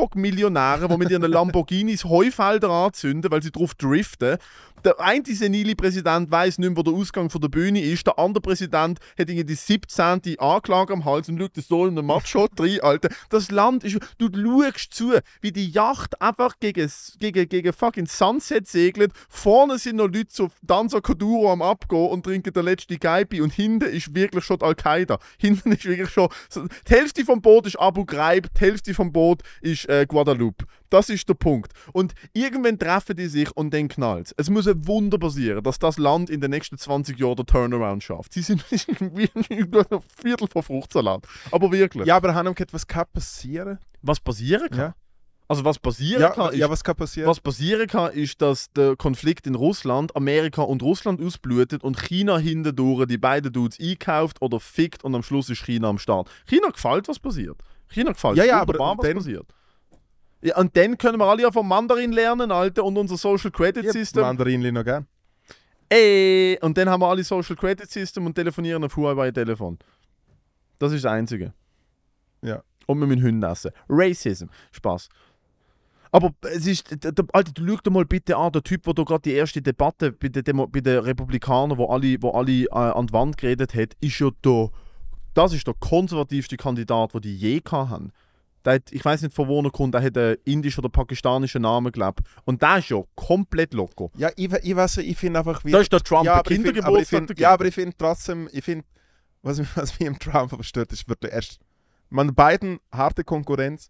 Speaker 2: TikTok-Millionäre, die mit ihren Lamborghinis Heufelder anzünden, weil sie drauf driften. Der eine senile Präsident weiß nicht mehr, wo der Ausgang von der Bühne ist. Der andere Präsident hat irgendwie die 17. Anklage am Hals und schaut so in den Matschot rein, Alter. Das Land ist. Du schaust zu, wie die Yacht einfach gegen, gegen, gegen fucking Sunset segelt. Vorne sind noch Leute so Danza Kaduro am Abgehen und trinken den letzten Geibi. Und hinten ist wirklich schon die Al-Qaida. Hinten ist wirklich schon. so- Die Hälfte vom Boot ist Abu Ghraib, die Hälfte vom Boot ist äh, Guadeloupe. Das ist der Punkt. Und irgendwann treffen die sich und dann knallt es. muss ein Wunder passieren, dass das Land in den nächsten 20 Jahren den Turnaround schafft. Sie sind wie ein Viertel von Fruchtsalat. Aber wirklich.
Speaker 1: Ja, aber haben wir gehört, was kann passieren?
Speaker 2: Was passieren kann?
Speaker 1: Ja.
Speaker 2: Also was passieren
Speaker 1: Ja,
Speaker 2: kann, ist,
Speaker 1: ja, was kann passieren?
Speaker 2: was passieren kann, ist, dass der Konflikt in Russland, Amerika und Russland ausblutet und China hindurch die beiden Dudes einkauft oder fickt und am Schluss ist China am Start. China gefällt, was passiert. China gefällt
Speaker 1: Ja, ja,
Speaker 2: wunderbar,
Speaker 1: aber
Speaker 2: was
Speaker 1: dann-
Speaker 2: passiert. Ja, und dann können wir alle ja vom Mandarin lernen, Alter, und unser Social Credit
Speaker 1: Ja,
Speaker 2: System.
Speaker 1: Mandarinli noch gern.
Speaker 2: Ey, und dann haben wir alle Social Credit System und telefonieren auf Huawei-Telefon. Das ist das Einzige.
Speaker 1: Ja.
Speaker 2: Und wir müssen Hunde essen. Racism. Spaß. Aber es ist. Der, der, Alter, du schau dir mal bitte an, der Typ, der da gerade die erste Debatte bei den, Demo, bei den Republikanern, wo alle, wo alle äh, an die Wand geredet hat, ist ja da. Das ist der konservativste Kandidat, den die je hatten. Der hat, ich weiß nicht, von wo er kommt, der hat einen indischen oder pakistanischen Namen, glaube Und der ist ja komplett loco.
Speaker 1: Ja, ich, we- ich weiß, ich finde einfach wie.
Speaker 2: Da ist der Trump
Speaker 1: ja,
Speaker 2: ja,
Speaker 1: aber ich find- aber ich
Speaker 2: Kindergeburtstag
Speaker 1: find, ja, aber ich finde trotzdem, ich finde, was, mich- was mich im Trump aber stört, ist wirklich erst. Man beiden harte Konkurrenz,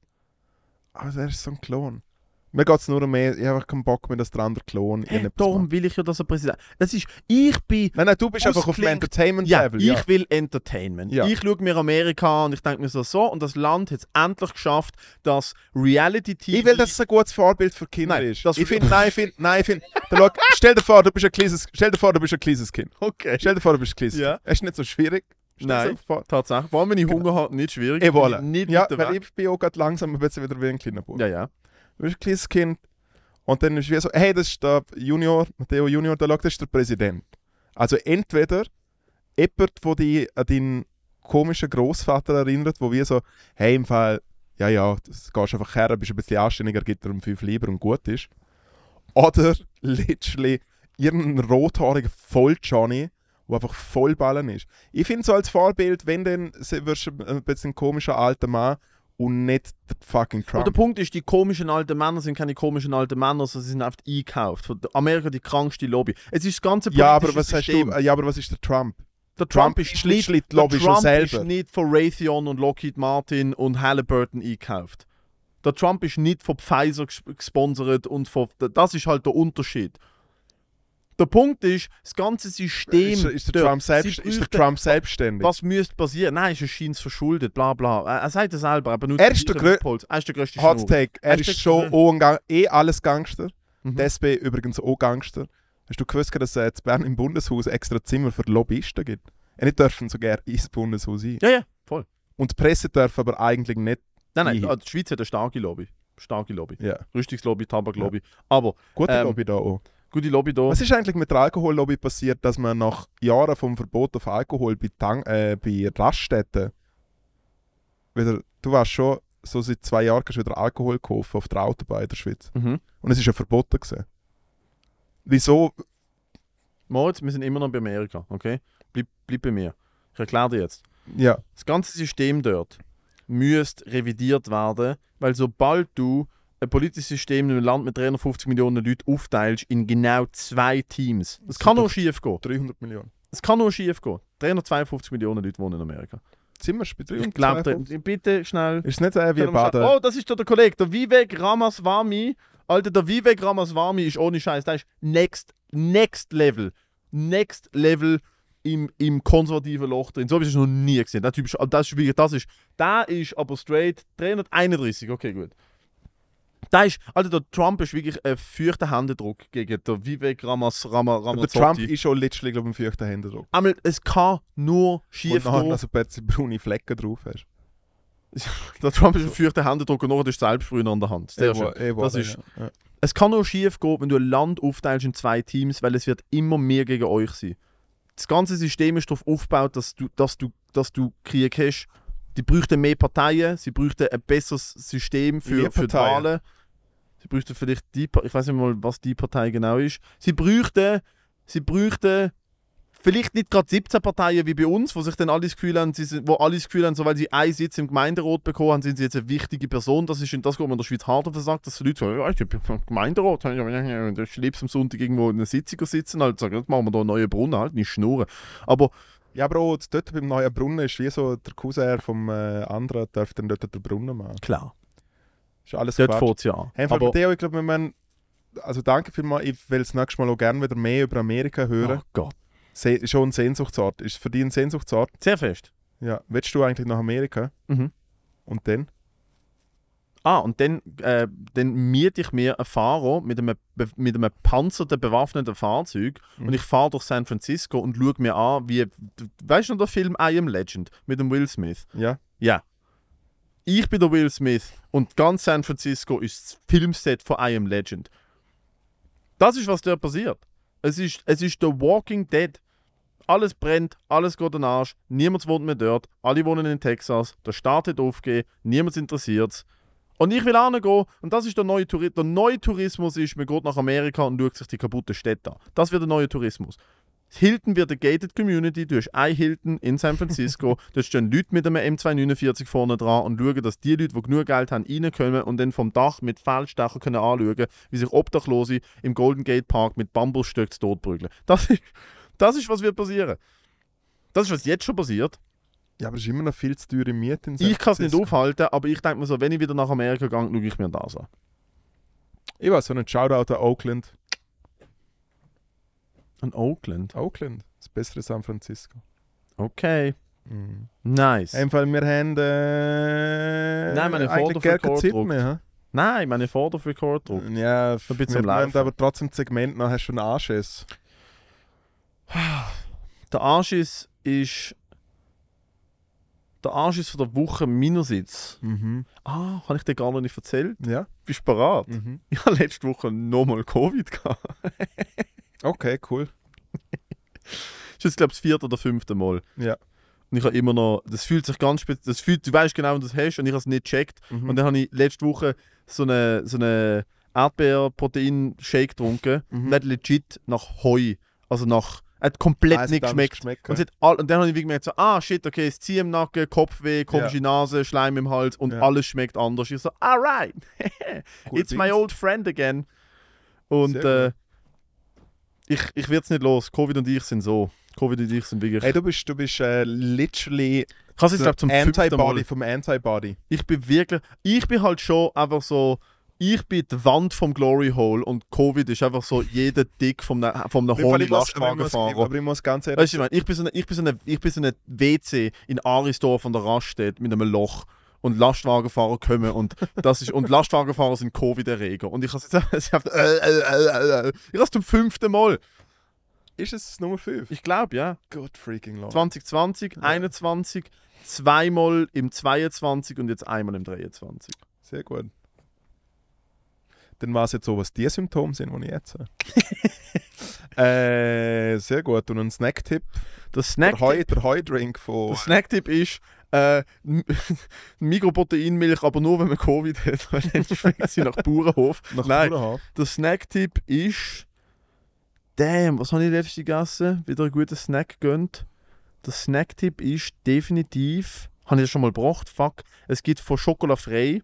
Speaker 1: aber er ist so ein Klon. Mir geht es nur um mehr, ich habe einfach keinen Bock mehr, dass der andere Klon irgendetwas
Speaker 2: Darum
Speaker 1: macht.
Speaker 2: will ich ja, dass er Präsident Das ist, ich bin...
Speaker 1: Nein, nein, du bist einfach auf dem
Speaker 2: Ausklingt- Ja,
Speaker 1: Entertainment-Level.
Speaker 2: ich
Speaker 1: Ja,
Speaker 2: will Entertainment.
Speaker 1: Ja.
Speaker 2: Ich schaue mir Amerika an und ich denke mir so, so, und das Land hat es endlich geschafft, dass Reality-TV...
Speaker 1: Ich will, dass es ein gutes Vorbild für Kinder
Speaker 2: Nein,
Speaker 1: ist.
Speaker 2: das-
Speaker 1: Ich finde, nein, ich finde, nein, ich finde. Da, schau, stell dir vor, du bist ein kleines, stell dir vor, du bist ein kleines Kind.
Speaker 2: Okay.
Speaker 1: Stell dir vor, du bist ein kleines
Speaker 2: Ja.
Speaker 1: Kind. Es ist nicht so schwierig. Stell dir
Speaker 2: Nein,
Speaker 1: so vor.
Speaker 2: tatsächlich. Vor allem, wenn ich Hunger habe, nicht schwierig.
Speaker 1: Genau. Ich wolle.
Speaker 2: Nicht
Speaker 1: ja,
Speaker 2: mit der
Speaker 1: weil
Speaker 2: Weg.
Speaker 1: ich bin auch gerade langsam ein bisschen wieder wie ein kleiner Bub.
Speaker 2: Ja, ja.
Speaker 1: Du bist ein kleines Kind und dann ist wie so, hey, das ist der Junior, Matteo Junior, der schaut, das ist der Präsident. Also entweder jemand, der dich an deinen komischen Großvater erinnert, wo wie so, hey, im Fall, ja, ja, das gehst einfach her, bist ein bisschen anständiger, gibt dir um fünf lieber und gut ist. Oder literally irgendein rothaariger Voll-Johnny, der einfach vollballen ist. Ich finde so als Vorbild, wenn dann se- wirst du ein bisschen komischer alter Mann und nicht der fucking Trump.
Speaker 2: Und der Punkt ist, die komischen alten Männer sind keine komischen alten Männer, sondern sie sind einfach eingekauft. Von Amerika die krankste Lobby. Es ist das ganze
Speaker 1: Ja, aber
Speaker 2: politische
Speaker 1: was hast
Speaker 2: System.
Speaker 1: du, ja, aber was ist der Trump?
Speaker 2: Der Trump,
Speaker 1: Trump
Speaker 2: ist
Speaker 1: ist
Speaker 2: nicht,
Speaker 1: literally die
Speaker 2: der
Speaker 1: Lobby schon
Speaker 2: Trump ist
Speaker 1: selber.
Speaker 2: nicht von Raytheon und Lockheed Martin und Halliburton eingekauft. Der Trump ist nicht von Pfizer ges- gesponsert und von, das ist halt der Unterschied. Der Punkt ist, das ganze System.
Speaker 1: Ist, ist, der
Speaker 2: dort,
Speaker 1: Trump selbst,
Speaker 2: sie
Speaker 1: ist der
Speaker 2: bräuchten-
Speaker 1: Trump selbstständig?
Speaker 2: Was müsste passieren? Nein, ist ein Scheins verschuldet, bla bla. Er, er sagt es selber, aber nur
Speaker 1: Er ist der grö-
Speaker 2: Er ist der größte
Speaker 1: Hot Take, er
Speaker 2: Hast du
Speaker 1: ist schon
Speaker 2: gesehen?
Speaker 1: auch ein Gang, eh alles Gangster.
Speaker 2: Mhm.
Speaker 1: Die SP übrigens auch Gangster. Hast du gewusst, dass es in Bern im Bundeshaus extra Zimmer für Lobbyisten gibt? Ja, Nicht dürfen sogar ins Bundeshaus sein.
Speaker 2: Ja, ja, voll.
Speaker 1: Und die Presse darf aber eigentlich nicht.
Speaker 2: Nein, nein,
Speaker 1: Ich-
Speaker 2: ah, die Schweiz hat eine starke Lobby. Starke Lobby.
Speaker 1: Ja.
Speaker 2: Rüstungslobby, Tabaklobby. Aber
Speaker 1: Gute
Speaker 2: Ähm,
Speaker 1: Lobby da auch.
Speaker 2: gute Lobby da.
Speaker 1: Was ist eigentlich mit der Alkohollobby passiert, dass man nach Jahren vom Verbot auf Alkohol bei, Tank, äh, bei Raststätten wieder, du weißt schon, so seit zwei Jahren kannst du wieder Alkohol kaufen auf der Autobahn in der Schweiz.
Speaker 2: Mhm.
Speaker 1: Und es ist ja verboten gewesen. Wieso?
Speaker 2: Moritz, wir sind immer noch bei Amerika, okay? Bleib, bleib bei mir. Ich erkläre dir jetzt.
Speaker 1: Ja,
Speaker 2: Das ganze System dort müsste revidiert werden, weil sobald du ein politisches System in einem Land mit 350 Millionen Leuten aufteilst in genau zwei Teams, das kann nur schief gehen.
Speaker 1: 300 Millionen.
Speaker 2: Es kann nur schief gehen. 352 Millionen Leute wohnen in Amerika.
Speaker 1: Sind wir bei 300
Speaker 2: Ich glaube, bitte schnell.
Speaker 1: Ist es nicht äh, wie
Speaker 2: Können wir
Speaker 1: Baden?
Speaker 2: schnell- Oh, das ist doch der Kollege, der Vivek Ramaswamy. Alter, der Vivek Ramaswamy ist ohne Scheiß, der ist next, next level. Next level im, im konservativen Loch drin. So habe ich es noch nie gesehen. Der Typ ist, das ist wirklich, das ist, der ist aber straight 331, okay, gut. Da ist, Alter, der Trump ist wirklich ein fürchter Händedruck gegen den Vivek Ramas, Rama,
Speaker 1: der Trump
Speaker 2: Ramaswamy.
Speaker 1: ist schon letztlich, glaube ich, im feuchten Händedruck.
Speaker 2: Einmal, es kann nur schief
Speaker 1: Und nachher
Speaker 2: gehen.
Speaker 1: noch so ein paar braune Flecken drauf hast.
Speaker 2: Der Trump ist ein fürchter Händedruck und nachher ist selbst früher an der Hand. Sehr schön.
Speaker 1: Ewa- Ewa,
Speaker 2: Das ist,
Speaker 1: ja. Ja.
Speaker 2: Es kann nur schief gehen, wenn du ein Land aufteilst in zwei Teams, weil es wird immer mehr gegen euch sein. Das ganze System ist darauf aufgebaut, dass du, dass du, dass du Krieg hast. Die bräuchten mehr Parteien, sie bräuchten ein besseres System für,
Speaker 1: Mehr
Speaker 2: für die
Speaker 1: Parteien.
Speaker 2: Wahlen. Sie bräuchten vielleicht die Pa- ich weiß nicht mal, was die Partei genau ist. Sie bräuchten, sie bräuchten vielleicht nicht gerade 17 Parteien wie bei uns, wo sich dann alle das Gefühl haben, sie sind, wo alle das Gefühl haben, so weil sie einen Sitz im Gemeinderat bekommen haben, sind sie jetzt eine wichtige Person. Das ist das, was man in der Schweiz hart auf den Sack, dass die Leute sagen, ja, ich bin vom Gemeinderat, ich schleppst am Sonntag irgendwo in einer Sitzung sitzen, halt sagen, jetzt machen wir da einen neuen Brunnen, halt nicht schnurren. Aber
Speaker 1: ja, aber auch dort beim neuen Brunnen ist wie so der Cousin vom äh, anderen, darf dann dort den Brunnen machen.
Speaker 2: klar,
Speaker 1: Ist alles
Speaker 2: dort
Speaker 1: Quatsch.
Speaker 2: fängt es ja an.
Speaker 1: Hey,
Speaker 2: Aber,
Speaker 1: aber Theo, ich glaube, wir müssen, also danke vielmals, ich will das nächste Mal auch gerne wieder mehr über Amerika hören.
Speaker 2: oh Gott,
Speaker 1: Se schon ein Sehnsuchtsort. Ist für dich ein Sehnsuchtsort?
Speaker 2: sehr fest.
Speaker 1: Ja. Willst du eigentlich nach Amerika?
Speaker 2: Mhm.
Speaker 1: Und dann?
Speaker 2: Ah, und dann, äh, dann miete ich mir einen Fahrer mit einem, be- mit einem panzerten, bewaffneten Fahrzeug und ich fahre durch San Francisco und schaue mir an, wie. Weißt du noch den Film I Am Legend mit dem Will Smith?
Speaker 1: Ja.
Speaker 2: Ja. Ich bin der Will Smith und ganz San Francisco ist das Filmset von I Am Legend. Das ist, was dort passiert. Es ist, es ist The Walking Dead. Alles brennt, alles geht an den Arsch, niemand wohnt mehr dort, alle wohnen in Texas, der Staat hat aufgegeben, niemand interessiert Und ich will hingehen und das ist der neue Tourismus. Der neue Tourismus ist, man geht nach Amerika und schaut sich die kaputten Städte an. Das wird der neue Tourismus. Hilton wird eine gated Community, du hast ein Hilton in San Francisco, da stehen Leute mit einem M249 vorne dran und schauen, dass die Leute, die genug Geld haben, reinkommen und dann vom Dach mit Feldstechern können anschauen, wie sich Obdachlose im Golden Gate Park mit Bambusstöcken zu Tod prügeln. Das ist, das ist, was wird passieren. Das ist, was jetzt schon passiert.
Speaker 1: Ja, aber es ist immer noch viel zu teure Miete in San
Speaker 2: Ich kann es nicht
Speaker 1: Francisco.
Speaker 2: aufhalten, aber ich denke mir so, wenn ich wieder nach Amerika gehe, schaue ich mir das an.
Speaker 1: Ich weiß, so ein Shoutout an Oakland.
Speaker 2: An Oakland?
Speaker 1: Oakland, das bessere San Francisco.
Speaker 2: Okay. Mhm. Nice.
Speaker 1: Einfach, wir haben. Äh,
Speaker 2: Nein, meine
Speaker 1: eigentlich
Speaker 2: Vorder-
Speaker 1: gar keine
Speaker 2: für Chord
Speaker 1: Zeit
Speaker 2: gedruckt.
Speaker 1: mehr.
Speaker 2: Nein, meine Vorder für Court
Speaker 1: hä? Ja,
Speaker 2: bisschen
Speaker 1: wir-
Speaker 2: zum
Speaker 1: wir haben
Speaker 2: Laufen.
Speaker 1: aber trotzdem das Segment noch, hast du einen Anschiss.
Speaker 2: Der Anschiss ist. Der Anschiss von der Woche meinerseits.
Speaker 1: Mhm.
Speaker 2: Ah, habe ich dir gar noch nicht erzählt?
Speaker 1: Ja.
Speaker 2: Bist du bereit?
Speaker 1: Mhm.
Speaker 2: Ich habe letzte Woche nochmal Covid gehabt.
Speaker 1: Okay, cool.
Speaker 2: Das ist jetzt, glaube ich, das vierte oder fünfte Mal.
Speaker 1: Ja.
Speaker 2: Und ich habe immer noch. Das fühlt sich ganz spät. Das fühlt, du weißt genau, was du hast und ich habe es nicht gecheckt.
Speaker 1: Mhm.
Speaker 2: Und dann habe ich letzte Woche so eine, so eine Erdbeer-Protein-Shake getrunken.
Speaker 1: Mhm.
Speaker 2: Und der hat legit nach Heu. Also nach. Er hat komplett
Speaker 1: Ah, es hat
Speaker 2: nicht
Speaker 1: auch
Speaker 2: geschmeckt.
Speaker 1: geschmeckt,
Speaker 2: und, es
Speaker 1: gell?
Speaker 2: hat all, und dann habe ich wie gemerkt, so, ah shit, okay, es zieht im Nacken, Kopfweh, komische Nase, Schleim im Hals und
Speaker 1: Ja.
Speaker 2: alles schmeckt anders. Ich so, alright,
Speaker 1: Cool
Speaker 2: it's my
Speaker 1: Dings.
Speaker 2: old friend again. Und
Speaker 1: Sehr
Speaker 2: äh, ich, ich werde es nicht los. Covid und ich sind so. Covid und ich sind wirklich.
Speaker 1: Hey, du bist, du bist äh, literally
Speaker 2: ich habe es jetzt glaub, zum fünften Mal.
Speaker 1: Antibody vom Antibody.
Speaker 2: Ich bin wirklich. Ich bin halt schon einfach so. Ich bin die Wand vom Glory Hole und Covid ist einfach so jeder Dick vom, ne- vom ne
Speaker 1: Aber
Speaker 2: Holy
Speaker 1: ich muss- aber ich muss-
Speaker 2: Lastwagenfahrer.
Speaker 1: Aber ich muss ganz ehrlich
Speaker 2: Weißt du, was ich meine, ich bin so eine, ich bin so eine, ich bin so eine WC in Arisdorf an der Raststätte mit einem Loch und Lastwagenfahrer kommen und das ist und Lastwagenfahrer sind Covid-Erreger und ich habe jetzt auf- äh, äh, äh, äh. ich hab's zum fünften Mal.
Speaker 1: ist es Nummer 5?
Speaker 2: Ich glaube ja,
Speaker 1: Good freaking Lord.
Speaker 2: 2020, 21, zweimal im 22 und jetzt einmal im 23.
Speaker 1: Sehr gut. Dann war es jetzt so, was die Symptome sind, die ich jetzt habe. äh, sehr gut. Und ein Snacktipp.
Speaker 2: Der
Speaker 1: Der
Speaker 2: Snack
Speaker 1: Heu- der Heudrink von.
Speaker 2: Der Snacktipp ist äh, M- Mikroproteinmilch, aber nur wenn man Covid hat, weil dann schmeckt sie nach Bauernhof.
Speaker 1: Nach
Speaker 2: Nein,
Speaker 1: Bauernhof.
Speaker 2: der Snacktipp ist. Damn, was habe ich letztes gegessen? Wieder einen guten Snack gönnt. Der Snacktipp ist definitiv. Habe ich das schon mal gebracht? Fuck. Es gibt von Schokolade frei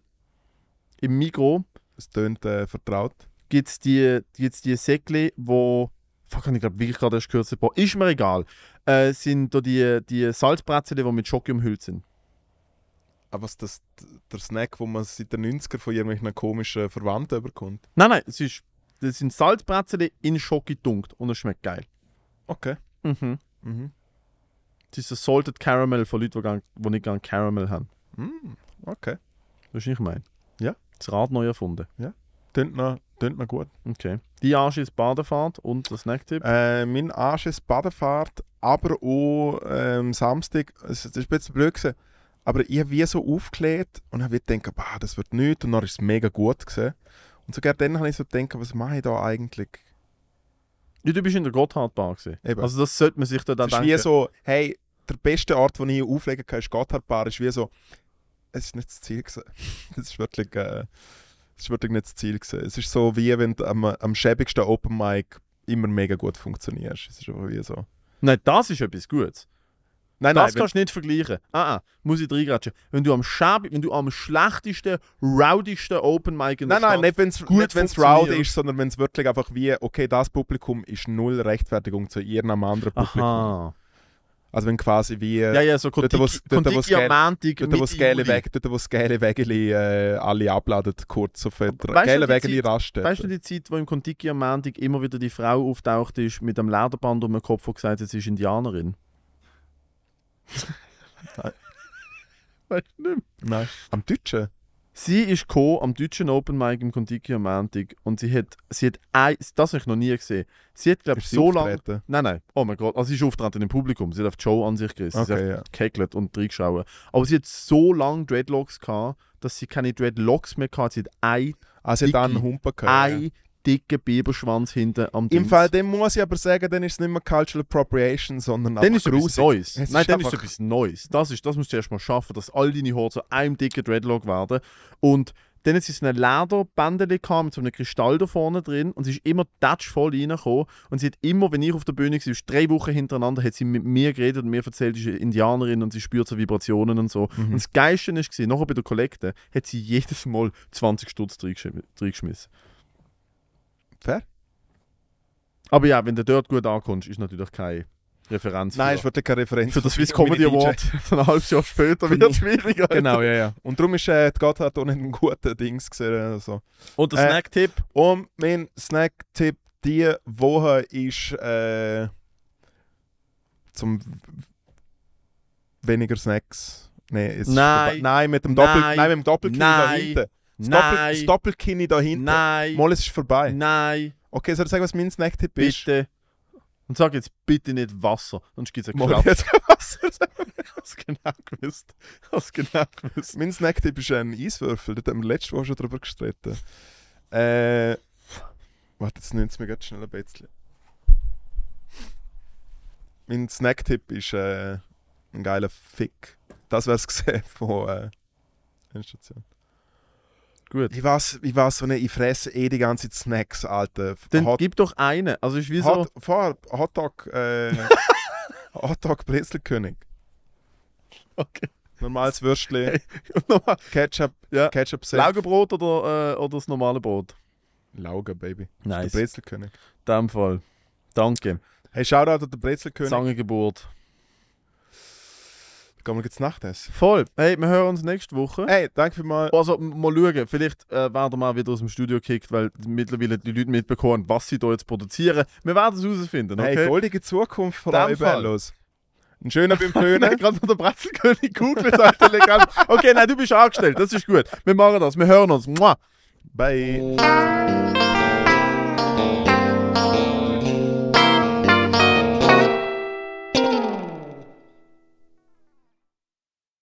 Speaker 2: im Mikro
Speaker 1: Es tönt äh, vertraut.
Speaker 2: gibt es die, gibt's die Säckchen, wo. Fuck, hab ich glaube wirklich gerade erst gehört. boah, Ist mir egal. Äh, sind da die, die Salzbrezeln, die mit Schoki umhüllt sind.
Speaker 1: Aber Ah, was das, der Snack, wo man seit den 90er von irgendwelchen komischen Verwandten überkommt.
Speaker 2: Nein, nein, es ist, das sind Salzbrezeln in Schoki dunkt und es schmeckt geil.
Speaker 1: Okay.
Speaker 2: Mhm.
Speaker 1: Mhm.
Speaker 2: Das ist ein Salted Caramel von Leuten, die, gern, die nicht gerne Caramel haben.
Speaker 1: Mm, Okay.
Speaker 2: Weißt du, was ich meine?
Speaker 1: Ja.
Speaker 2: Das Rad neu erfunden.
Speaker 1: Tönt noch, tönt noch gut.
Speaker 2: Okay. Die Arsch ist Badefahrt und der Snacktipp.
Speaker 1: Äh, mein Arsch ist Badefahrt, aber auch ähm, Samstag. Es, das ist ein bisschen blöd gewesen. Aber ich habe wie so aufgelegt und habe gedacht, bah, das wird nichts. Und dann ist es mega gut gewesen. Und sogar dann habe ich so gedacht, was mache ich da eigentlich?
Speaker 2: Ja, du bist in der Gotthardbar gewesen.
Speaker 1: Eben.
Speaker 2: Also das sollte man sich da dann
Speaker 1: Es ist
Speaker 2: denken.
Speaker 1: wie so, hey, der beste Ort, wo ich auflegen kann, ist Gotthardbar. Es ist wie so, es ist nicht das Ziel gewesen. Es ist wirklich, äh, es ist wirklich nicht das Ziel gewesen. Es ist so, wie wenn du am, am schäbigsten Open Mic immer mega gut funktionierst. Es ist einfach wie so.
Speaker 2: Nein, das ist etwas Gutes.
Speaker 1: Nein,
Speaker 2: Das
Speaker 1: nein,
Speaker 2: kannst du nicht vergleichen. Ah, ah, muss ich reingratschen. Wenn du am Schabi, wenn du am schlechtesten, rowdigsten Open Mic in der
Speaker 1: Nein, nein,
Speaker 2: Stadt-
Speaker 1: nicht wenn es
Speaker 2: gut
Speaker 1: gut wenn's
Speaker 2: funktioniert.
Speaker 1: rowdy ist, sondern wenn es wirklich einfach wie, okay, das Publikum ist null Rechtfertigung zu irgendeinem anderen Publikum.
Speaker 2: Aha.
Speaker 1: Also wenn quasi wie,
Speaker 2: Ja, ja, so
Speaker 1: Dort,
Speaker 2: Kontiki,
Speaker 1: wo es- dort, wo es
Speaker 2: Kontiki am
Speaker 1: geil-
Speaker 2: Montag,
Speaker 1: dort, wo
Speaker 2: Mitte
Speaker 1: das geile
Speaker 2: Juli.
Speaker 1: Weg, dort, wo das geile Wägeli äh, alle abladen, kurz auf der
Speaker 2: du
Speaker 1: geile
Speaker 2: die
Speaker 1: Wägeli
Speaker 2: Zeit-
Speaker 1: rasten.
Speaker 2: Weißt du die Zeit, wo im Kontiki am Montag immer wieder die Frau auftaucht ist mit einem Lederband um den Kopf und gesagt hat, sie ist Indianerin?
Speaker 1: Nein. Am Deutschen?
Speaker 2: Sie ist gekommen am deutschen Open Mic im Contiki am Montag und sie hat, sie hat ein, das habe ich noch nie gesehen. Sie hat, glaube ich,
Speaker 1: Ist sie
Speaker 2: so lange.
Speaker 1: aufgetreten?
Speaker 2: Nein, nein. Oh mein Gott. Also sie ist aufgetreten im Publikum. Sie hat auf die Show an sich gerissen. sie
Speaker 1: Okay,
Speaker 2: hat gehackelt und reingeschaut. Aber sie hat so lange Dreadlocks gehabt, dass sie keine Dreadlocks mehr hatte. Sie hat ein,
Speaker 1: Ah, sie hat
Speaker 2: Dicke.
Speaker 1: auch einen Humpen gehabt. ja.
Speaker 2: ein dicken Biberschwanz hinten am
Speaker 1: Im
Speaker 2: Dings.
Speaker 1: Fall dem muss ich aber sagen, dann ist es nicht mehr Cultural Appropriation, sondern
Speaker 2: Dann ist
Speaker 1: einfach
Speaker 2: etwas
Speaker 1: grusig.
Speaker 2: Neues.
Speaker 1: Es
Speaker 2: Nein,
Speaker 1: ist
Speaker 2: dann ist
Speaker 1: einfach-
Speaker 2: etwas Neues. Das, ist, das musst du erst mal schaffen, dass all deine Haare zu einem dicken Dreadlock werden. Und dann hat sie so eine Lederbändeli gehabt mit so einem Kristall da vorne drin und sie ist immer touchvoll reingekommen. Und sie hat immer, wenn ich auf der Bühne war, drei Wochen hintereinander, hat sie mit mir geredet und mir erzählt, sie ist eine Indianerin und sie spürt so Vibrationen und
Speaker 1: Mhm.
Speaker 2: so. Und das Geilste war, nachher bei der Kollekte hat sie jedes Mal 20 Stutz reingeschm- reingeschmissen.
Speaker 1: Fair.
Speaker 2: Aber ja, wenn du dort gut ankommst, ist natürlich keine Referenz.
Speaker 1: Nein,
Speaker 2: für-
Speaker 1: ist wirklich keine Referenz.
Speaker 2: für das Swiss
Speaker 1: meine
Speaker 2: Comedy
Speaker 1: DJ.
Speaker 2: Award ein halbes Jahr später wird es schwieriger.
Speaker 1: Genau, ja, ja. Und darum ist äh, die Gotthard auch nicht ein guter Dings gesehen. Also.
Speaker 2: Und der
Speaker 1: Äh,
Speaker 2: Snack-Tipp?
Speaker 1: Und mein Snack-Tipp diese Woche ist äh, zum weniger Snacks. Nee, es ist
Speaker 2: Nein.
Speaker 1: vorbei. nein, mit dem Doppel,
Speaker 2: Nein.
Speaker 1: nein. mit dem Doppelkinn da
Speaker 2: Nein.
Speaker 1: hinten. Das, Doppel, das
Speaker 2: Nein,
Speaker 1: Doppelkinn da hinten.
Speaker 2: nein,
Speaker 1: Mal, es ist vorbei.
Speaker 2: nein,
Speaker 1: Okay, soll ich sagen, was mein Snack-Tipp ist?
Speaker 2: bitte. Und sag jetzt bitte nicht Wasser, sonst gibt es einen
Speaker 1: Mal,
Speaker 2: Klapp.
Speaker 1: jetzt was soll ich sagen?
Speaker 2: Hast genau gewusst. Hast genau gewusst.
Speaker 1: Mein Snacktipp ist ein Eiswürfel. Da haben wir letzte Woche schon drüber gestritten. Äh. Warte, jetzt nimmt es mir ganz schnell ein bisschen. Mein Snacktipp ist äh, ein geiler Fick. Das wär's gesehen von äh, Endstation.
Speaker 2: Gut.
Speaker 1: Ich weiß, ich weiß so nicht, ich fresse eh die ganze Zeit Snacks, Alter.
Speaker 2: Dann
Speaker 1: Hot,
Speaker 2: gib doch einen. Also ist wie so...
Speaker 1: Hot, vor, Hotdog, äh, Hotdog Brezelkönig.
Speaker 2: Okay.
Speaker 1: Normales Würstchen,
Speaker 2: Und nochmal.
Speaker 1: Ketchup,
Speaker 2: Ja.
Speaker 1: Ketchup Senf.
Speaker 2: Laugenbrot oder, äh, oder das normale Brot?
Speaker 1: Lauge, Baby.
Speaker 2: Nice.
Speaker 1: Der
Speaker 2: In
Speaker 1: Brezelkönig.
Speaker 2: dem Fall. Danke.
Speaker 1: Hey, Shoutout an den Brezelkönig.
Speaker 2: Zangengeburt.
Speaker 1: Gehen wir jetzt Nachtessen.
Speaker 2: Voll. Hey, wir hören uns nächste Woche.
Speaker 1: Hey, danke für mal.
Speaker 2: Also, m- mal schauen, vielleicht äh, werden wir mal wieder aus dem Studio gekickt, weil mittlerweile die Leute mitbekommen, was sie da jetzt produzieren. Wir werden es herausfinden, okay?
Speaker 1: Hey, goldige Zukunft von
Speaker 2: Dem
Speaker 1: euch
Speaker 2: Fall.
Speaker 1: los. Ein schöner beim
Speaker 2: Nein,
Speaker 1: Föhnen.
Speaker 2: gerade noch der Brezelkönig googelt, Alter, leg an. Okay, nein, du bist angestellt, das ist gut. Wir machen das, wir hören uns. Mua.
Speaker 1: Bye.
Speaker 2: Bye.